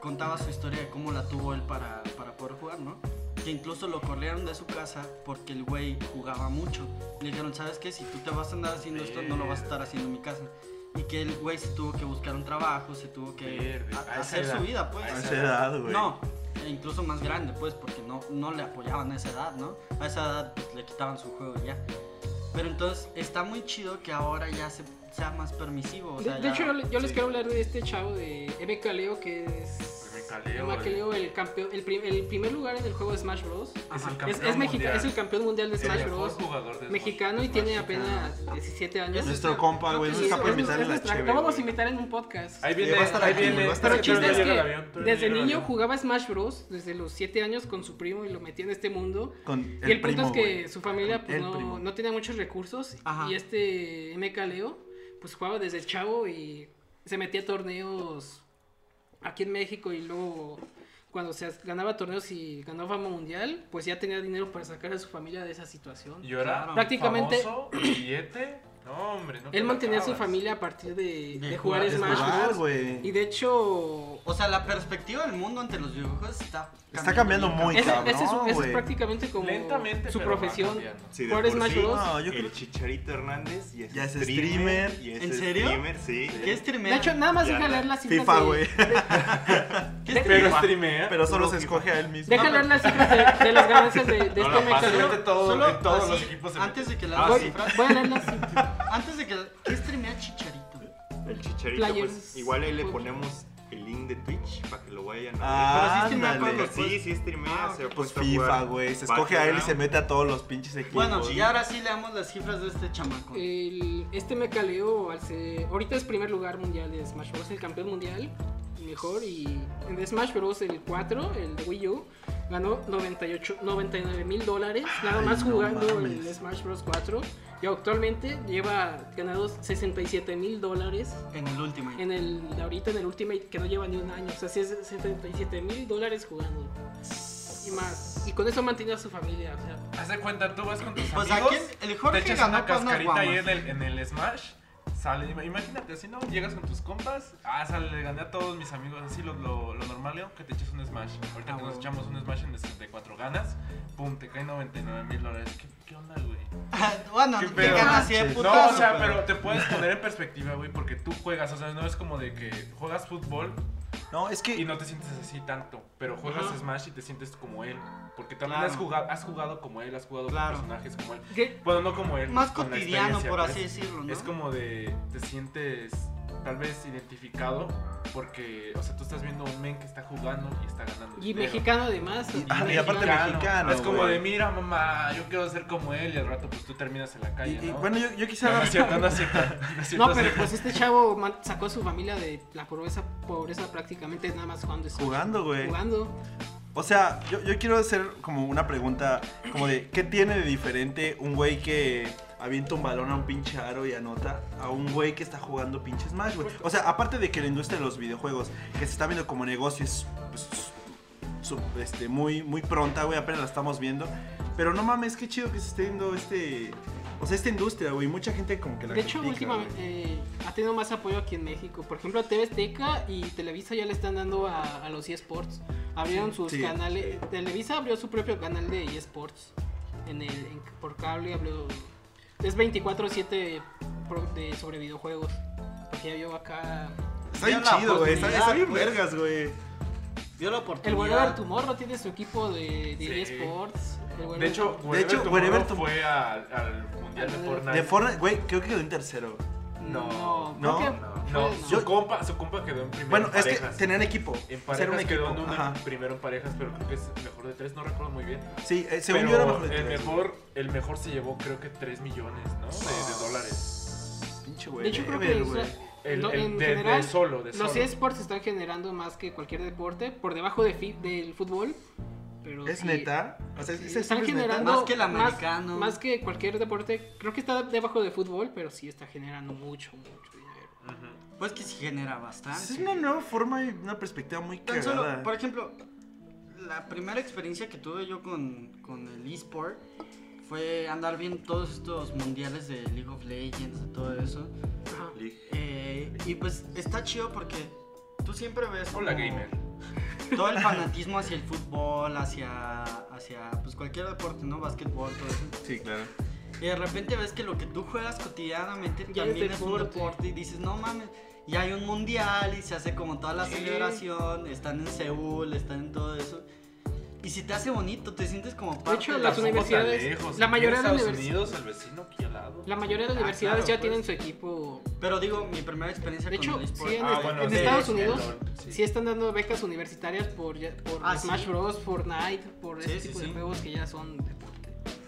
Speaker 3: contaba su historia de cómo la tuvo él para, para poder jugar, ¿no? Que incluso lo corrieron de su casa porque el güey jugaba mucho. Le dijeron, ¿sabes qué? Si tú te vas a andar haciendo esto, no lo vas a estar haciendo en mi casa. Y que el güey se tuvo que buscar un trabajo, se tuvo que
Speaker 4: Verde,
Speaker 3: a-
Speaker 4: a esa
Speaker 3: hacer
Speaker 4: edad.
Speaker 3: su vida, pues.
Speaker 4: A
Speaker 1: a esa edad, güey.
Speaker 3: No, e incluso más grande, pues, porque no, no le apoyaban a esa edad, ¿no? A esa edad pues, le quitaban su juego y ya. Pero entonces está muy chido que ahora ya se, sea más permisivo. o
Speaker 2: De,
Speaker 3: sea,
Speaker 2: de
Speaker 3: ya-
Speaker 2: hecho, yo, le- yo les
Speaker 3: sí.
Speaker 2: quiero hablar de este chavo de MK Leo, que es.
Speaker 4: MK Leo,
Speaker 2: MK Leo, el, campeón, el, prim- el primer lugar en el juego de Smash Bros.
Speaker 4: Es el
Speaker 3: Ajá.
Speaker 4: campeón
Speaker 2: Es, es, mexica-
Speaker 4: mundial.
Speaker 2: es el campeón mundial de
Speaker 4: El
Speaker 2: Smash
Speaker 4: mejor
Speaker 2: Bros.
Speaker 4: jugador de
Speaker 2: Mexicano y
Speaker 4: Smash.
Speaker 2: tiene
Speaker 3: mexicano.
Speaker 2: apenas 17 años.
Speaker 1: Nuestro
Speaker 2: Es-
Speaker 1: compa,
Speaker 2: creo
Speaker 1: güey,
Speaker 2: que
Speaker 1: no
Speaker 2: sí,
Speaker 1: está por
Speaker 2: es-
Speaker 1: invitarle
Speaker 2: es
Speaker 1: la
Speaker 2: nuestra-
Speaker 1: cheve,
Speaker 2: Lo vamos a
Speaker 1: güey.
Speaker 2: invitar en un podcast.
Speaker 4: Ahí
Speaker 1: Sí,
Speaker 4: viene,
Speaker 1: va a estar
Speaker 4: ahí
Speaker 1: aquí,
Speaker 4: viene.
Speaker 1: va a estar
Speaker 2: Pero el
Speaker 1: aquí,
Speaker 4: Todavía
Speaker 2: chiste es
Speaker 4: no llega el
Speaker 2: que
Speaker 4: avión, todavía
Speaker 2: desde
Speaker 4: no llega el
Speaker 2: niño
Speaker 4: avión.
Speaker 2: jugaba Smash Bros. Desde los 7 años con su primo y lo metía en este mundo.
Speaker 1: Con
Speaker 2: Y el punto es que
Speaker 1: güey.
Speaker 2: su familia pues,
Speaker 1: El
Speaker 2: no,
Speaker 1: primo.
Speaker 2: no tenía muchos recursos
Speaker 3: Ajá.
Speaker 2: y este MK Leo pues jugaba desde chavo y se metía a torneos aquí en México y luego cuando se ganaba torneos y ganaba mundial, pues ya tenía dinero para sacar a su familia de esa situación.
Speaker 4: Y ahora,
Speaker 3: Claro.
Speaker 2: Prácticamente-
Speaker 4: famoso, billete. No, hombre, no. te
Speaker 2: Él
Speaker 4: la
Speaker 2: mantenía a su
Speaker 4: acabas.
Speaker 2: familia a partir de,
Speaker 3: De
Speaker 2: de jugar
Speaker 3: jugar
Speaker 2: Smash
Speaker 1: Smash,
Speaker 2: Bros.
Speaker 1: güey.
Speaker 2: Y de hecho,
Speaker 3: O sea, la perspectiva del mundo ante los videojuegos está
Speaker 1: Está cambiando
Speaker 3: bien,
Speaker 1: muy
Speaker 2: ese,
Speaker 1: cabrón,
Speaker 2: ese es, su- ese es
Speaker 1: güey.
Speaker 2: prácticamente como
Speaker 4: Lentamente,
Speaker 2: su
Speaker 4: pero va
Speaker 2: profesión.
Speaker 4: cambiando.
Speaker 5: Sí, de
Speaker 2: Jugar
Speaker 5: por
Speaker 2: Smash
Speaker 5: sí,
Speaker 2: Bros.
Speaker 1: No, yo creo
Speaker 5: El Chicharito Hernández y es,
Speaker 1: Ya es
Speaker 5: streamer,
Speaker 1: streamer.
Speaker 5: y es
Speaker 3: ¿En serio?
Speaker 5: streamer, sí.
Speaker 3: ¿Qué es streamear?
Speaker 2: De hecho, nada más
Speaker 5: Ya
Speaker 2: deja
Speaker 5: anda.
Speaker 2: leer las cifras
Speaker 1: FIFA,
Speaker 2: de-
Speaker 1: güey.
Speaker 3: ¿Qué es
Speaker 4: Pero
Speaker 3: streamear?
Speaker 4: streamea.
Speaker 1: Pero solo se escoge a él mismo.
Speaker 2: Deja leer las cifras de, de las ganancias de, de
Speaker 4: No
Speaker 2: este
Speaker 4: la
Speaker 2: mecha.
Speaker 4: pases.
Speaker 2: güey.
Speaker 4: todo-
Speaker 3: Solo
Speaker 4: en todos
Speaker 3: así,
Speaker 4: los equipos se
Speaker 3: antes
Speaker 4: mete.
Speaker 3: de que
Speaker 4: Ah,
Speaker 3: las
Speaker 4: sí.
Speaker 2: Voy,
Speaker 3: cifras,
Speaker 2: voy a leer las cifras.
Speaker 3: antes de que ¿qué streamea Chicharito?
Speaker 5: El Chicharito,
Speaker 2: Players.
Speaker 5: pues igual ahí le ponemos el link de Twitch para que lo vayan a ver.
Speaker 1: Ah,
Speaker 3: Pero sí streamea
Speaker 1: ándale.
Speaker 5: Pero
Speaker 3: cuando-
Speaker 5: sí, sí streamea,
Speaker 3: Ah,
Speaker 5: se ha
Speaker 1: Pues
Speaker 5: puesto a
Speaker 1: FIFA,
Speaker 5: jugar
Speaker 1: güey. Se escoge a él y se
Speaker 5: Battleground.
Speaker 1: mete a todos los pinches equipos.
Speaker 3: Bueno, y ahora sí leamos las cifras de este chamaco.
Speaker 2: El- este mecha Leo, al ser- ahorita es primer lugar mundial de Smash Bros. El campeón mundial, el mejor. Y en The Smash Bros. el 4, el de Wii U, ganó 98, 99 mil dólares. Nada
Speaker 1: Ay,
Speaker 2: más
Speaker 1: no
Speaker 2: jugando
Speaker 1: mames.
Speaker 2: el Smash Bros. 4. Y actualmente lleva ganados 67 mil dólares
Speaker 3: En el último.
Speaker 2: en el ahorita en el Ultimate que no lleva ni un año, o sea, sí es 77 mil dólares jugando y más. Y con eso mantiene a su familia, o sea,
Speaker 4: Haz de cuenta, tú vas con tus
Speaker 3: Pues
Speaker 4: amigos.
Speaker 3: aquí el- el Jorge
Speaker 4: te echas
Speaker 3: ganó
Speaker 4: una
Speaker 3: con unas
Speaker 4: cascarita ahí en
Speaker 3: guamas.
Speaker 4: el, en el Smash. Sale, ima- imagínate, así no, llegas con tus compas. Ah, sale, le gané a todos mis amigos. Así lo, lo, lo normal, Leo, que te eches un Smash. Ahorita
Speaker 3: Ah,
Speaker 4: que nos
Speaker 3: huevo.
Speaker 4: echamos un Smash en 64 ganas, pum, te caen 99 mil dólares. ¿Qué, ¿Qué onda, güey?
Speaker 3: Ah, bueno,
Speaker 4: ¿Qué
Speaker 3: te
Speaker 4: pedo?
Speaker 3: ganas así de
Speaker 1: No,
Speaker 4: No,
Speaker 3: putazo,
Speaker 4: o sea, pero te puedes poner en perspectiva, güey, porque tú juegas, o sea, no es como de que juegas fútbol
Speaker 1: No, es
Speaker 4: y
Speaker 1: que.
Speaker 4: no te sientes así tanto, pero juegas
Speaker 2: Ajá.
Speaker 4: Smash y te sientes como él, porque también
Speaker 3: Claro.
Speaker 4: has, jugado, has jugado como él, has jugado
Speaker 3: Claro.
Speaker 4: con personajes como él.
Speaker 2: que-
Speaker 4: Bueno, no como él.
Speaker 3: más
Speaker 4: con la
Speaker 3: cotidiano,
Speaker 4: experiencia,
Speaker 3: por
Speaker 4: pues.
Speaker 3: así decirlo, ¿no?
Speaker 4: Es como de, te sientes tal vez identificado, porque, o sea, tú estás viendo a un men que está jugando y está ganando.
Speaker 2: y
Speaker 4: dinero.
Speaker 2: mexicano además.
Speaker 1: Y-
Speaker 2: o sea,
Speaker 1: ah, y aparte
Speaker 2: mexicano.
Speaker 1: mexicano,
Speaker 4: es como
Speaker 1: güey.
Speaker 4: de, mira, mamá, yo quiero ser como él y al rato pues tú terminas en la
Speaker 1: y-
Speaker 4: calle,
Speaker 1: y
Speaker 4: ¿no?
Speaker 1: bueno, yo, yo
Speaker 4: No,
Speaker 1: quisiera
Speaker 4: no es
Speaker 1: dar-
Speaker 4: cierto, no es cierto. No, es cierto,
Speaker 2: No, pero
Speaker 4: sí.
Speaker 2: pues este chavo man- sacó a su familia de la pobreza, pobreza prácticamente nada más jugando. Smash.
Speaker 1: Jugando, güey.
Speaker 2: Jugando.
Speaker 1: O sea, yo, yo quiero hacer como una pregunta, como de, ¿qué tiene de diferente un güey que avienta un balón a un pinche aro y anota a un güey que está jugando pinche Smash, güey? O sea, aparte de que la industria de los videojuegos, que se está viendo como negocio, es pues, su- este, muy, muy pronta, güey, apenas la estamos viendo. Pero no mames, qué chido que se esté viendo este... O sea, esta industria, güey, mucha gente como que la
Speaker 2: De hecho,
Speaker 1: critica,
Speaker 2: últimamente
Speaker 1: güey.
Speaker 2: eh, ha tenido más apoyo aquí en México. Por ejemplo, TV Azteca y Televisa ya le están dando a, a los eSports. Abrieron sus
Speaker 1: sí,
Speaker 2: canales. Televisa abrió su propio canal de eSports. En el, en- por cable abrió. Es 24-7 pro- de- sobre videojuegos. Porque ya vio acá.
Speaker 1: Está bien
Speaker 3: Ya la
Speaker 1: chido, güey, está, está
Speaker 3: oportunidad,
Speaker 1: bien
Speaker 3: pues.
Speaker 1: vergas, güey.
Speaker 3: Vio la
Speaker 2: El
Speaker 3: oportunidad.
Speaker 2: Wherever Tomorrow tiene su equipo de, de
Speaker 4: Sí.
Speaker 2: eSports. El
Speaker 4: De
Speaker 2: Wherever-
Speaker 4: hecho,
Speaker 1: De hecho,
Speaker 4: Wherever
Speaker 1: Wherever
Speaker 4: Tomorrow
Speaker 1: Tomorrow-
Speaker 4: fue al, al mundial de
Speaker 2: Al-
Speaker 4: Fortnite.
Speaker 1: De Fortnite, güey, creo que quedó en tercero.
Speaker 2: no,
Speaker 4: no,
Speaker 2: creo
Speaker 1: no,
Speaker 2: que
Speaker 5: no,
Speaker 2: fue-
Speaker 4: No,
Speaker 2: no.
Speaker 4: su compa, su compa quedó en primero
Speaker 1: Bueno,
Speaker 4: en
Speaker 1: es que
Speaker 4: parejas.
Speaker 1: tenían equipo.
Speaker 4: En
Speaker 1: Era un
Speaker 4: parejas
Speaker 1: equipo.
Speaker 4: quedó en una
Speaker 1: Ajá.
Speaker 4: primero en parejas, pero creo que es mejor de tres, no recuerdo muy bien.
Speaker 1: Sí, eh, según
Speaker 4: Pero
Speaker 1: yo era mejor de
Speaker 4: el
Speaker 1: tres, güey.
Speaker 4: mejor, el mejor se llevó creo que 3 millones, ¿no? De,
Speaker 1: Ah.
Speaker 4: de dólares.
Speaker 1: Pinche
Speaker 2: De
Speaker 1: güey.
Speaker 2: hecho, creo
Speaker 1: Ever,
Speaker 2: que
Speaker 1: güey.
Speaker 2: eso-
Speaker 4: El,
Speaker 2: No,
Speaker 4: el-
Speaker 2: en
Speaker 4: de, de
Speaker 2: general,
Speaker 4: solo, de solo.
Speaker 2: Los esports están generando más que cualquier deporte, por debajo de fi- del fútbol. Pero
Speaker 1: ¿Es
Speaker 2: sí,
Speaker 1: neta? O sea,
Speaker 2: sí,
Speaker 1: ¿ese
Speaker 2: están
Speaker 1: equipo es neta?
Speaker 2: generando
Speaker 3: Más que el americano.
Speaker 2: Más, que cualquier deporte, creo que está debajo del fútbol, pero sí está generando mucho, mucho dinero.
Speaker 4: Ujú.
Speaker 3: Pues que sí genera
Speaker 1: Pues Es
Speaker 3: bastante.
Speaker 1: una nueva forma y una perspectiva muy
Speaker 3: Tan
Speaker 1: cagada.
Speaker 3: solo, por ejemplo, la primera experiencia que tuve yo con, con el eSport fue andar viendo todos estos mundiales de League of Legends y todo eso.
Speaker 5: League.
Speaker 3: Eh, y pues está chido porque tú siempre ves
Speaker 4: Hola,
Speaker 3: como
Speaker 4: gamer.
Speaker 3: todo el fanatismo hacia el fútbol, hacia, hacia pues cualquier deporte, ¿no? Básquetbol, todo eso.
Speaker 5: Sí, claro.
Speaker 3: Y de repente ves que lo que tú juegas cotidianamente
Speaker 2: Ya es
Speaker 3: también es, un
Speaker 2: deporte.
Speaker 3: deporte y dices, no mames, y hay un mundial y se hace como toda la
Speaker 4: Sí.
Speaker 3: celebración, están en Seúl, están en todo eso. Y si te hace bonito, te sientes como parte
Speaker 2: hecho,
Speaker 3: de
Speaker 2: las
Speaker 3: la-
Speaker 4: Tampoco tan
Speaker 2: universidades-
Speaker 4: lejos,
Speaker 2: la
Speaker 4: aquí en
Speaker 2: mayoría de
Speaker 4: Estados
Speaker 2: univers-
Speaker 4: Unidos, el vecino aquí al lado.
Speaker 2: La mayoría de
Speaker 4: Ah,
Speaker 2: universidades
Speaker 4: claro,
Speaker 2: ya tienen
Speaker 4: pues.
Speaker 2: su equipo.
Speaker 3: Pero digo, mi primera experiencia
Speaker 2: De
Speaker 3: con
Speaker 2: hecho,
Speaker 3: el eSport.
Speaker 2: sí, en
Speaker 4: Ah,
Speaker 2: est-
Speaker 4: bueno,
Speaker 2: este, en
Speaker 4: sí,
Speaker 2: Estados
Speaker 4: sí,
Speaker 2: Unidos
Speaker 4: LOL, sí.
Speaker 2: sí. están dando becas universitarias por, ya- por
Speaker 3: Ah,
Speaker 2: Smash
Speaker 3: sí.
Speaker 2: Bros, Fortnite, por
Speaker 3: Sí,
Speaker 2: ese
Speaker 3: sí,
Speaker 2: tipo
Speaker 3: sí.
Speaker 2: de juegos que ya son deporte.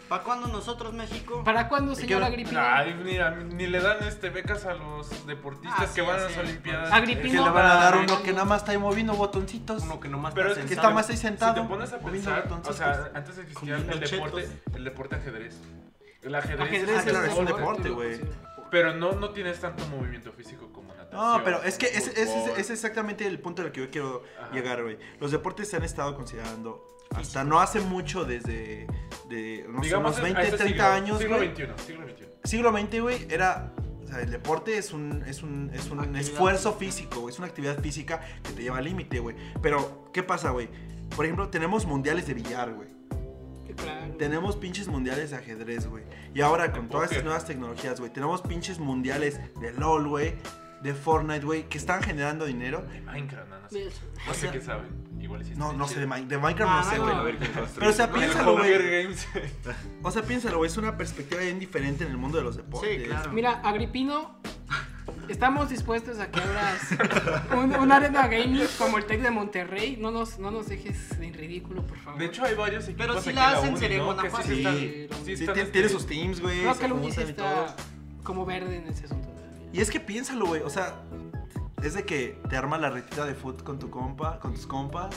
Speaker 3: ¿Para cuándo nosotros, México?
Speaker 2: ¿Para cuándo, señora
Speaker 1: hora?
Speaker 2: Agripina?
Speaker 4: Ay, mira, ni le dan este becas a los deportistas
Speaker 3: Ah, sí,
Speaker 4: que van a
Speaker 3: ya
Speaker 4: las
Speaker 2: pues.
Speaker 3: sé.
Speaker 4: Olimpiadas.
Speaker 2: Agripino.
Speaker 1: que
Speaker 4: Es
Speaker 1: le
Speaker 2: no,
Speaker 1: van a
Speaker 2: para-
Speaker 1: dar uno que nada más está ahí moviendo botoncitos.
Speaker 5: Uno que nomás
Speaker 4: Pero es
Speaker 1: que está
Speaker 5: sentado.
Speaker 1: más ahí sentado.
Speaker 4: Si te pones a
Speaker 1: moviendo
Speaker 4: pensar, o
Speaker 1: botoncitos.
Speaker 4: sea, antes existía
Speaker 3: Comiendo
Speaker 4: el deporte,
Speaker 3: chetos.
Speaker 4: el deporte ajedrez. El ajedrez,
Speaker 2: Ajedrez
Speaker 1: Ah, claro, es un
Speaker 2: deporte,
Speaker 1: deporte,
Speaker 2: lo
Speaker 1: güey.
Speaker 2: considero deporte.
Speaker 4: Pero no, no tienes tanto movimiento físico como natación.
Speaker 1: No, pero es que ese- ese- ese-
Speaker 4: fútbol.
Speaker 1: es, exactamente el punto al que yo quiero
Speaker 4: Ajá.
Speaker 1: llegar, güey. Los deportes se han estado considerando hasta no hace mucho, desde de, no sé,
Speaker 4: Digamos,
Speaker 1: unos
Speaker 4: a
Speaker 1: 20,
Speaker 4: ese
Speaker 1: 30
Speaker 4: siglo,
Speaker 1: años,
Speaker 4: Siglo
Speaker 1: güey.
Speaker 4: XXI, siglo XXI.
Speaker 1: Siglo XX, güey, era... O sea, el deporte es un, es un, es un
Speaker 3: Actividad.
Speaker 1: esfuerzo físico, güey, es una actividad física que te lleva al límite, güey. Pero, ¿qué pasa, güey? Por ejemplo, tenemos mundiales de billar, güey.
Speaker 2: Claro.
Speaker 1: Tenemos pinches mundiales de ajedrez, güey. Y ahora
Speaker 4: De
Speaker 1: con todas
Speaker 4: póker.
Speaker 1: estas nuevas tecnologías, güey, tenemos pinches mundiales de LOL, güey, de Fortnite, güey, que están generando dinero.
Speaker 4: De Minecraft, no, no sé.
Speaker 2: Mira,
Speaker 4: No sé qué saben. Igual sí
Speaker 1: No,
Speaker 4: está
Speaker 1: no sé, de,
Speaker 4: chido.
Speaker 1: Min- de Minecraft no
Speaker 3: Ah,
Speaker 1: sé,
Speaker 3: no.
Speaker 1: güey.
Speaker 5: A ver qué
Speaker 1: Pero, o sea,
Speaker 5: construye.
Speaker 1: piénsalo, güey.
Speaker 4: Hunger Games.
Speaker 1: O sea, piénsalo, güey, es una perspectiva bien diferente en el mundo de los deportes.
Speaker 3: Sí, claro.
Speaker 2: Mira, Agripino, estamos dispuestos a que abras un, un arena gaming como el Tec de Monterrey. No nos, no nos dejes en ridículo, por favor.
Speaker 4: De hecho, hay varios equipos.
Speaker 3: Pero sí
Speaker 4: aquí
Speaker 3: la
Speaker 4: en
Speaker 3: hacen pues,
Speaker 4: uni,
Speaker 3: serie
Speaker 4: ¿no?
Speaker 3: con
Speaker 4: Que sí
Speaker 3: Ajuaco.
Speaker 4: están-
Speaker 1: Sí.
Speaker 4: sí
Speaker 1: Sí,
Speaker 4: están,
Speaker 1: tiene,
Speaker 4: este,
Speaker 1: tiene sus teams, güey.
Speaker 2: creo
Speaker 1: se
Speaker 2: que el Uni sí
Speaker 1: juntan y todo.
Speaker 2: está como verde en ese asunto.
Speaker 1: Y es que piénsalo, güey. O sea, es de que te arma la retita de foot con tu compa, con tus compas.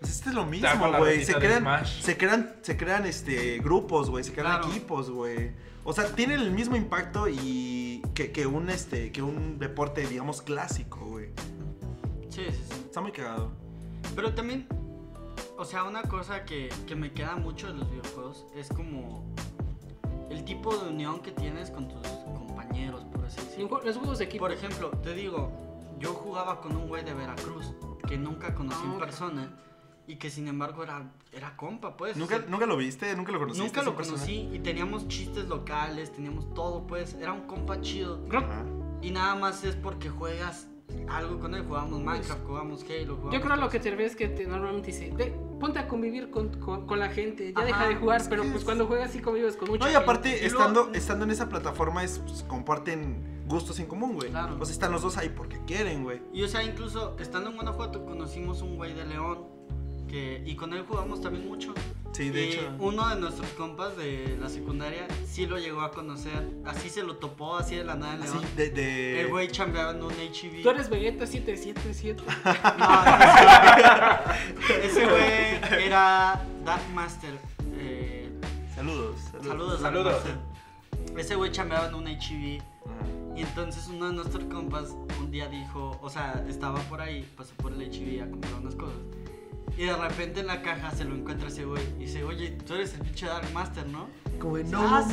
Speaker 1: Pues este es lo
Speaker 4: arma
Speaker 1: mismo,
Speaker 4: la
Speaker 1: güey.
Speaker 4: retita
Speaker 1: Se
Speaker 4: de
Speaker 1: crean,
Speaker 4: Smash.
Speaker 1: se crean, se crean este grupos, güey. Se crean
Speaker 3: Claro.
Speaker 1: equipos, güey. O sea, tienen el mismo impacto y que, que un este, que un deporte, digamos, clásico, güey.
Speaker 3: Sí, sí, sí.
Speaker 1: Está muy cagado.
Speaker 3: Pero también, o sea, una cosa que, que me queda mucho de los videojuegos es como el tipo de unión que tienes con tus compañeros, por así
Speaker 2: En
Speaker 3: decirlo.
Speaker 2: ju- Los juegos de equipo.
Speaker 3: Por ejemplo, te digo, yo jugaba con un güey de Veracruz que nunca conocí
Speaker 2: Ah,
Speaker 3: en
Speaker 2: ok.
Speaker 3: persona y que sin embargo era, era compa, pues. o
Speaker 1: ¿Nunca,
Speaker 3: sea,
Speaker 1: ¿Nunca lo viste? ¿Nunca lo conociste?
Speaker 3: nunca
Speaker 1: esa
Speaker 3: lo
Speaker 1: persona?
Speaker 3: conocí y teníamos chistes locales, teníamos todo, pues. Era un compa chido.
Speaker 2: Creo-
Speaker 1: Ajá.
Speaker 3: Y nada más es porque juegas algo con él. Jugábamos Minecraft, jugábamos Halo, jugábamos
Speaker 2: Pues, yo creo lo que te ves que te- normalmente dice, "Ve, ponte a convivir con, con- con la gente, ya
Speaker 3: Ajá,
Speaker 2: deja de jugar,
Speaker 1: es
Speaker 2: pero
Speaker 1: que
Speaker 2: pues
Speaker 1: es-
Speaker 2: cuando juegas sí convives con mucha
Speaker 1: No, y
Speaker 2: gente.
Speaker 1: aparte,
Speaker 3: Y luego-
Speaker 1: estando, estando en esa plataforma, es, pues, comparten gustos en común, güey.
Speaker 3: Claro.
Speaker 1: O sea, están los dos ahí porque quieren, güey.
Speaker 3: Y o sea, incluso estando en Guanajuato conocimos un güey de León que, y con él jugamos también mucho.
Speaker 1: Sí, de
Speaker 3: Y
Speaker 1: hecho.
Speaker 3: Uno de nuestros compas de la secundaria sí lo llegó a conocer. Así se lo topó, así de la nada en
Speaker 1: Así,
Speaker 3: León.
Speaker 1: de. de-
Speaker 3: El güey chambeaba en un HIV.
Speaker 2: Tú eres Vegeta 777.
Speaker 3: No, no, ese güey era Dark Master. eh,
Speaker 1: Saludos.
Speaker 3: saludos, Dark
Speaker 4: Saludos.
Speaker 3: Master. Ese güey chambeaba en un HIV.
Speaker 1: Ajá.
Speaker 3: Y entonces uno de nuestros compas un día dijo, o sea, estaba por ahí, pasó por el HIV a comprar unas cosas. Y de repente en la caja se lo encuentra ese güey y dice, oye, tú eres el pinche Dark Master, ¿no?
Speaker 1: Como de,
Speaker 3: Ah,
Speaker 1: no,
Speaker 3: Simón,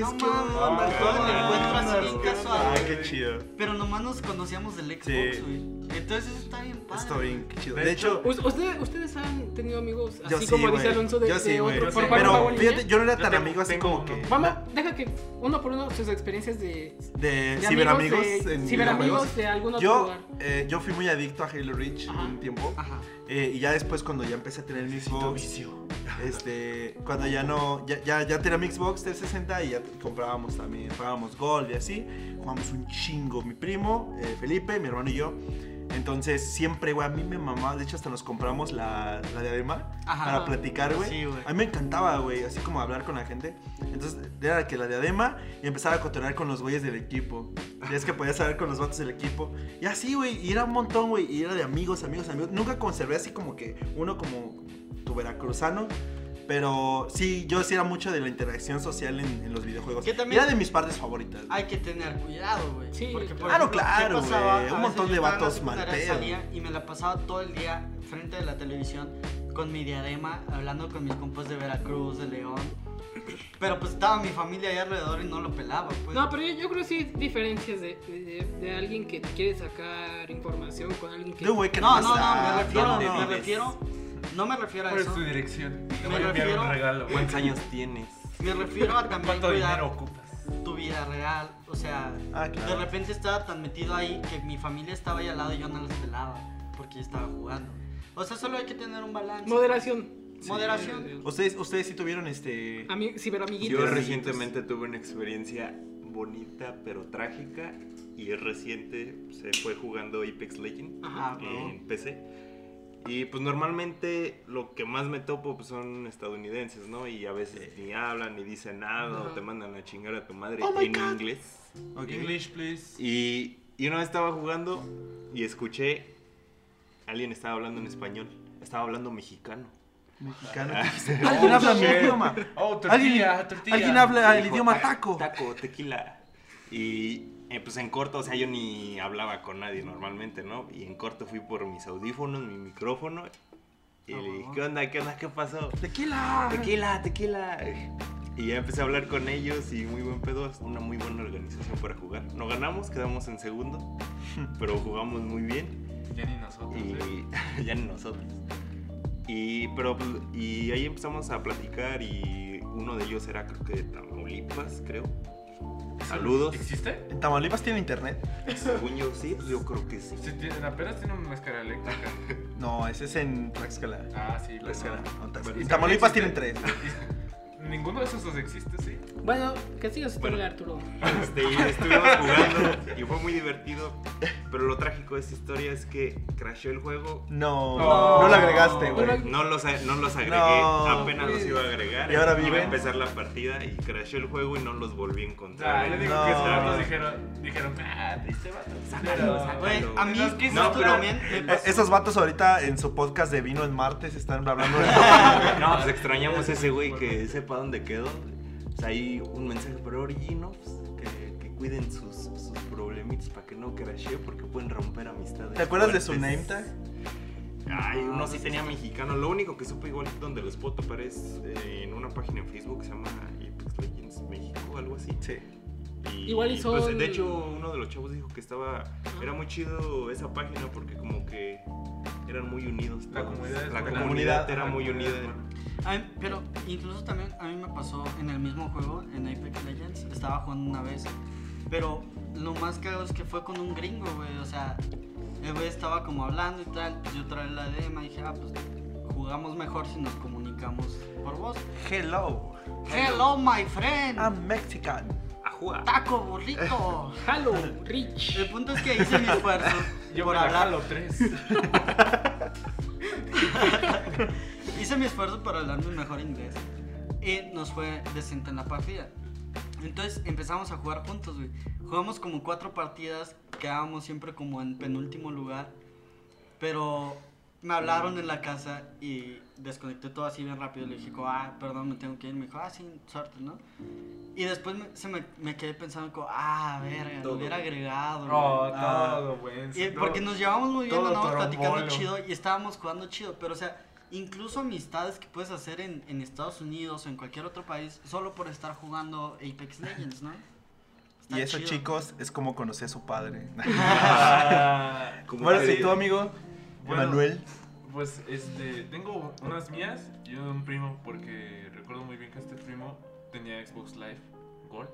Speaker 1: mames,
Speaker 3: no
Speaker 1: qué
Speaker 3: mames,
Speaker 1: onda,
Speaker 4: no,
Speaker 1: qué
Speaker 4: todo
Speaker 1: onda,
Speaker 4: lo encuentro así
Speaker 1: güey.
Speaker 4: bien
Speaker 3: Ah,
Speaker 4: casual.
Speaker 1: Ay, qué chido.
Speaker 3: Pero nomás nos conocíamos del Xbox,
Speaker 1: Sí.
Speaker 3: güey. Entonces eso está bien padre.
Speaker 1: Está bien, qué chido.
Speaker 4: De
Speaker 1: De hecho,
Speaker 2: Us- ¿Ustedes, ustedes han tenido amigos así
Speaker 1: yo sí,
Speaker 2: como
Speaker 1: güey.
Speaker 2: dice Alonso de,
Speaker 1: Yo
Speaker 2: de
Speaker 1: sí, güey.
Speaker 2: otro
Speaker 4: yo
Speaker 2: por
Speaker 4: sí.
Speaker 2: Juan
Speaker 1: Pero
Speaker 2: Pablo
Speaker 1: fíjate,
Speaker 2: Niñez?
Speaker 1: yo no era
Speaker 4: Yo
Speaker 1: tan
Speaker 4: tengo-
Speaker 1: amigo así
Speaker 4: tengo
Speaker 1: como
Speaker 4: uno.
Speaker 1: que.
Speaker 2: Vamos, deja que uno por uno sus experiencias de,
Speaker 1: De
Speaker 2: de
Speaker 1: ciberamigos
Speaker 2: amigos, de
Speaker 1: en videojuegos.
Speaker 2: ciberamigos de algún otro
Speaker 1: Yo,
Speaker 2: lugar.
Speaker 1: eh, yo fui muy adicto a Halo Reach
Speaker 2: Ajá.
Speaker 1: un tiempo.
Speaker 3: Ajá.
Speaker 1: eh, y ya después, cuando ya empecé a tener mi Xbox,
Speaker 4: vicio.
Speaker 1: este, cuando ya no, ya, ya, ya tenía mi Xbox 360 y ya comprábamos también, pagábamos Gold y así, jugamos un chingo, mi primo, eh, Felipe, mi hermano y yo. Entonces, siempre, güey, a mí me mamaba, de hecho, hasta nos compramos la, la diadema
Speaker 3: Ajá.
Speaker 1: para platicar, güey.
Speaker 3: Ah, Sí, güey.
Speaker 1: a mí me encantaba, güey, así como hablar con la gente. Entonces, era que la diadema y empezaba a cotorrear con los güeyes del equipo. Y es que podías hablar con los vatos del equipo. Y así, güey, y era un montón, güey, y era de amigos, amigos, amigos. Nunca conservé así como que uno como tu veracruzano. Pero sí, yo sí era mucho de la interacción social en, en los videojuegos.
Speaker 3: Que también-
Speaker 1: Era de mis partes favoritas. güey.
Speaker 3: Hay que tener cuidado, güey.
Speaker 2: Sí,
Speaker 3: por
Speaker 1: claro,
Speaker 3: ejemplo, ¿qué
Speaker 1: claro, güey.
Speaker 3: pasaba? A
Speaker 1: Un
Speaker 3: veces
Speaker 1: montón
Speaker 3: yo
Speaker 1: de
Speaker 3: estaba en la
Speaker 1: vatos
Speaker 3: secundaria,
Speaker 1: mal pedo.
Speaker 3: salía Y me la pasaba todo el día frente de la televisión con mi diadema, hablando con mis compas de Veracruz, de León. Pero pues estaba mi familia ahí alrededor y no lo pelaba, pues.
Speaker 2: No, pero yo, yo creo que sí diferencias de, de, de alguien que te quiere sacar información con alguien que...
Speaker 1: De un güey que
Speaker 3: no,
Speaker 1: nomás
Speaker 3: no, no,
Speaker 1: está-
Speaker 3: me refiero,
Speaker 1: ¿dónde
Speaker 3: me
Speaker 1: vives?
Speaker 3: refiero, no me refiero a
Speaker 4: ¿Cuál es
Speaker 3: eso.
Speaker 4: tu dirección? Te
Speaker 3: Me
Speaker 4: voy a enviar
Speaker 3: refiero-
Speaker 4: un regalo.
Speaker 5: ¿Cuántos años tienes?
Speaker 3: Me refiero a también
Speaker 4: ¿Cuánto dinero
Speaker 3: cuidar
Speaker 4: ocupas?
Speaker 3: tu vida real, o sea,
Speaker 1: Ah,
Speaker 3: de
Speaker 1: claro.
Speaker 3: repente estaba tan metido ahí que mi familia estaba ahí al lado y yo no los pelaba porque yo estaba jugando. O sea, solo hay que tener un balance.
Speaker 2: Moderación.
Speaker 3: Moderación.
Speaker 1: Ustedes, ustedes sí tuvieron este.
Speaker 3: Ah,
Speaker 2: Ami- ciberamiguitos.
Speaker 5: Yo recientemente tuve una experiencia bonita pero trágica y es reciente, se fue jugando Apex Legends
Speaker 1: Ah,
Speaker 3: Ajá, huevo.
Speaker 5: en PC. Y pues normalmente lo que más me topo pues, son estadounidenses, ¿no? Y a veces ni hablan, ni dicen nada, o
Speaker 2: Ajá.
Speaker 5: te mandan a chingar a tu madre
Speaker 1: Oh my
Speaker 5: en
Speaker 1: God.
Speaker 5: inglés.
Speaker 1: Ok.
Speaker 4: English, please.
Speaker 5: Y, y una vez estaba jugando y escuché, alguien estaba hablando en español, estaba hablando mexicano.
Speaker 1: Mexicano. Ah. ¿Alguien habla mi
Speaker 4: Oh, shit.
Speaker 1: idioma?
Speaker 4: Oh,
Speaker 1: ¿Alguien,
Speaker 4: tortilla, tortilla.
Speaker 1: alguien habla el
Speaker 5: Dijo,
Speaker 1: idioma
Speaker 5: "Ta-
Speaker 1: taco?
Speaker 5: Taco, tequila. Y eh, pues en corto, o sea, yo ni hablaba con nadie normalmente, ¿no? Y en corto fui por mis audífonos, mi micrófono. Y le dije, ¿qué onda? ¿Qué onda? ¿Qué pasó?
Speaker 1: ¡Tequila!
Speaker 5: Tequila, tequila. Y ya empecé a hablar con ellos y muy buen pedo, es una muy buena organización para jugar. No ganamos, quedamos en segundo, pero jugamos muy bien
Speaker 4: Ya ni nosotros, ¿eh?
Speaker 5: y ya ni nosotros. Y, pero, pues, y ahí empezamos a platicar y uno de ellos era creo que de Tamaulipas, creo. Saludos.
Speaker 4: ¿Existe?
Speaker 1: ¿En Tamaulipas tiene internet?
Speaker 5: Según yo sí, pues yo creo que sí.
Speaker 4: Sí, tiene- apenas tiene una máscara eléctrica.
Speaker 1: No, ese es en Tlaxcala.
Speaker 4: Ah, sí, la
Speaker 1: Tlaxcala. no, Tlaxcala.
Speaker 4: Bueno,
Speaker 1: en Tamaulipas
Speaker 4: existe-
Speaker 1: tienen tres.
Speaker 4: Ninguno de esos dos existe, sí.
Speaker 2: Bueno, que sigas tú,
Speaker 5: Bueno.
Speaker 2: Arturo.
Speaker 5: Este, y estuvimos jugando y fue muy divertido. Pero lo trágico de esta historia es que crashó el juego.
Speaker 1: No,
Speaker 4: No.
Speaker 1: no, lo agregaste, güey. E,
Speaker 2: Bueno,
Speaker 5: No los, a- no los agregué,
Speaker 1: No.
Speaker 5: apenas los iba a agregar.
Speaker 1: Y ahora
Speaker 5: Iba a
Speaker 1: viven.
Speaker 5: empezar la partida y crashó el juego y no los volví a
Speaker 4: Ah,
Speaker 5: encontrar.
Speaker 4: yo digo
Speaker 1: no.
Speaker 4: que esos ratos dijeron, dijeron, ah, este vato.
Speaker 5: Sácalo, sácalo.
Speaker 3: Güey, a mí
Speaker 4: Los quiso
Speaker 3: no,
Speaker 4: tú
Speaker 3: pero,
Speaker 4: también.
Speaker 3: también.
Speaker 1: Eh, Esos vatos ahorita en su podcast de vino en martes están hablando de...
Speaker 5: No, pues extrañamos ese güey que sepa dónde quedó. Pues ahí un mensaje para Origino, que, que cuiden sus, sus problemitas para que no crashe porque pueden romper amistades.
Speaker 1: ¿Te acuerdas de su name
Speaker 5: fuertes.
Speaker 1: tag?
Speaker 5: Ay, uno sí tenía mexicano. Lo único que supe igual donde los puedo topar es eh, en una página en Facebook que se llama Apex Legends México, algo así.
Speaker 1: Sí.
Speaker 5: Y,
Speaker 2: Igual y
Speaker 5: pues,
Speaker 2: son-
Speaker 5: de hecho, uno de los chavos dijo que estaba. Era muy chido esa página porque, como que eran muy unidos.
Speaker 4: La
Speaker 5: todos.
Speaker 4: comunidad es
Speaker 5: La
Speaker 4: buena.
Speaker 5: comunidad era
Speaker 4: La
Speaker 5: muy
Speaker 4: comunidad
Speaker 5: unida.
Speaker 4: es buena.
Speaker 3: A mí- pero incluso también a mí me pasó en el mismo juego, en Apex Legends, estaba jugando una vez, pero lo más cagado es que fue con un gringo, güey, o sea, el güey estaba como hablando y tal, pues yo traía la dema y dije, ah, pues jugamos mejor si nos comunicamos por voz.
Speaker 1: Hello,
Speaker 3: Hello, my friend,
Speaker 1: I'm Mexican.
Speaker 5: Ajua.
Speaker 3: taco burrito.
Speaker 2: Halo, Rich.
Speaker 3: El punto es que hice mi esfuerzo
Speaker 4: Yo
Speaker 3: por
Speaker 4: me la
Speaker 3: hablar
Speaker 4: jalo tres.
Speaker 3: Hice mi esfuerzo para hablar mi mejor inglés y nos fue decente en la partida. Entonces empezamos a jugar juntos, güey. Jugamos como cuatro partidas, quedábamos siempre como en penúltimo lugar. Pero me hablaron en la casa y desconecté todo así bien rápido. Le dije, como, ah, perdón, me tengo que ir. Me dijo, ah, sí, suerte, ¿no? Y después me, se me, me quedé pensando, como, ah, verga, lo
Speaker 5: Todo.
Speaker 3: hubiera agregado. güey".
Speaker 4: No,
Speaker 1: Ah.
Speaker 4: Oh, todo, güey.
Speaker 3: Y-
Speaker 4: todo.
Speaker 3: Eh, porque nos llevamos muy bien,
Speaker 4: todo
Speaker 3: andábamos platicando
Speaker 4: trombolo.
Speaker 3: chido y estábamos jugando chido, pero o sea, incluso amistades que puedes hacer en, en Estados Unidos o en cualquier otro país solo por estar jugando Apex Legends, ¿no? Está
Speaker 1: y eso,
Speaker 3: chido.
Speaker 1: chicos, es como conocí a su padre.
Speaker 4: Ah,
Speaker 5: Como
Speaker 1: bueno,
Speaker 5: que-
Speaker 1: sí, tu amigo,
Speaker 4: Bueno.
Speaker 1: Manuel.
Speaker 4: Pues este, tengo unas mías y un primo, porque recuerdo muy bien que este primo tenía Xbox Live Gold,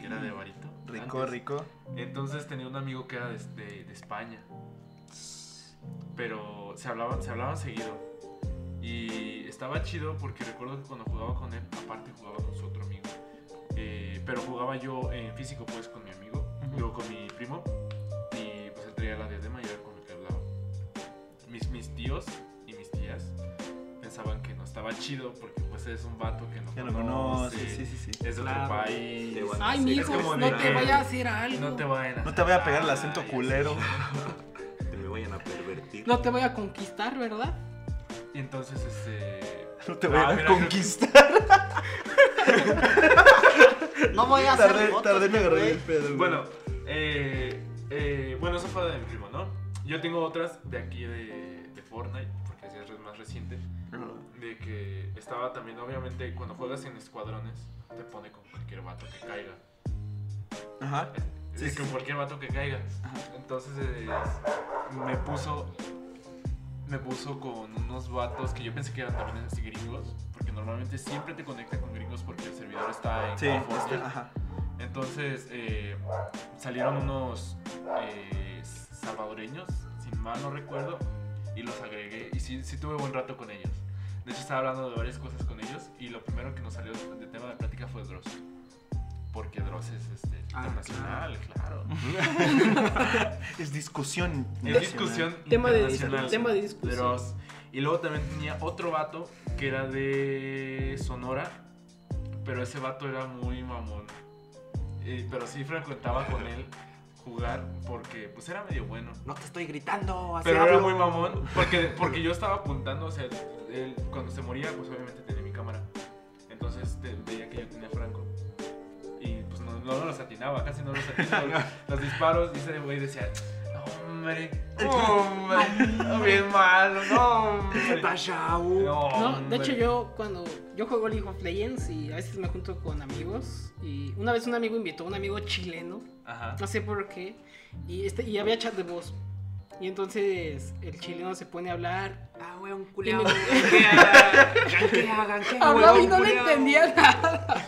Speaker 4: que era de varito.
Speaker 1: Mm, Rico,
Speaker 4: antes.
Speaker 1: rico.
Speaker 4: Entonces tenía un amigo que era de, de- de España. Pero se hablaban, se hablaban seguido. Y estaba chido porque recuerdo que cuando jugaba con él, aparte jugaba con su otro amigo. Eh, pero jugaba yo en físico pues con mi amigo, yo con mi primo. Y pues él traía la diadema y era con el que hablaba. Mis, mis tíos y mis tías pensaban que no estaba chido porque pues es un vato que no
Speaker 1: Ya lo conoce, sí, sí, sí.
Speaker 4: Es de
Speaker 3: Claro.
Speaker 4: otro país.
Speaker 5: Te van a
Speaker 2: Ay,
Speaker 5: hacer-
Speaker 2: mi hijo,
Speaker 5: es como
Speaker 2: no
Speaker 5: de-
Speaker 2: te vaya a hacer algo.
Speaker 4: No te vayan a
Speaker 1: No te voy a pegar el acento
Speaker 4: Ay,
Speaker 1: culero.
Speaker 5: que me vayan a pervertir.
Speaker 2: No te vaya a conquistar, ¿verdad?
Speaker 4: Y entonces, este.
Speaker 1: No te
Speaker 4: Ah,
Speaker 1: voy a
Speaker 4: mira.
Speaker 1: conquistar.
Speaker 3: No voy a hacer
Speaker 1: Tardé,
Speaker 3: fotos,
Speaker 1: tardé en agarrar
Speaker 3: güey.
Speaker 1: el pedo. güey.
Speaker 4: Bueno, eh, eh, bueno, eso fue de mi primo, ¿no? Yo tengo otras de aquí de, de Fortnite, porque así es más reciente. De que estaba también, obviamente, cuando juegas en escuadrones, te pone con cualquier vato que caiga.
Speaker 1: Ajá.
Speaker 4: Es
Speaker 1: Sí,
Speaker 4: decir,
Speaker 1: sí,
Speaker 4: con
Speaker 1: sí.
Speaker 4: cualquier vato que caiga.
Speaker 1: Ajá.
Speaker 4: Entonces es- me puso. Me puso con unos vatos que yo pensé que eran también así gringos. Porque normalmente siempre te conecta con gringos porque el servidor está en
Speaker 1: Sí, Este,
Speaker 4: California.
Speaker 1: ajá.
Speaker 4: Entonces eh, salieron unos eh, salvadoreños, si mal no recuerdo, y los agregué. Y sí, sí tuve buen rato con ellos. De hecho, estaba hablando de varias cosas con ellos. Y lo primero que nos salió de tema de plática fue Dross. Porque Dross es este,
Speaker 3: Ah,
Speaker 4: internacional, claro.
Speaker 1: Es discusión.
Speaker 4: Es discusión
Speaker 2: Tema de-
Speaker 4: internacional.
Speaker 2: tema de discusión.
Speaker 4: Dross. Y luego también tenía otro vato que era de Sonora, pero ese vato era muy mamón. Eh, pero sí frecuentaba con él jugar porque pues era medio bueno.
Speaker 5: No te estoy gritando, así
Speaker 4: Pero era
Speaker 5: hablo.
Speaker 4: muy mamón porque, porque yo estaba apuntando, o sea, él cuando se moría pues obviamente tenía mi cámara. Entonces te- veía que yo tenía Franco. Y pues no, no no, no los atinaba, casi no los atinaba. los- los disparos, y ese güey decía, hombre, hombre, bien malo, no, hombre.
Speaker 2: No, de
Speaker 4: hombre".
Speaker 2: hecho yo cuando yo juego League of Legends y a veces me junto con amigos y una vez un amigo invitó a un amigo chileno,
Speaker 4: Ajá.
Speaker 2: no sé por qué, y este y había chat de voz. Y entonces el chileno se pone a hablar.
Speaker 6: Ah, weón, culeado.
Speaker 2: Y
Speaker 6: Ganquea, ganquea,
Speaker 2: Hablaba
Speaker 6: weón,
Speaker 2: y Ah, no le
Speaker 6: culeado.
Speaker 2: entendía nada.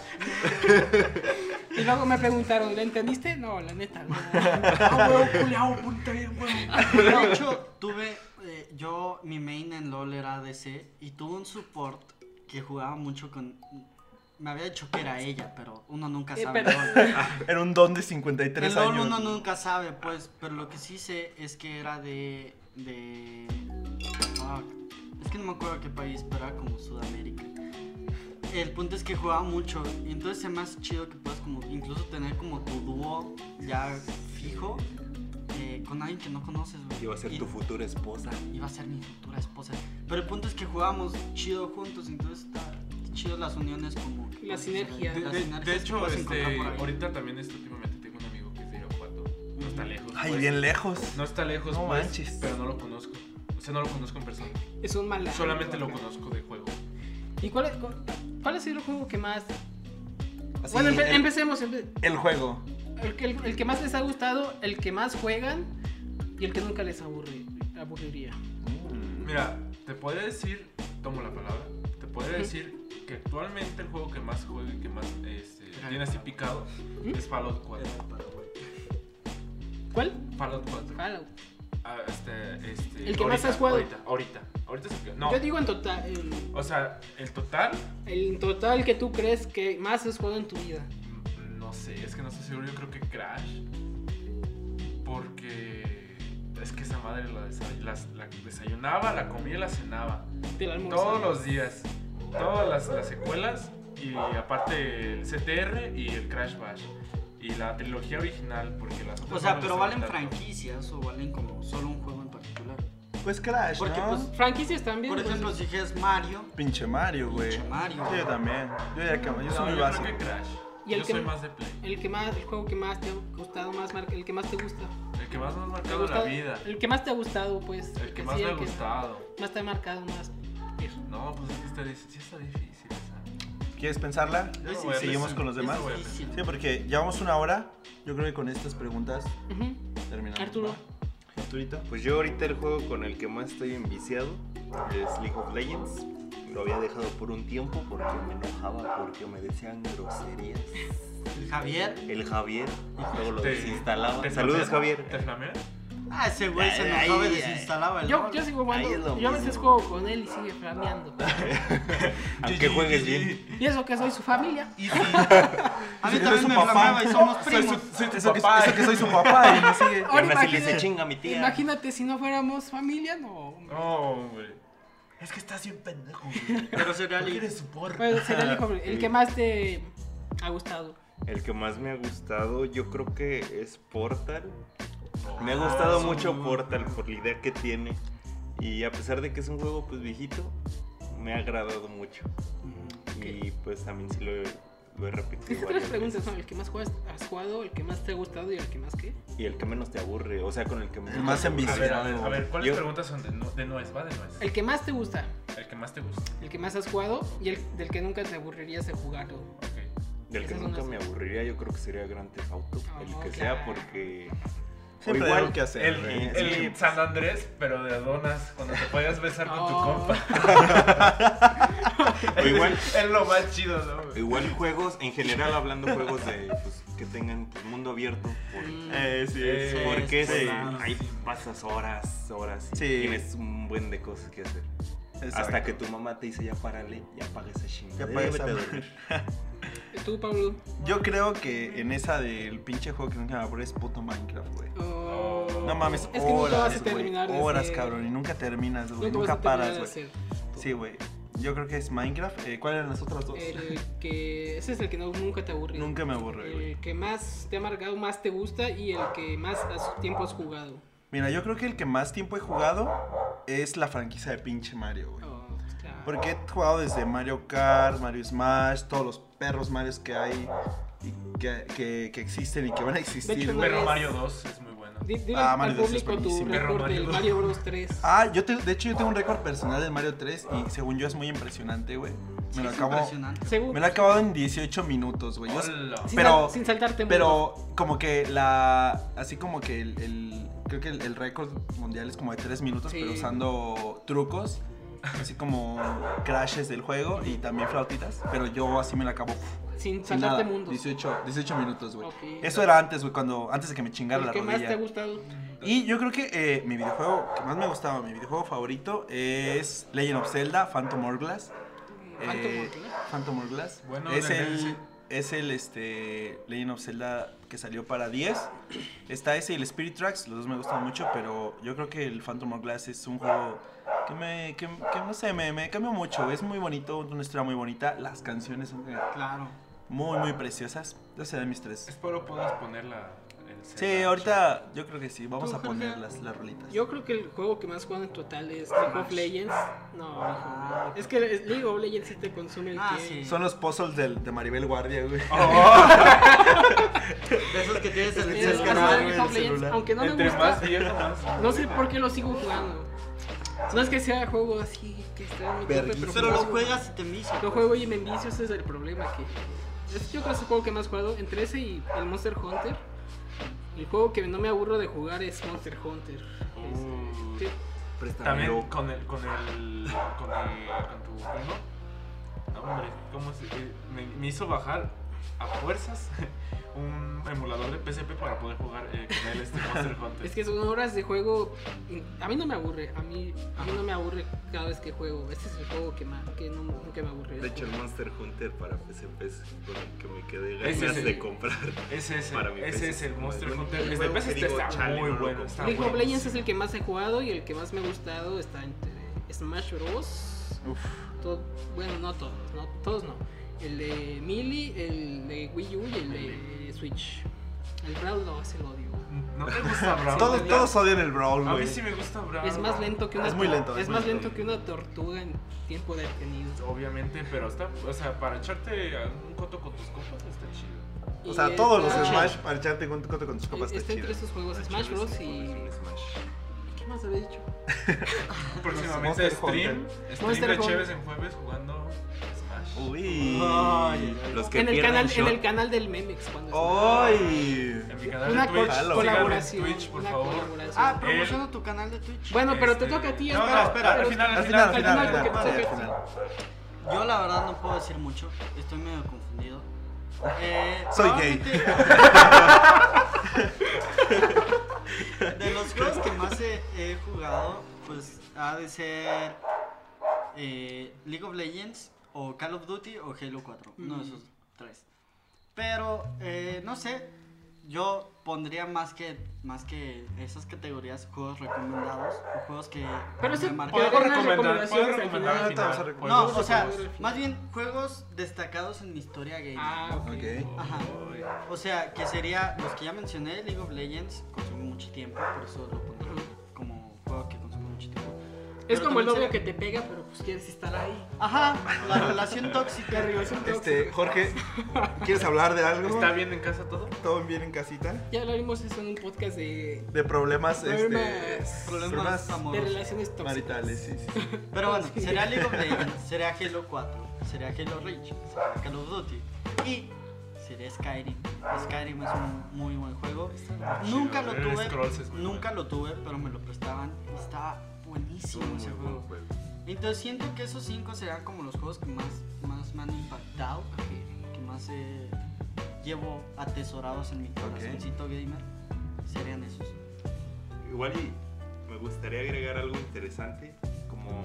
Speaker 2: Y luego me preguntaron, ¿le entendiste? No, la neta. no.
Speaker 6: Ah, weón, culeado, ponte bien, weón.
Speaker 3: De hecho, tuve. eh, yo, mi main en LOL era ADC. Y tuve un support que jugaba mucho con. Me había dicho que era ella, pero uno nunca
Speaker 2: Eh,
Speaker 3: sabe.
Speaker 2: pero-
Speaker 3: en LOL.
Speaker 1: Era un don de
Speaker 3: En
Speaker 1: 53
Speaker 3: LOL
Speaker 1: años.
Speaker 3: uno nunca sabe, pues. Pero lo que sí sé es que era de. de. fuck, es que no me acuerdo qué país, pero era como Sudamérica. El punto es que jugaba mucho. Y entonces es más chido que puedas, como, incluso tener como tu dúo ya fijo. eh, con alguien que no conoces, güey.
Speaker 5: Iba a ser
Speaker 3: Y-
Speaker 5: tu futura esposa.
Speaker 3: iba a ser mi futura esposa. Pero el punto es que jugábamos chido juntos, entonces está chido las uniones como...
Speaker 2: Y la sinergia.
Speaker 4: De,
Speaker 3: Las
Speaker 4: de-
Speaker 3: sinergias
Speaker 4: de
Speaker 3: que
Speaker 4: hecho,
Speaker 3: puedes
Speaker 4: este,
Speaker 3: encontrar por ahí.
Speaker 4: ahorita también este, últimamente tengo un amigo que es de Irapuato. No está lejos.
Speaker 1: Ay,
Speaker 4: pues.
Speaker 1: bien lejos.
Speaker 4: No está lejos,
Speaker 1: No
Speaker 4: pues,
Speaker 1: manches.
Speaker 4: pero no lo conozco. O sea, no lo conozco en persona.
Speaker 2: Es un mal.
Speaker 4: Solamente lo conozco de juego.
Speaker 2: ¿Y cuál, es- cu- cuál ha sido el juego que más?
Speaker 1: Así,
Speaker 2: bueno, empe-
Speaker 4: em
Speaker 1: el-
Speaker 2: empecemos. empe-
Speaker 1: El juego.
Speaker 2: El que, el que más les ha gustado, el que más juegan y el que nunca les aburre, aburriría.
Speaker 4: Mira, te podría decir, tomo la palabra, te podría
Speaker 2: Ujú.
Speaker 4: decir que actualmente el juego que más juego y que más este,
Speaker 3: Ajá.
Speaker 4: tiene así picado
Speaker 2: ¿Mm?
Speaker 4: es Fallout 4.
Speaker 2: ¿Cuál?
Speaker 4: Fallout 4.
Speaker 2: Fallout.
Speaker 4: Ah, este, este,
Speaker 2: El que más has jugado.
Speaker 4: Ahorita, ahorita. Ahorita es el que- No,
Speaker 2: Yo digo en total, el,
Speaker 4: o sea, el total,
Speaker 2: el en total que tú crees que más has jugado en tu vida.
Speaker 4: mm, no sé, es que no estoy seguro, yo creo que Crash. Porque es que esa madre la, desa- las- la desayunaba, la comía y la cenaba.
Speaker 2: Del almuerzo.
Speaker 4: Todos los días. Todas las, las secuelas. Y aparte el CTR y el Crash Bash. Y la trilogía original, porque las otras
Speaker 3: O sea,
Speaker 4: no me
Speaker 3: pero
Speaker 4: gustaron
Speaker 3: valen
Speaker 4: tanto.
Speaker 3: franquicias o valen como solo un juego en particular.
Speaker 1: Pues Crash,
Speaker 3: Porque,
Speaker 1: ¿no?
Speaker 3: pues,
Speaker 2: Franquicias también.
Speaker 3: Por
Speaker 2: pues,
Speaker 3: ejemplo, si es Mario,
Speaker 1: Pinche Mario, güey.
Speaker 3: Pinche Mario.
Speaker 1: Sí, yo también. Yo ya que yo soy
Speaker 4: No,
Speaker 1: muy
Speaker 4: yo
Speaker 1: básico.
Speaker 4: creo que Crash.
Speaker 2: Y el
Speaker 4: yo
Speaker 2: que-
Speaker 4: soy más de Play.
Speaker 2: el que más, el juego que más te ha gustado, más marca, el que más te gusta.
Speaker 4: El que más me ha
Speaker 2: ¿Te ha
Speaker 4: marcado la
Speaker 2: gustado?
Speaker 4: vida.
Speaker 2: El que más te ha gustado, pues.
Speaker 4: El que
Speaker 2: sí,
Speaker 4: más me ha
Speaker 2: el que
Speaker 4: gustado.
Speaker 2: Más te ha marcado más. Eso.
Speaker 4: No, pues es que está, difícil, sí está difícil. esa.
Speaker 1: ¿Quieres pensarla?
Speaker 3: es
Speaker 4: voy a
Speaker 3: difícil.
Speaker 1: ¿Seguimos con los
Speaker 3: Es
Speaker 1: demás?
Speaker 3: difícil.
Speaker 1: Sí, porque llevamos una hora. Yo creo que con estas preguntas
Speaker 2: Ujú.
Speaker 1: terminamos.
Speaker 2: Arturo.
Speaker 1: ¿va? Arturito.
Speaker 5: Pues yo ahorita el juego con el que más estoy enviciado es League of Legends. Lo había dejado por un tiempo porque me enojaba, porque me decían groserías.
Speaker 3: El Javier.
Speaker 5: El Javier, luego lo
Speaker 4: Te-
Speaker 5: desinstalaba.
Speaker 4: ¿te
Speaker 5: Saludos,
Speaker 4: flamea?
Speaker 5: Javier.
Speaker 4: ¿Te flamea?
Speaker 3: Ah, ese güey se
Speaker 5: Ay,
Speaker 3: enojaba y
Speaker 5: ay,
Speaker 3: desinstalaba el
Speaker 2: Yo,
Speaker 3: LOL.
Speaker 2: yo sigo
Speaker 5: Ahí es
Speaker 2: jugando.
Speaker 5: lo
Speaker 2: Yo a veces
Speaker 5: mismo.
Speaker 2: juego con él y sigue flameando.
Speaker 5: Aunque juegues bien.
Speaker 2: Y eso que soy su familia.
Speaker 3: A mí
Speaker 1: Soy
Speaker 3: también
Speaker 1: su
Speaker 3: me
Speaker 1: papá.
Speaker 3: flameaba y somos
Speaker 4: Soy
Speaker 3: primos.
Speaker 4: su, soy tu
Speaker 1: Eso que,
Speaker 4: papá.
Speaker 1: eso que soy su papá y me sigue.
Speaker 5: Y aún así le
Speaker 2: imagínate-
Speaker 5: dice chinga mi tía.
Speaker 2: Imagínate si no fuéramos familia, no. hombre.
Speaker 4: No, hombre.
Speaker 1: Es que estás bien pendejo.
Speaker 3: Pero sería li-
Speaker 4: su porra?
Speaker 2: Bueno, será el, hijo- el que más te ha gustado.
Speaker 5: El que más me ha gustado, yo creo que es Portal. Me ha
Speaker 1: Ah,
Speaker 5: gustado mucho Portal por la idea que tiene. Y a pesar de que es un juego pues viejito, me ha agradado mucho.
Speaker 1: Mm,
Speaker 5: Y pues también sí lo he, lo he repetido.
Speaker 2: Hice tres
Speaker 5: varias
Speaker 2: preguntas, ¿no?
Speaker 5: veces.
Speaker 2: El que más juegas- has jugado, el que más te ha gustado y el que más qué.
Speaker 5: Y el que menos te aburre, o sea, con el que menos
Speaker 1: El más
Speaker 5: te aburre.
Speaker 4: A ver, a ver, a ver, ¿cuáles
Speaker 5: Yo-
Speaker 4: preguntas son de, nu- de nuez? Va de nuez.
Speaker 2: El que más te gusta,
Speaker 4: El que más te gusta.
Speaker 2: el que más has jugado y el del que nunca te aburrirías de jugarlo.
Speaker 4: Ok.
Speaker 5: Del que
Speaker 2: Esas son
Speaker 5: nunca
Speaker 2: las-
Speaker 5: me aburriría, yo creo que sería Grand Theft Auto,
Speaker 2: Ah,
Speaker 5: el que
Speaker 2: claro.
Speaker 5: sea, porque...
Speaker 1: Siempre
Speaker 5: O igual,
Speaker 1: hay algo que hacer.
Speaker 4: El,
Speaker 1: ¿eh?
Speaker 4: el
Speaker 1: Sí.
Speaker 4: San Andrés, pero de adonas, cuando te puedes besar con tu
Speaker 2: Oh.
Speaker 4: compa.
Speaker 5: O igual,
Speaker 4: Es lo más chido, ¿no? güey?
Speaker 5: igual juegos, en general hablando juegos de, pues, que tengan pues, mundo abierto, porque
Speaker 1: Eh, sí,
Speaker 4: Eh,
Speaker 1: sí.
Speaker 5: Porque
Speaker 1: sí.
Speaker 5: sí, ahí pasas horas, horas. y
Speaker 1: Sí.
Speaker 5: Tienes un buen de cosas que hacer.
Speaker 1: Exacto.
Speaker 5: Hasta que tu mamá te dice ya párale, ya apaga esa
Speaker 1: Ya
Speaker 5: chingada.
Speaker 1: apaga
Speaker 5: vete
Speaker 1: esa
Speaker 5: a
Speaker 1: madre.
Speaker 5: dormir".
Speaker 2: Tú, Pablo.
Speaker 1: Yo creo que en esa del pinche juego que nunca me aburre es puto Minecraft, güey.
Speaker 2: Oh.
Speaker 1: No mames,
Speaker 2: Es que nunca vas
Speaker 1: horas,
Speaker 2: a
Speaker 1: güey.
Speaker 2: terminar de
Speaker 1: Horas,
Speaker 2: hacer.
Speaker 1: cabrón, y nunca terminas, güey.
Speaker 2: Nunca vas
Speaker 1: Nunca
Speaker 2: a terminar
Speaker 1: paras,
Speaker 2: de
Speaker 1: güey.
Speaker 2: hacer.
Speaker 1: Sí, güey. Yo creo que es Minecraft. Eh, ¿Cuáles eran las otras dos?
Speaker 2: El que. Ese es el que no- nunca te aburre.
Speaker 1: Nunca me aburre, güey.
Speaker 2: El que más te ha marcado, más te gusta y el que más a su tiempo has jugado.
Speaker 1: Mira, yo creo que el que más tiempo he jugado es la franquicia de pinche Mario, güey.
Speaker 2: Oh, claro.
Speaker 1: Porque he jugado desde Mario Kart, Mario Smash, todos los perros Marios que hay. Y que, que- que existen y que van a existir.
Speaker 2: De hecho,
Speaker 1: güey.
Speaker 4: Perro
Speaker 2: Es-
Speaker 4: Mario 2 es muy bueno.
Speaker 2: Di- Dile
Speaker 1: Ah,
Speaker 2: al
Speaker 1: Mario Bros. es
Speaker 2: público tu
Speaker 1: buenísimo.
Speaker 2: récord
Speaker 4: Mario
Speaker 2: del
Speaker 4: Bros.
Speaker 2: Mario Bros 3.
Speaker 1: Ah, yo te- de hecho yo tengo un récord personal del Mario 3 y según yo es muy impresionante, güey. Me lo
Speaker 3: Es
Speaker 1: acabo.
Speaker 3: impresionante.
Speaker 2: Según-
Speaker 1: Me lo he acabado en 18 minutos, güey. Yo-
Speaker 4: Hola.
Speaker 2: sin,
Speaker 1: pero-
Speaker 2: sal- sin saltarte muros.
Speaker 1: Pero como que la. Así como que el. el- creo que el, el récord mundial es como de 3 minutos,
Speaker 2: Sí.
Speaker 1: pero usando trucos. Así como crashes del juego y también flautitas. Pero yo así me lo acabo. pf,
Speaker 2: sin
Speaker 1: Sin
Speaker 2: saltarte
Speaker 1: nada.
Speaker 2: mundos.
Speaker 1: 18, 18 minutos, güey.
Speaker 2: Ok.
Speaker 1: Eso era antes, güey, cuando. Antes de que me chingara
Speaker 2: ¿El
Speaker 1: la
Speaker 2: que más te ha
Speaker 1: rodilla.
Speaker 2: gustado?
Speaker 1: Y yo creo que eh, mi videojuego que más me gustaba, mi videojuego favorito es Legend of Zelda, Phantom Hourglass.
Speaker 2: Phantom
Speaker 1: Eh,
Speaker 2: Hourglass.
Speaker 1: Phantom Hourglass.
Speaker 4: Bueno,
Speaker 1: es
Speaker 4: de
Speaker 1: el,
Speaker 4: DLC.
Speaker 1: es el este, Legend of Zelda que salió para 10. Está ese y el Spirit Tracks, los dos me gustan mucho, pero yo creo que el Phantom Hourglass es un juego que me, que, que no sé, me, me cambió mucho. Es muy bonito, una historia muy bonita. Las canciones son
Speaker 3: Claro.
Speaker 1: muy, muy preciosas. Esas serán mis tres.
Speaker 4: Espero puedas ponerla. el
Speaker 1: Sí,
Speaker 4: Zelda.
Speaker 1: ahorita yo creo que sí. Vamos
Speaker 2: ¿Tú,
Speaker 1: a poner
Speaker 2: Jorge?
Speaker 1: las, las rolitas.
Speaker 2: Yo creo que el juego que más juegan en total es League of Legends. No, hijo. Es que es- League of Legends sí te consume el
Speaker 3: Ah,
Speaker 2: tiempo.
Speaker 3: sí.
Speaker 1: Son los puzzles del, de Maribel Guardia, güey.
Speaker 4: Ah, Oh.
Speaker 3: De esos que tienes en
Speaker 2: Es
Speaker 3: el
Speaker 2: más,
Speaker 1: descargado, güey,
Speaker 3: celular.
Speaker 2: League
Speaker 1: el
Speaker 2: of Legends,
Speaker 1: celular.
Speaker 2: aunque no me
Speaker 4: Entre más
Speaker 2: gusta,
Speaker 4: viejo, más.
Speaker 2: no sé por qué lo sigo jugando. No es que sea juego así que está en mi tope,
Speaker 1: Verguísima.
Speaker 3: Pero lo
Speaker 2: juego-
Speaker 3: juegas y te envicia.
Speaker 2: Lo juego y me envicio, ese es el problema que... Es, yo creo que es el juego que más he jugado, entre ese y el Monster Hunter. El juego que no me aburro de jugar es Monster Hunter.
Speaker 5: Mm.
Speaker 2: Este,
Speaker 4: Uh,
Speaker 2: Sí.
Speaker 4: También con el, con el, con el, con tu primo. No, hombre, ¿cómo se, eh, me, me hizo bajar a fuerzas un emulador de PSP para poder jugar eh, con él este Monster Hunter.
Speaker 2: Es que son horas de juego. A mí no me aburre. A mí, a mí no me aburre cada vez que juego. Este es el juego que, más, que no- nunca me aburre.
Speaker 5: De hecho, el Monster Hunter para PSP es con el que me quedé
Speaker 4: Ese
Speaker 5: ganas
Speaker 4: es el-
Speaker 5: de comprar.
Speaker 4: ese es, el-
Speaker 5: Para mi
Speaker 4: ese
Speaker 5: PC.
Speaker 4: es el Monster
Speaker 5: Bueno,
Speaker 4: Hunter.
Speaker 5: el
Speaker 4: El de
Speaker 5: juego que
Speaker 4: PSP
Speaker 5: digo,
Speaker 4: está
Speaker 5: chale,
Speaker 4: muy
Speaker 5: no lo
Speaker 4: bueno.
Speaker 5: compré.
Speaker 1: Ah,
Speaker 4: Está
Speaker 2: League of
Speaker 4: bueno.
Speaker 2: Legends es el que más he jugado y el que más me ha gustado está entre Smash Bros.
Speaker 1: Uf.
Speaker 2: Todo- bueno, no todos, no, todos no. El de Melee, el de Wii U y el de Switch. El Brawl no se lo odio.
Speaker 4: No te gusta Brawl.
Speaker 1: Todos, todos odian el Brawl,
Speaker 4: A mí
Speaker 1: güey.
Speaker 4: sí me gusta Brawl.
Speaker 2: Es más lento que una
Speaker 1: Es muy lento,
Speaker 2: es
Speaker 1: es
Speaker 2: más
Speaker 1: muy
Speaker 2: lento
Speaker 1: lento.
Speaker 2: que una tortuga en tiempo detenido.
Speaker 4: Obviamente, pero está, o sea, para echarte a un coto con tus compas está chido.
Speaker 1: O
Speaker 2: Y
Speaker 1: sea, todos los
Speaker 2: está-
Speaker 1: Smash para echarte con, con, con tus copas
Speaker 2: Está
Speaker 1: está
Speaker 2: entre
Speaker 1: chido.
Speaker 2: esos juegos Smash Bros y ¿Qué más había dicho?
Speaker 4: Próximamente
Speaker 1: Monster
Speaker 4: stream,
Speaker 2: Monster
Speaker 4: stream de
Speaker 2: Hunter.
Speaker 4: Cheves en jueves jugando Smash.
Speaker 1: Uy.
Speaker 3: Ay, ay, ay.
Speaker 5: Los que
Speaker 2: En el,
Speaker 5: pierdan
Speaker 2: canal, en
Speaker 5: shot.
Speaker 2: el canal del Memex cuando
Speaker 1: Oh. Ay.
Speaker 4: En mi canal
Speaker 2: una
Speaker 4: de
Speaker 2: col-
Speaker 4: Twitch, síganme en
Speaker 2: colaboración,
Speaker 4: Twitch, por
Speaker 2: una
Speaker 4: favor.
Speaker 2: colaboración.
Speaker 3: Ah, promociona tu canal de Twitch.
Speaker 2: Bueno, pero te
Speaker 4: Este,
Speaker 2: toca a ti.
Speaker 4: no,
Speaker 2: Oscar.
Speaker 4: no, espera,
Speaker 2: Pero-
Speaker 4: al final,
Speaker 1: Al final, al final, al
Speaker 2: porque
Speaker 1: final.
Speaker 2: tú
Speaker 1: sí,
Speaker 2: que-
Speaker 1: al final.
Speaker 3: Yo la verdad no puedo decir mucho, estoy medio confundido. Eh,
Speaker 1: Soy gay.
Speaker 3: probablemente- De los juegos que más he, he jugado, pues ha de ser eh, League of Legends o Call of Duty o Halo 4. Uno
Speaker 2: Mm.
Speaker 3: de esos tres. Pero, eh, no sé, yo pondría más que, más que esas categorías juegos recomendados o juegos que
Speaker 2: Pero ese-
Speaker 3: me marcaron.
Speaker 4: Puedo
Speaker 2: Podemos
Speaker 4: recomendar,
Speaker 2: recomendaciones
Speaker 4: puedo
Speaker 2: al
Speaker 4: recomendar
Speaker 1: final.
Speaker 4: al
Speaker 1: Ahorita vamos a
Speaker 4: final.
Speaker 1: recomendar.
Speaker 3: No,
Speaker 2: Juegos
Speaker 3: o sea,
Speaker 2: recomendados.
Speaker 3: más bien juegos destacados en mi historia gamer.
Speaker 2: Ah, ok.
Speaker 1: Ok.
Speaker 3: Ajá. O sea, que sería los que ya mencioné, League of Legends, consume mucho tiempo, por eso lo pondré como juego que consume mucho tiempo.
Speaker 2: Es
Speaker 3: Pero
Speaker 2: como el
Speaker 3: también
Speaker 2: novio
Speaker 3: sería-
Speaker 2: que te pega, pero pues quieres estar ahí.
Speaker 3: Ajá, la relación tóxica.
Speaker 1: Este, Jorge, ¿quieres hablar de algo?
Speaker 4: ¿Está bien en casa todo?
Speaker 1: ¿Todo bien en casita?
Speaker 2: Ya hablaremos eso en un podcast de,
Speaker 1: De problemas,
Speaker 2: Problemas-
Speaker 1: este.
Speaker 3: Problemas
Speaker 2: de
Speaker 3: amorosos.
Speaker 2: relaciones tóxicas.
Speaker 1: maritales, sí, sí, sí.
Speaker 3: Pero bueno,
Speaker 2: Sí.
Speaker 3: sería League of Legends, sería Halo 4, sería Halo Reach, sería Call of Duty y sería Skyrim. Skyrim es un muy buen juego. Nunca lo
Speaker 4: El Scrolls es
Speaker 3: tuve,
Speaker 4: muy
Speaker 3: nunca lo tuve, pero me lo prestaban y estaba buenísimo
Speaker 5: Muy
Speaker 3: ese
Speaker 5: buen
Speaker 3: juego.
Speaker 5: juego.
Speaker 3: Entonces siento que esos cinco serán como los juegos que más, más me han impactado, que, que más eh, llevo atesorados en mi corazoncito gamer. Serían esos.
Speaker 5: Igual y me gustaría agregar algo interesante, como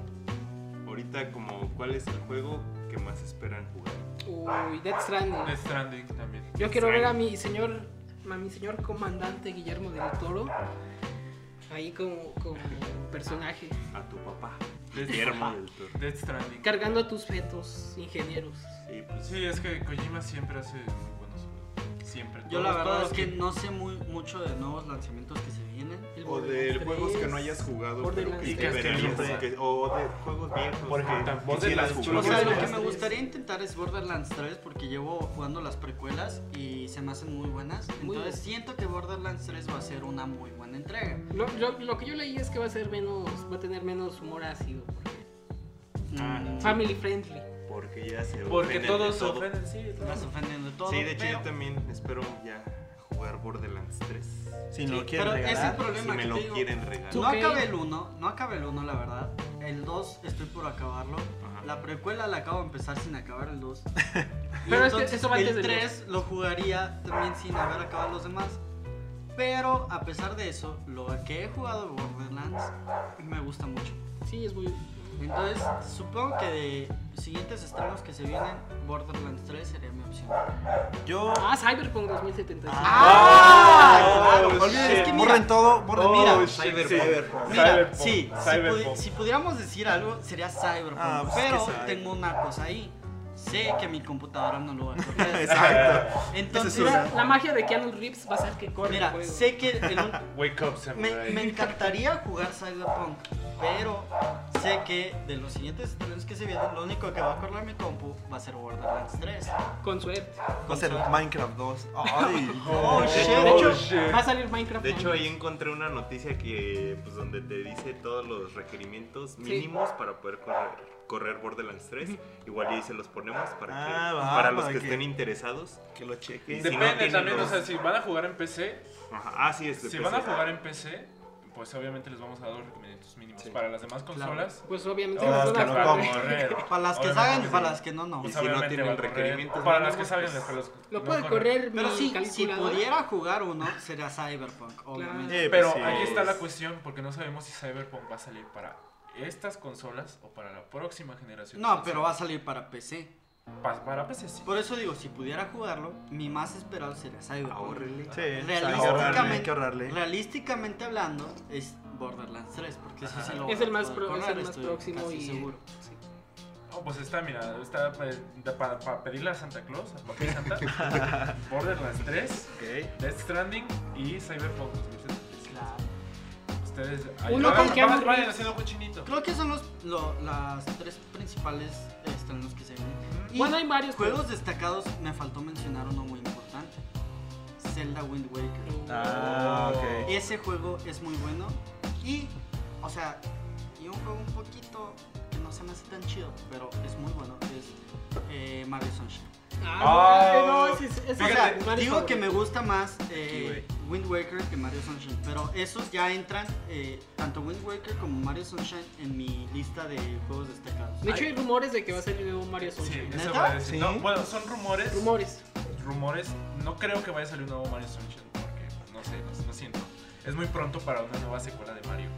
Speaker 5: ahorita como cuál es el juego que más esperan jugar.
Speaker 2: Uy, Death Stranding.
Speaker 4: Death Stranding también.
Speaker 2: Yo quiero ver a mi señor, a mi señor comandante Guillermo del Toro ahí como, como personaje,
Speaker 5: A tu papá.
Speaker 4: Death-
Speaker 5: Guillermo del Toro.
Speaker 4: Death Stranding.
Speaker 2: cargando a tus fetos ingenieros.
Speaker 5: Sí, pues
Speaker 4: Sí, es que Kojima siempre hace muy buenos juegos. siempre.
Speaker 3: Yo la
Speaker 4: Todos,
Speaker 3: verdad
Speaker 4: todos
Speaker 3: es que
Speaker 4: los
Speaker 3: no sé muy, mucho de nuevos lanzamientos que se vienen.
Speaker 7: O de juegos que no hayas jugado, pero que
Speaker 4: Y que
Speaker 7: esperas,
Speaker 4: estés
Speaker 7: que- O de juegos viejos.
Speaker 4: Por ejemplo,
Speaker 7: que
Speaker 4: tampoco de
Speaker 7: quisieras
Speaker 4: las
Speaker 7: jugar.
Speaker 3: O sea, lo que me
Speaker 4: Borderlands
Speaker 3: gustaría intentar es Borderlands 3 porque llevo jugando las precuelas y se me hacen muy buenas.
Speaker 2: Muy
Speaker 3: Entonces siento que Borderlands 3 va a ser una muy buena entrega.
Speaker 2: Lo, lo- lo que yo leí es que va a ser menos, va a tener menos humor ácido.
Speaker 4: Ah,
Speaker 3: Mm,
Speaker 2: Family friendly.
Speaker 5: Porque ya se
Speaker 4: Porque
Speaker 5: ofenden de
Speaker 4: todos
Speaker 5: todo.
Speaker 4: ofenden, sí.
Speaker 3: me estás ofendiendo todo.
Speaker 5: Sí, de hecho
Speaker 3: pero-
Speaker 5: yo también espero ya jugar Borderlands 3.
Speaker 1: Si no lo quieren
Speaker 3: pero
Speaker 1: regalar.
Speaker 3: es el problema
Speaker 5: Si me
Speaker 3: que
Speaker 5: lo
Speaker 3: te digo.
Speaker 5: quieren regalar.
Speaker 3: No
Speaker 2: 2K.
Speaker 3: acabé el 1, no acabé el 1 la verdad. El 2 estoy por acabarlo.
Speaker 5: Ajá.
Speaker 3: La precuela la acabo de empezar sin acabar el 2. Y
Speaker 2: Pero es que
Speaker 3: entonces
Speaker 2: eso va antes
Speaker 3: el
Speaker 2: del
Speaker 3: 3 lo jugaría también sin haber acabado los demás. Pero a pesar de eso, lo que he jugado de Borderlands me gusta mucho.
Speaker 2: Sí, es muy.
Speaker 3: Entonces, supongo que de siguientes estrenos que se vienen, Borderlands 3 sería mi opción.
Speaker 1: Yo.
Speaker 2: Ah, Cyberpunk 2077.
Speaker 3: ¡Ah!
Speaker 1: Claro,
Speaker 7: Oh,
Speaker 1: olviden,
Speaker 7: shit.
Speaker 3: Es que mira-
Speaker 1: borren todo, borren.
Speaker 7: Oh,
Speaker 1: mira,
Speaker 7: shit, sí.
Speaker 1: Cyberpunk.
Speaker 3: Mira,
Speaker 7: Cyberpunk,
Speaker 3: sí, si,
Speaker 7: Cyberpunk.
Speaker 3: pudi- si pudiéramos decir algo, sería Cyberpunk.
Speaker 1: Ah, pues,
Speaker 3: pero
Speaker 1: que cyber-
Speaker 3: tengo una cosa ahí. Sé que mi computadora no lo va a correr.
Speaker 1: Exacto.
Speaker 3: Entonces,
Speaker 1: Esa es una.
Speaker 2: La magia de Keanu Reeves va a ser que corre el
Speaker 3: mira,
Speaker 2: juego.
Speaker 3: sé que en un-
Speaker 4: Wake up,
Speaker 3: me,
Speaker 4: Samurai.
Speaker 3: me encantaría jugar Cyberpunk, pero sé que de los siguientes estrenos que se vienen, lo único que va a correr mi compu va a ser Borderlands 3.
Speaker 2: Con suerte.
Speaker 1: Va a ser Minecraft 2. Ay,
Speaker 3: Oh, shit.
Speaker 4: Oh,
Speaker 3: De hecho,
Speaker 4: shit.
Speaker 2: Va a salir Minecraft.
Speaker 5: De hecho ahí
Speaker 2: Minecraft.
Speaker 5: encontré una noticia que pues donde te dice todos los requerimientos mínimos para poder correr, correr Borderlands 3. Igual y ahí se los ponemos para que
Speaker 1: Ah, va,
Speaker 5: para los
Speaker 1: para
Speaker 5: que
Speaker 1: que-
Speaker 5: estén interesados.
Speaker 1: que lo chequen.
Speaker 5: si no
Speaker 4: Depende
Speaker 5: tienen
Speaker 4: también, o
Speaker 5: los-
Speaker 4: sea, si van a jugar en PC,
Speaker 5: Ajá, ah, sí, es de
Speaker 4: si
Speaker 5: PC.
Speaker 4: van a jugar en PC, pues obviamente les vamos a dar los requerimientos mínimos.
Speaker 5: Sí.
Speaker 4: Para las demás consolas,
Speaker 2: Pues obviamente
Speaker 4: oh,
Speaker 2: va a ser
Speaker 4: que
Speaker 2: una
Speaker 4: no
Speaker 1: claro,
Speaker 2: corre.
Speaker 1: como-
Speaker 4: correr.
Speaker 3: Para las que
Speaker 4: Obviamente
Speaker 3: salgan y
Speaker 4: sí.
Speaker 3: para las que no, no.
Speaker 5: Y
Speaker 4: Pues
Speaker 5: si no
Speaker 4: obviamente
Speaker 5: tienen
Speaker 4: va a correr.
Speaker 5: requerimientos
Speaker 4: Para las que
Speaker 5: mínimos,
Speaker 4: saben,
Speaker 5: pues,
Speaker 4: para los-
Speaker 2: Lo
Speaker 4: no
Speaker 2: puede correr mi
Speaker 3: Pero sí, si
Speaker 2: calculadora.
Speaker 3: pudiera jugar uno, sería Cyberpunk, obviamente.
Speaker 1: Eh,
Speaker 4: Pero
Speaker 1: pues, sí.
Speaker 4: aquí está la cuestión, porque no sabemos si Cyberpunk va a salir para estas consolas o para la próxima generación.
Speaker 3: No, pero va a salir para PC.
Speaker 4: a para PC sí.
Speaker 3: Por eso digo, si pudiera jugarlo, mi más esperado sería
Speaker 5: Ah,
Speaker 3: Cyberpunk.
Speaker 5: Ahórrele.
Speaker 1: Sí, hay que ahorrarle, hay
Speaker 3: Realísticamente,
Speaker 1: que ahorrarle.
Speaker 3: realísticamente hablando, es Borderlands 3, porque eso sí lo
Speaker 2: Es
Speaker 3: voy
Speaker 2: el
Speaker 3: a
Speaker 2: más,
Speaker 3: poder
Speaker 2: pro- es
Speaker 3: correr,
Speaker 2: el más
Speaker 3: estoy
Speaker 2: próximo
Speaker 3: casi
Speaker 2: y.
Speaker 3: seguro.
Speaker 2: Sí.
Speaker 4: No, pues está, mira, está eh, para pedirle a Santa Claus, a Papá Santa, Borderlands 3, Death Stranding y Cyberpunk 2077.
Speaker 3: Claro.
Speaker 4: Ustedes
Speaker 2: Uno
Speaker 4: vayan-
Speaker 2: con Keanu
Speaker 4: vayan- vayan
Speaker 2: Reeves.
Speaker 4: haciendo cochinito.
Speaker 3: Creo que son los, lo- las tres principales estrenos que se vienen. Y
Speaker 2: Bueno, hay varios
Speaker 3: juegos destacados, me faltó mencionar uno muy importante. Zelda Wind Waker.
Speaker 1: Ah, ok.
Speaker 3: Ese juego es muy bueno y, o sea, y un juego un poquito que no se me hace tan chido, pero es muy bueno, es eh, Mario Sunshine.
Speaker 2: Ah,
Speaker 4: Ah,
Speaker 2: no, ese es, ese es
Speaker 3: O sea,
Speaker 2: mi Mario
Speaker 3: digo que me
Speaker 2: favorito.
Speaker 3: gusta más eh, Wind Waker que Mario Sunshine, pero esos ya entran, eh, tanto Wind Waker como Mario Sunshine, en mi lista de juegos destacados.
Speaker 2: De hecho, hay rumores de que va a salir nuevo Mario
Speaker 4: Sí,
Speaker 2: Sunshine.
Speaker 4: eso
Speaker 3: ¿Neta?
Speaker 4: va a decir.
Speaker 1: Sí.
Speaker 4: No, bueno, son rumores.
Speaker 2: Rumores.
Speaker 4: rumores, no creo que vaya a salir un nuevo Mario Sunshine, porque pues, no sé, no, no siento. Es muy pronto para una nueva secuela de Mario.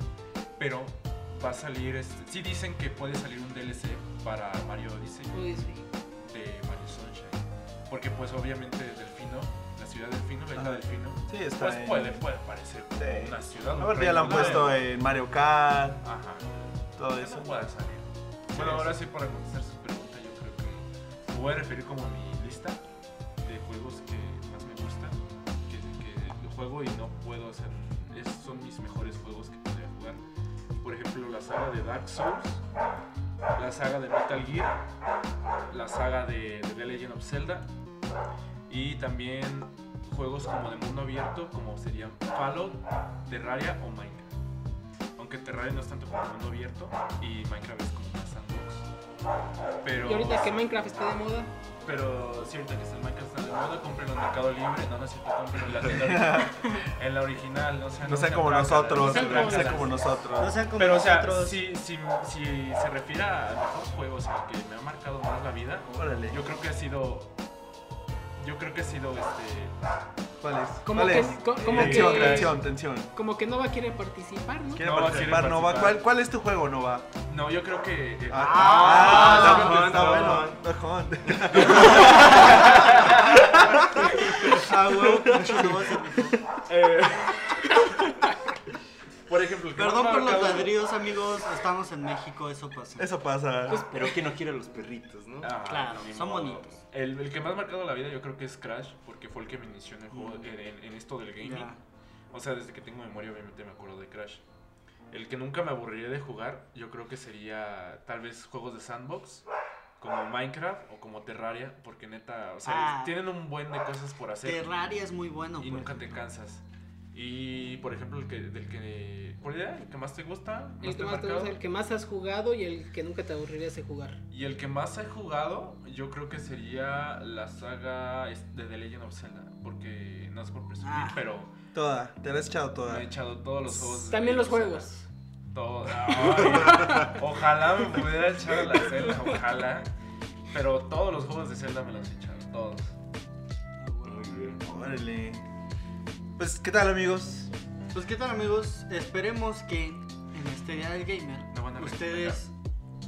Speaker 4: Pero va a salir, este, sí dicen que puede salir un DLC para Mario Odyssey
Speaker 2: Pues, sí.
Speaker 4: de Mario Sunshine. Porque pues obviamente Delfino, la ciudad de Delfino, la isla
Speaker 1: Ah.
Speaker 4: Delfino,
Speaker 1: Sí, está
Speaker 4: pues
Speaker 1: en-
Speaker 4: puede, puede parecer como
Speaker 1: Sí.
Speaker 4: una ciudad.
Speaker 1: A
Speaker 4: un
Speaker 1: ver, ya lo han
Speaker 4: reino de-
Speaker 1: puesto en Mario Kart,
Speaker 4: Ajá.
Speaker 1: todo
Speaker 4: Que
Speaker 1: eso.
Speaker 4: no pueda salir. Bueno, ahora sí para contestar su pregunta, yo creo que me voy a referir como a mi lista de juegos que más me gustan, que, que lo juego y no puedo hacer. Es, son mis mejores juegos que podría jugar. Por ejemplo, la saga de Dark Souls, la saga de Metal Gear, la saga de, de The Legend of Zelda y también juegos como de mundo abierto, como serían Fallout, Terraria o Minecraft. Aunque Terraria no es tanto como mundo abierto y Minecraft es como una sandbox. Pero,
Speaker 2: Y ahorita que Minecraft esté de moda,
Speaker 4: pero sí, ahorita que está el Minecraft está de moda, compren en Mercado Libre. No, no es cierto, compren en la tienda original. En la original, no sean,
Speaker 1: No sean como
Speaker 4: trampas,
Speaker 1: nosotros,
Speaker 2: sean
Speaker 1: no sean
Speaker 4: trampas.
Speaker 1: como
Speaker 3: No
Speaker 1: nosotros.
Speaker 3: sean como
Speaker 4: Pero, o sea,
Speaker 3: nosotros.
Speaker 4: si, si, si se refiere a mejor juego, o sea, que me ha marcado más la vida,
Speaker 1: Órale,
Speaker 4: yo creo que ha sido. Yo creo que ha sido este.
Speaker 1: ¿cuál es?
Speaker 2: Como
Speaker 1: ¿Cuál
Speaker 2: que-
Speaker 1: es?
Speaker 2: co- como
Speaker 1: tensión,
Speaker 4: que-
Speaker 1: tensión, tensión.
Speaker 2: como que Nova quiere participar, ¿no?
Speaker 1: Quiere
Speaker 4: Nova
Speaker 1: participar,
Speaker 4: quiere
Speaker 1: Nova.
Speaker 4: participar.
Speaker 1: ¿Cuál, ¿Cuál es tu juego, Nova?
Speaker 4: No, yo creo que. eh,
Speaker 1: Ah,
Speaker 5: Hunt,
Speaker 1: está
Speaker 5: Duck
Speaker 1: bueno.
Speaker 5: Hunt.
Speaker 1: Duck Hunt.
Speaker 3: Ah, huevo, pinche no va a ser mi juego.
Speaker 4: Eh, Por ejemplo, el que
Speaker 3: Perdón
Speaker 4: más
Speaker 3: por los
Speaker 4: marcado-
Speaker 3: ladrillos, amigos. Estamos en México, eso pasa.
Speaker 1: Eso pasa.
Speaker 5: Pues, Pero que no quiere a los perritos, ¿no?
Speaker 4: Ah,
Speaker 3: Claro,
Speaker 4: ni
Speaker 3: son
Speaker 4: modo.
Speaker 3: bonitos.
Speaker 4: El, el que más ha marcado la vida yo creo que es Crash, porque fue el que me inició en, el juego,
Speaker 3: Mm.
Speaker 4: en, en- en esto del gaming.
Speaker 3: Ya.
Speaker 4: O sea, desde que tengo memoria obviamente me acuerdo de Crash. El que nunca me aburriría de jugar yo creo que sería tal vez juegos de sandbox, como Minecraft o como Terraria, porque neta, o sea,
Speaker 3: Ah.
Speaker 4: tienen un buen de cosas por hacer.
Speaker 3: Terraria es muy bueno.
Speaker 4: Y
Speaker 3: por
Speaker 4: nunca te
Speaker 3: ejemplo.
Speaker 4: cansas. Y por ejemplo, el que, del que... ¿Cuál era? ¿El que más te gusta?
Speaker 2: El
Speaker 4: te
Speaker 2: que
Speaker 4: ha
Speaker 2: más te
Speaker 4: marcado?
Speaker 2: gusta, el que más has jugado y el que nunca te aburrirías de jugar.
Speaker 4: Y el que más he jugado, yo creo que sería la saga es- de The Legend of Zelda. Porque no es por presumir,
Speaker 3: Ah.
Speaker 4: pero
Speaker 1: Toda, te la has echado
Speaker 4: me he
Speaker 1: toda.
Speaker 4: echado todos los juegos. de
Speaker 2: También
Speaker 4: The
Speaker 2: los
Speaker 4: Legend of
Speaker 2: juegos.
Speaker 4: Zelda. Todo- ay, ojalá me pudiera echar a la Zelda, ojalá. Pero todos los juegos de Zelda me los he echado, todos.
Speaker 5: Muy bien.
Speaker 1: Órale. Pues, ¿qué tal, amigos?
Speaker 3: Pues qué tal amigos, esperemos que en este día del gamer
Speaker 4: No van a
Speaker 3: ustedes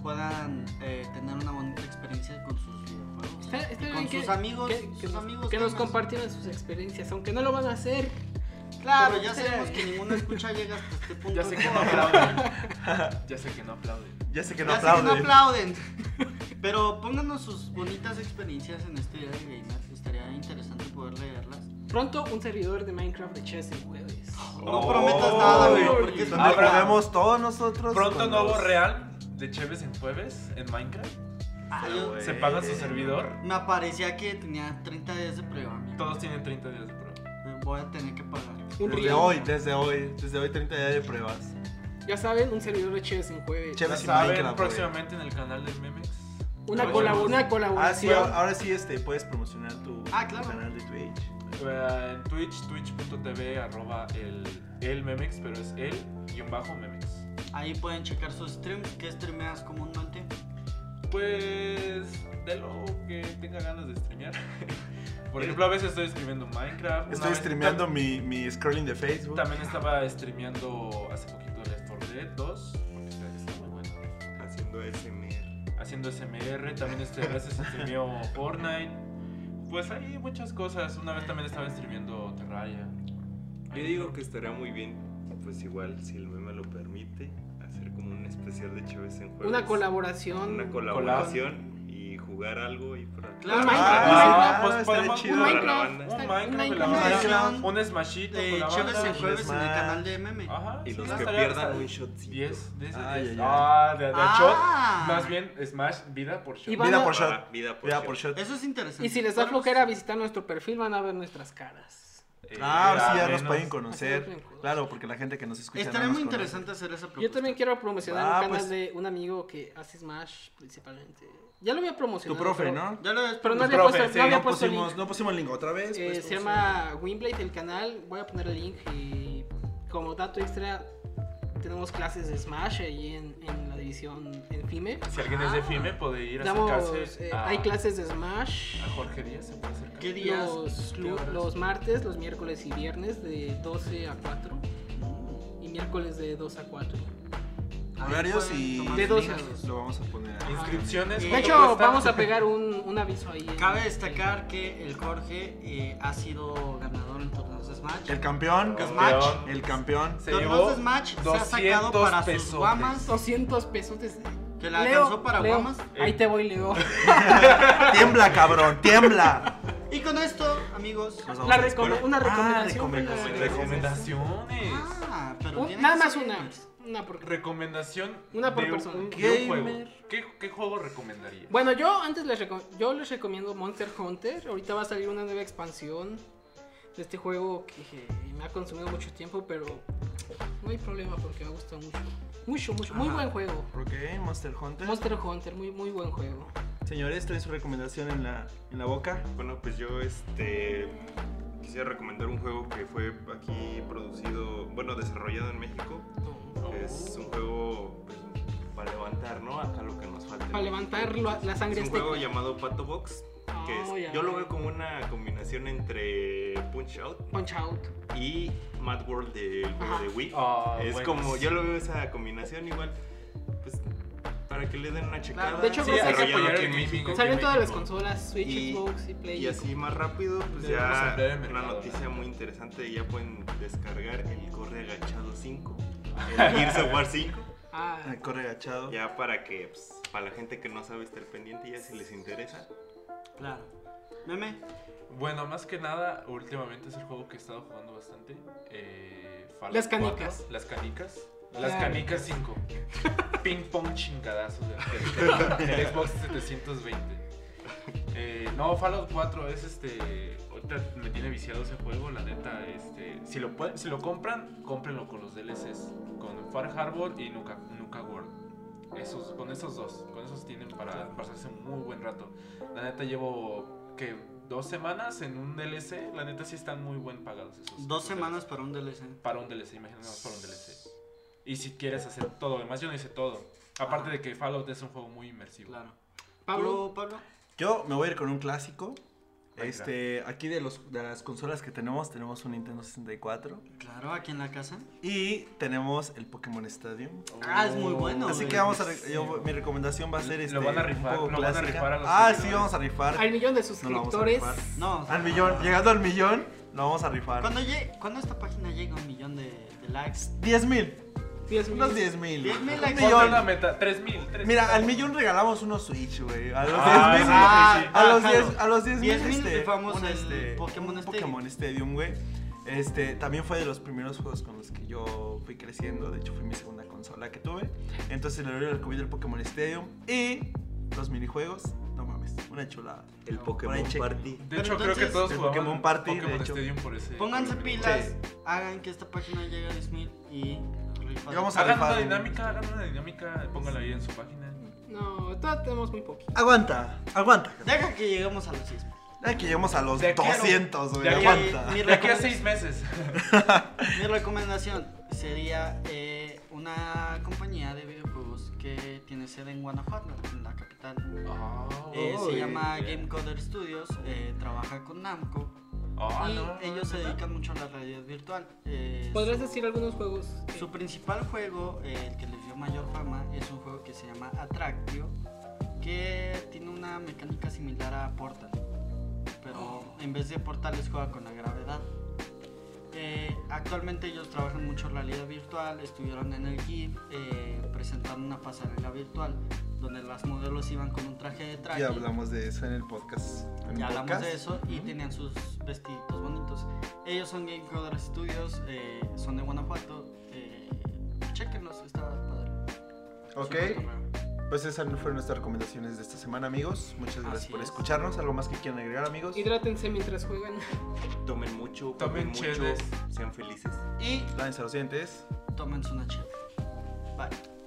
Speaker 3: puedan eh, tener una bonita experiencia con sus videojuegos.
Speaker 2: Está, está
Speaker 3: Y
Speaker 2: bien
Speaker 3: con
Speaker 2: que-
Speaker 3: sus amigos,
Speaker 2: que, que
Speaker 3: sus
Speaker 2: nos,
Speaker 3: amigos
Speaker 2: que nos
Speaker 3: gamer.
Speaker 2: compartieran sus experiencias, aunque no lo van a hacer.
Speaker 3: Claro, ya sabemos que ninguno escucha llega hasta este punto.
Speaker 4: Ya sé que no aplauden. Ya sé que no aplauden.
Speaker 1: Ya sé que no
Speaker 3: Ya sé que no
Speaker 1: aplauden.
Speaker 3: aplauden. Pero pónganos sus bonitas experiencias en este día del gamer, estaría interesante poder leerlas.
Speaker 2: Pronto un servidor de Minecraft de chess en jueves.
Speaker 3: No
Speaker 5: Oh.
Speaker 3: prometas nada, güey,
Speaker 1: Ay,
Speaker 3: porque es
Speaker 1: donde
Speaker 3: un
Speaker 4: Habrá-
Speaker 3: programa.
Speaker 1: jugamos todos nosotros.
Speaker 4: Pronto
Speaker 1: con
Speaker 4: nuevo
Speaker 1: los-
Speaker 4: real de Cheves en jueves en Minecraft.
Speaker 3: Ah,
Speaker 1: Ah,
Speaker 3: yo-
Speaker 1: güey.
Speaker 4: Se paga su servidor.
Speaker 3: Me aparecía que tenía 30 días de prueba. amigo.
Speaker 4: Todos tienen 30 días de prueba.
Speaker 3: Voy a tener que pagar.
Speaker 2: Un
Speaker 1: Desde
Speaker 2: reel.
Speaker 1: hoy, desde hoy, desde hoy 30 días de pruebas.
Speaker 2: Ya saben, un servidor de chess en jueves.
Speaker 1: Chess.
Speaker 4: Ya
Speaker 1: Cheves y
Speaker 4: saben,
Speaker 1: Minecraft, güey.
Speaker 4: próximamente en el canal de memes.
Speaker 2: Una,
Speaker 4: Oye,
Speaker 2: colabo- una
Speaker 1: Ah, sí,
Speaker 2: colaboración.
Speaker 1: ahora sí este, puedes promocionar tu,
Speaker 3: Ah,
Speaker 1: tu
Speaker 3: claro.
Speaker 1: canal de Twitch.
Speaker 4: eh, En Twitch, twitch.tv arroba el, el memex, pero es el guión bajo memex.
Speaker 3: Ahí pueden checar sus streams, que streameas comúnmente.
Speaker 4: Pues de lo que tenga ganas de streamear. Por ejemplo, a veces estoy streameando Minecraft. una
Speaker 1: Estoy
Speaker 4: vez-
Speaker 1: streameando mi, mi scrolling de Facebook.
Speaker 4: También estaba streameando hace poquito Left 4 Dead 2, porque está está muy bueno.
Speaker 7: Haciendo SMR.
Speaker 4: haciendo SMR, también este, a veces streameo Fortnite. Pues hay muchas cosas. Una vez también estaba streameando Terraria.
Speaker 5: Yo digo que estaría muy bien, pues igual, si el meme lo permite, hacer como un especial de Chévez
Speaker 1: ah,
Speaker 5: en jueves.
Speaker 2: Una colaboración.
Speaker 5: Una colaboración y jugar algo y por acá.
Speaker 3: Claro,
Speaker 2: Un
Speaker 1: Ah,
Speaker 2: Minecraft.
Speaker 4: pues
Speaker 1: estaría
Speaker 4: podemos-
Speaker 1: chido.
Speaker 2: Un Minecraft.
Speaker 5: banda.
Speaker 4: Un
Speaker 2: está-
Speaker 4: Minecraft,
Speaker 2: un
Speaker 4: la
Speaker 3: Minecraft.
Speaker 4: banda,
Speaker 3: Minecraft.
Speaker 4: un smashito
Speaker 3: Eh,
Speaker 4: con la
Speaker 3: Chéves
Speaker 4: banda.
Speaker 3: en jueves en el
Speaker 1: Smash.
Speaker 3: canal de MM.
Speaker 4: Ajá,
Speaker 5: Y
Speaker 4: sí,
Speaker 5: los
Speaker 4: no
Speaker 5: que
Speaker 4: estaría
Speaker 5: pierdan
Speaker 4: hasta
Speaker 5: un shotcito.
Speaker 4: 10, 10,
Speaker 1: Ay,
Speaker 4: 10.
Speaker 1: ay, ay.
Speaker 4: Ah, de, de
Speaker 3: Ah.
Speaker 4: shot. Más bien, Smash, vida por shot.
Speaker 2: Y van
Speaker 1: Vida
Speaker 2: a-
Speaker 1: por
Speaker 5: Para-
Speaker 1: shot.
Speaker 5: vida por
Speaker 1: Vida
Speaker 5: shot.
Speaker 1: por shot.
Speaker 3: Eso es interesante.
Speaker 2: Y si les da
Speaker 3: Bueno, pues,
Speaker 2: flojera visitar nuestro perfil, van a ver nuestras caras.
Speaker 4: Eh,
Speaker 1: Ah, ahora sí, ya
Speaker 4: al
Speaker 1: nos
Speaker 4: menos.
Speaker 1: pueden conocer.
Speaker 2: Así nos pueden
Speaker 1: Claro, porque la gente que nos escucha.
Speaker 3: Estaría
Speaker 1: no nos
Speaker 3: muy
Speaker 1: conoce.
Speaker 3: interesante hacer esa propuesta.
Speaker 2: Yo también quiero promocionar
Speaker 1: Ah,
Speaker 2: un canal
Speaker 1: pues.
Speaker 2: de un amigo que hace Smash principalmente. Ya lo había
Speaker 1: Tu
Speaker 2: promocionado.
Speaker 1: profe,
Speaker 2: pero-
Speaker 1: ¿no?
Speaker 3: Ya lo ves,
Speaker 2: Pero no
Speaker 3: pues,
Speaker 2: había
Speaker 4: profe,
Speaker 2: puesto,
Speaker 4: sí,
Speaker 2: no había
Speaker 1: No
Speaker 2: puesto el link.
Speaker 1: pusimos, no pusimos el link otra vez.
Speaker 2: Eh,
Speaker 1: pues,
Speaker 2: se
Speaker 1: pusimos-
Speaker 2: llama Winblade el canal. Voy a poner el link y como dato extra tenemos clases de Smash ahí en, en la división en FIME.
Speaker 4: Si alguien es de FIME, puede ir a
Speaker 2: Ah. Damos,
Speaker 4: acercarse.
Speaker 2: eh,
Speaker 4: a,
Speaker 2: hay clases de Smash
Speaker 4: A Jorge Díaz se puede acercar.
Speaker 3: ¿Qué días?
Speaker 2: los,
Speaker 3: ¿Qué
Speaker 2: lu-
Speaker 3: horas?
Speaker 2: los martes, los miércoles y viernes de 12 a 4 y miércoles de 2 a 4.
Speaker 3: ahí
Speaker 1: Horarios
Speaker 3: pueden
Speaker 1: y.
Speaker 3: tomar
Speaker 2: De dos a
Speaker 3: ligas.
Speaker 2: dos.
Speaker 1: Lo vamos a poner ahí.
Speaker 4: Inscripciones.
Speaker 3: De
Speaker 2: De
Speaker 4: ¿cuánto
Speaker 2: hecho,
Speaker 4: cuesta?
Speaker 2: vamos a pegar un, un aviso ahí. en-
Speaker 3: Eh, pues, Cabe destacar que el Jorge eh, ha sido ganador en torneos de Smash.
Speaker 1: El campeón.
Speaker 3: Smash.
Speaker 1: El campeón.
Speaker 4: Se llevó
Speaker 3: Torneos de Smash se ha sacado
Speaker 4: 200
Speaker 3: para sus
Speaker 4: pesotes.
Speaker 3: guamas.
Speaker 2: 200 pesos. de-
Speaker 3: Que la
Speaker 2: Leo,
Speaker 3: alcanzó para
Speaker 2: Leo,
Speaker 3: guamas.
Speaker 2: Ahí te voy, Leo.
Speaker 1: Tiembla, cabrón, tiembla.
Speaker 3: Y con esto, amigos.
Speaker 1: Nos vamos
Speaker 2: La
Speaker 1: a
Speaker 2: recome-
Speaker 1: escuela.
Speaker 2: una
Speaker 1: Ah,
Speaker 2: recomendación,
Speaker 1: recomendación.
Speaker 2: pues,
Speaker 4: Recomendaciones.
Speaker 3: Ah, pero
Speaker 2: Un-
Speaker 3: tiene
Speaker 2: nada
Speaker 3: que
Speaker 2: más
Speaker 3: ser-
Speaker 2: una. Una por
Speaker 4: Recomendación.
Speaker 2: Una por
Speaker 4: de un-
Speaker 2: persona.
Speaker 4: de un
Speaker 1: Gamer.
Speaker 4: juego. ¿Qué, qué juego recomendarías?
Speaker 2: Bueno, yo antes les, reco- yo les recomiendo Monster Hunter. Ahorita va a salir una nueva expansión de este juego que me ha consumido mucho tiempo, pero no hay problema porque me gusta mucho. Mucho, mucho. Muy
Speaker 1: Ajá.
Speaker 2: buen juego.
Speaker 1: Ok, Monster Hunter.
Speaker 2: Monster Hunter, muy, muy buen juego.
Speaker 1: Señores, traen su recomendación en la, en la boca.
Speaker 7: Bueno, pues yo este quisiera recomendar un juego que fue aquí producido, bueno, desarrollado en México. Es un juego pues,
Speaker 5: Para levantar, ¿no? Acá lo que nos falta.
Speaker 2: Para levantar la, la
Speaker 5: Es
Speaker 2: sangre
Speaker 5: un
Speaker 2: azteca.
Speaker 5: juego llamado Pato Box. Que es-
Speaker 2: Oh, ya.
Speaker 5: yo lo veo como una combinación entre Punch Out
Speaker 2: Punch Out.
Speaker 5: y Mad World del juego
Speaker 2: Ajá.
Speaker 5: de Wii.
Speaker 4: Ah,
Speaker 5: es
Speaker 4: bueno,
Speaker 5: como,
Speaker 4: sí.
Speaker 5: yo lo veo esa combinación igual. Pues para que le den una checada.
Speaker 2: de hecho,
Speaker 5: Sí,
Speaker 2: creo que hay que
Speaker 5: desarrollado
Speaker 4: apoyar
Speaker 5: aquí
Speaker 4: el
Speaker 5: en
Speaker 4: gaming.
Speaker 5: México.
Speaker 2: Salió en
Speaker 4: México.
Speaker 2: todas las consolas, Switch,
Speaker 5: Y-
Speaker 2: Xbox y Play.
Speaker 5: Y así más rápido, pues
Speaker 4: Debemos
Speaker 5: ya
Speaker 4: ampliar el
Speaker 5: una
Speaker 4: mercado,
Speaker 5: noticia muy interesante, ya pueden descargar el Corre Agachado 5. el Gears of War 5.
Speaker 2: Ah,
Speaker 1: Ah, Corre agachado.
Speaker 5: Ya para que, pues, para la gente que no sabe estar pendiente, ya si les interesa.
Speaker 3: Claro. Meme,
Speaker 4: Bueno, más que nada, últimamente es el juego que he estado jugando bastante. Eh, Fallout
Speaker 2: Las canicas.
Speaker 4: 4, las canicas. Las
Speaker 2: Claro.
Speaker 4: canicas 5. Ping pong chingadazos del, del- del Xbox 720. Eh, no, Fallout 4 es este. Ahorita me tiene viciado ese juego, la neta. Este, si, lo pueden- si lo compran, cómprenlo con los DLCs. Con Far Harbor y Nuka, Nuka World. Esos, con esos dos. Con esos tienen para pasarse un muy buen rato. La neta llevo que dos semanas en un DLC. La neta sí están muy buen pagados esos.
Speaker 3: dos
Speaker 4: esos
Speaker 3: semanas
Speaker 4: DLC.
Speaker 3: para un DLC.
Speaker 4: para un DLC, imagínate para un DLC. Y si quieres hacer todo, además yo no hice todo.
Speaker 1: Ah.
Speaker 4: Aparte de que Fallout es un juego muy inmersivo.
Speaker 3: Claro.
Speaker 2: Pablo,
Speaker 3: ¿Tú, Pablo?
Speaker 1: Yo me voy a ir con un clásico.
Speaker 4: Minecraft.
Speaker 1: Este, aquí de, los, de las consolas que tenemos, tenemos un Nintendo 64
Speaker 3: Claro, aquí en la casa.
Speaker 1: y tenemos el Pokémon Stadium.
Speaker 3: Ah, es muy bueno,
Speaker 1: Así
Speaker 3: güey.
Speaker 1: que vamos a. re- yo- mi recomendación va a ser
Speaker 4: Lo
Speaker 1: este.
Speaker 4: van a rifar,
Speaker 1: un poco
Speaker 4: lo van a
Speaker 1: clásica.
Speaker 4: rifar a los
Speaker 1: Ah, sí,
Speaker 4: seguidores.
Speaker 1: vamos a rifar.
Speaker 2: al millón de
Speaker 1: No lo vamos a
Speaker 2: suscriptores.
Speaker 1: rifar.
Speaker 3: No, o sea,
Speaker 1: Al millón, llegando al millón, lo vamos a rifar.
Speaker 3: ¿Cuándo, llegue- cuándo esta página llega a un millón de, de likes?
Speaker 1: 10 mil.
Speaker 2: 10
Speaker 1: Unos
Speaker 2: mil.
Speaker 1: 10 mil.
Speaker 3: 10,000
Speaker 1: Un
Speaker 3: likes.
Speaker 4: Ponte una
Speaker 1: millón.
Speaker 4: meta, 3000. 3000.
Speaker 1: Mira, al millón regalamos unos Switch, güey. A los 10
Speaker 4: Ah,
Speaker 1: mil.
Speaker 4: sí, sí, sí.
Speaker 1: A los
Speaker 3: pues, Bájalo.
Speaker 1: 10 a los 10 mil
Speaker 3: 10,000
Speaker 1: este,
Speaker 3: rifamos
Speaker 1: un,
Speaker 3: el
Speaker 1: este,
Speaker 3: Pokémon
Speaker 1: un
Speaker 3: Stadium.
Speaker 1: Pokémon Stadium, güey. Este, también fue de los primeros juegos con los que yo fui creciendo. De hecho, fue mi segunda consola que tuve. Entonces le doy el COVID del Pokémon Stadium y los minijuegos. No mames, una chulada.
Speaker 5: El
Speaker 1: Por
Speaker 5: Pokémon
Speaker 1: ahí chequen.
Speaker 5: Party.
Speaker 4: De hecho,
Speaker 3: Pero
Speaker 4: creo que
Speaker 3: entonces-
Speaker 4: todos
Speaker 1: El
Speaker 4: jugamos
Speaker 1: Pokémon Party, de hecho.
Speaker 4: Stadium por ese.
Speaker 3: Pónganse
Speaker 4: por el mismo.
Speaker 3: pilas,
Speaker 1: Sí.
Speaker 3: hagan que esta página llegue a 10.000 y rifan.
Speaker 1: Y vamos a-
Speaker 4: Hagan una
Speaker 1: Rifado.
Speaker 4: dinámica, hagan una dinámica, pónganla ahí en su página.
Speaker 2: No, todavía tenemos muy poquito.
Speaker 1: Aguanta, aguanta.
Speaker 3: Deja que lleguemos a los 6.
Speaker 1: Ya que lleguemos a los
Speaker 4: De aquí a lo-
Speaker 1: 200, güey.
Speaker 4: de aquí a-
Speaker 1: Aguanta.
Speaker 3: mi,
Speaker 4: De aquí a
Speaker 3: recomenda-
Speaker 4: seis meses.
Speaker 3: mi recomendación sería eh, una compañía de videojuegos que tiene sede en Guanajuato, en la capital. Eh, se
Speaker 1: Uy,
Speaker 3: llama
Speaker 4: ya.
Speaker 3: Game Coder Studios, eh, trabaja con Namco
Speaker 4: Ah,
Speaker 3: y
Speaker 4: no,
Speaker 3: ellos se
Speaker 4: ¿neta?
Speaker 3: dedican mucho a la realidad virtual. Eh,
Speaker 2: ¿Podrías
Speaker 3: su-
Speaker 2: decir algunos juegos? que-
Speaker 3: Su principal juego, eh, el que les dio mayor fama, es un juego que se llama Attractio, que tiene una mecánica similar a Portal, pero
Speaker 4: Oh.
Speaker 3: en vez de portales juega con la gravedad. Eh, actualmente ellos trabajan mucho en realidad virtual, estuvieron en el GIF eh, presentando una pasarela virtual donde las modelos iban con un traje de traje.
Speaker 1: Ya hablamos de eso en el podcast. en el
Speaker 3: Ya hablamos
Speaker 1: podcast.
Speaker 3: de eso y tenían sus vestiditos bonitos. Ellos son Game Coder Studios, eh, son de Guanajuato. Eh, chequenlos, está padre.
Speaker 1: Ok,
Speaker 3: Súper cotorreo.
Speaker 1: pues esas fueron nuestras recomendaciones de esta semana, amigos. Muchas gracias
Speaker 3: Así
Speaker 1: por
Speaker 3: es.
Speaker 1: escucharnos. ¿Algo más que quieran agregar, amigos?
Speaker 2: Hidrátense mientras juegan.
Speaker 5: Tomen mucho,
Speaker 4: Tomen
Speaker 5: tomen mucho,
Speaker 4: cheves.
Speaker 5: sean felices.
Speaker 1: Lávense los dientes.
Speaker 3: Tómense una chela. Bye.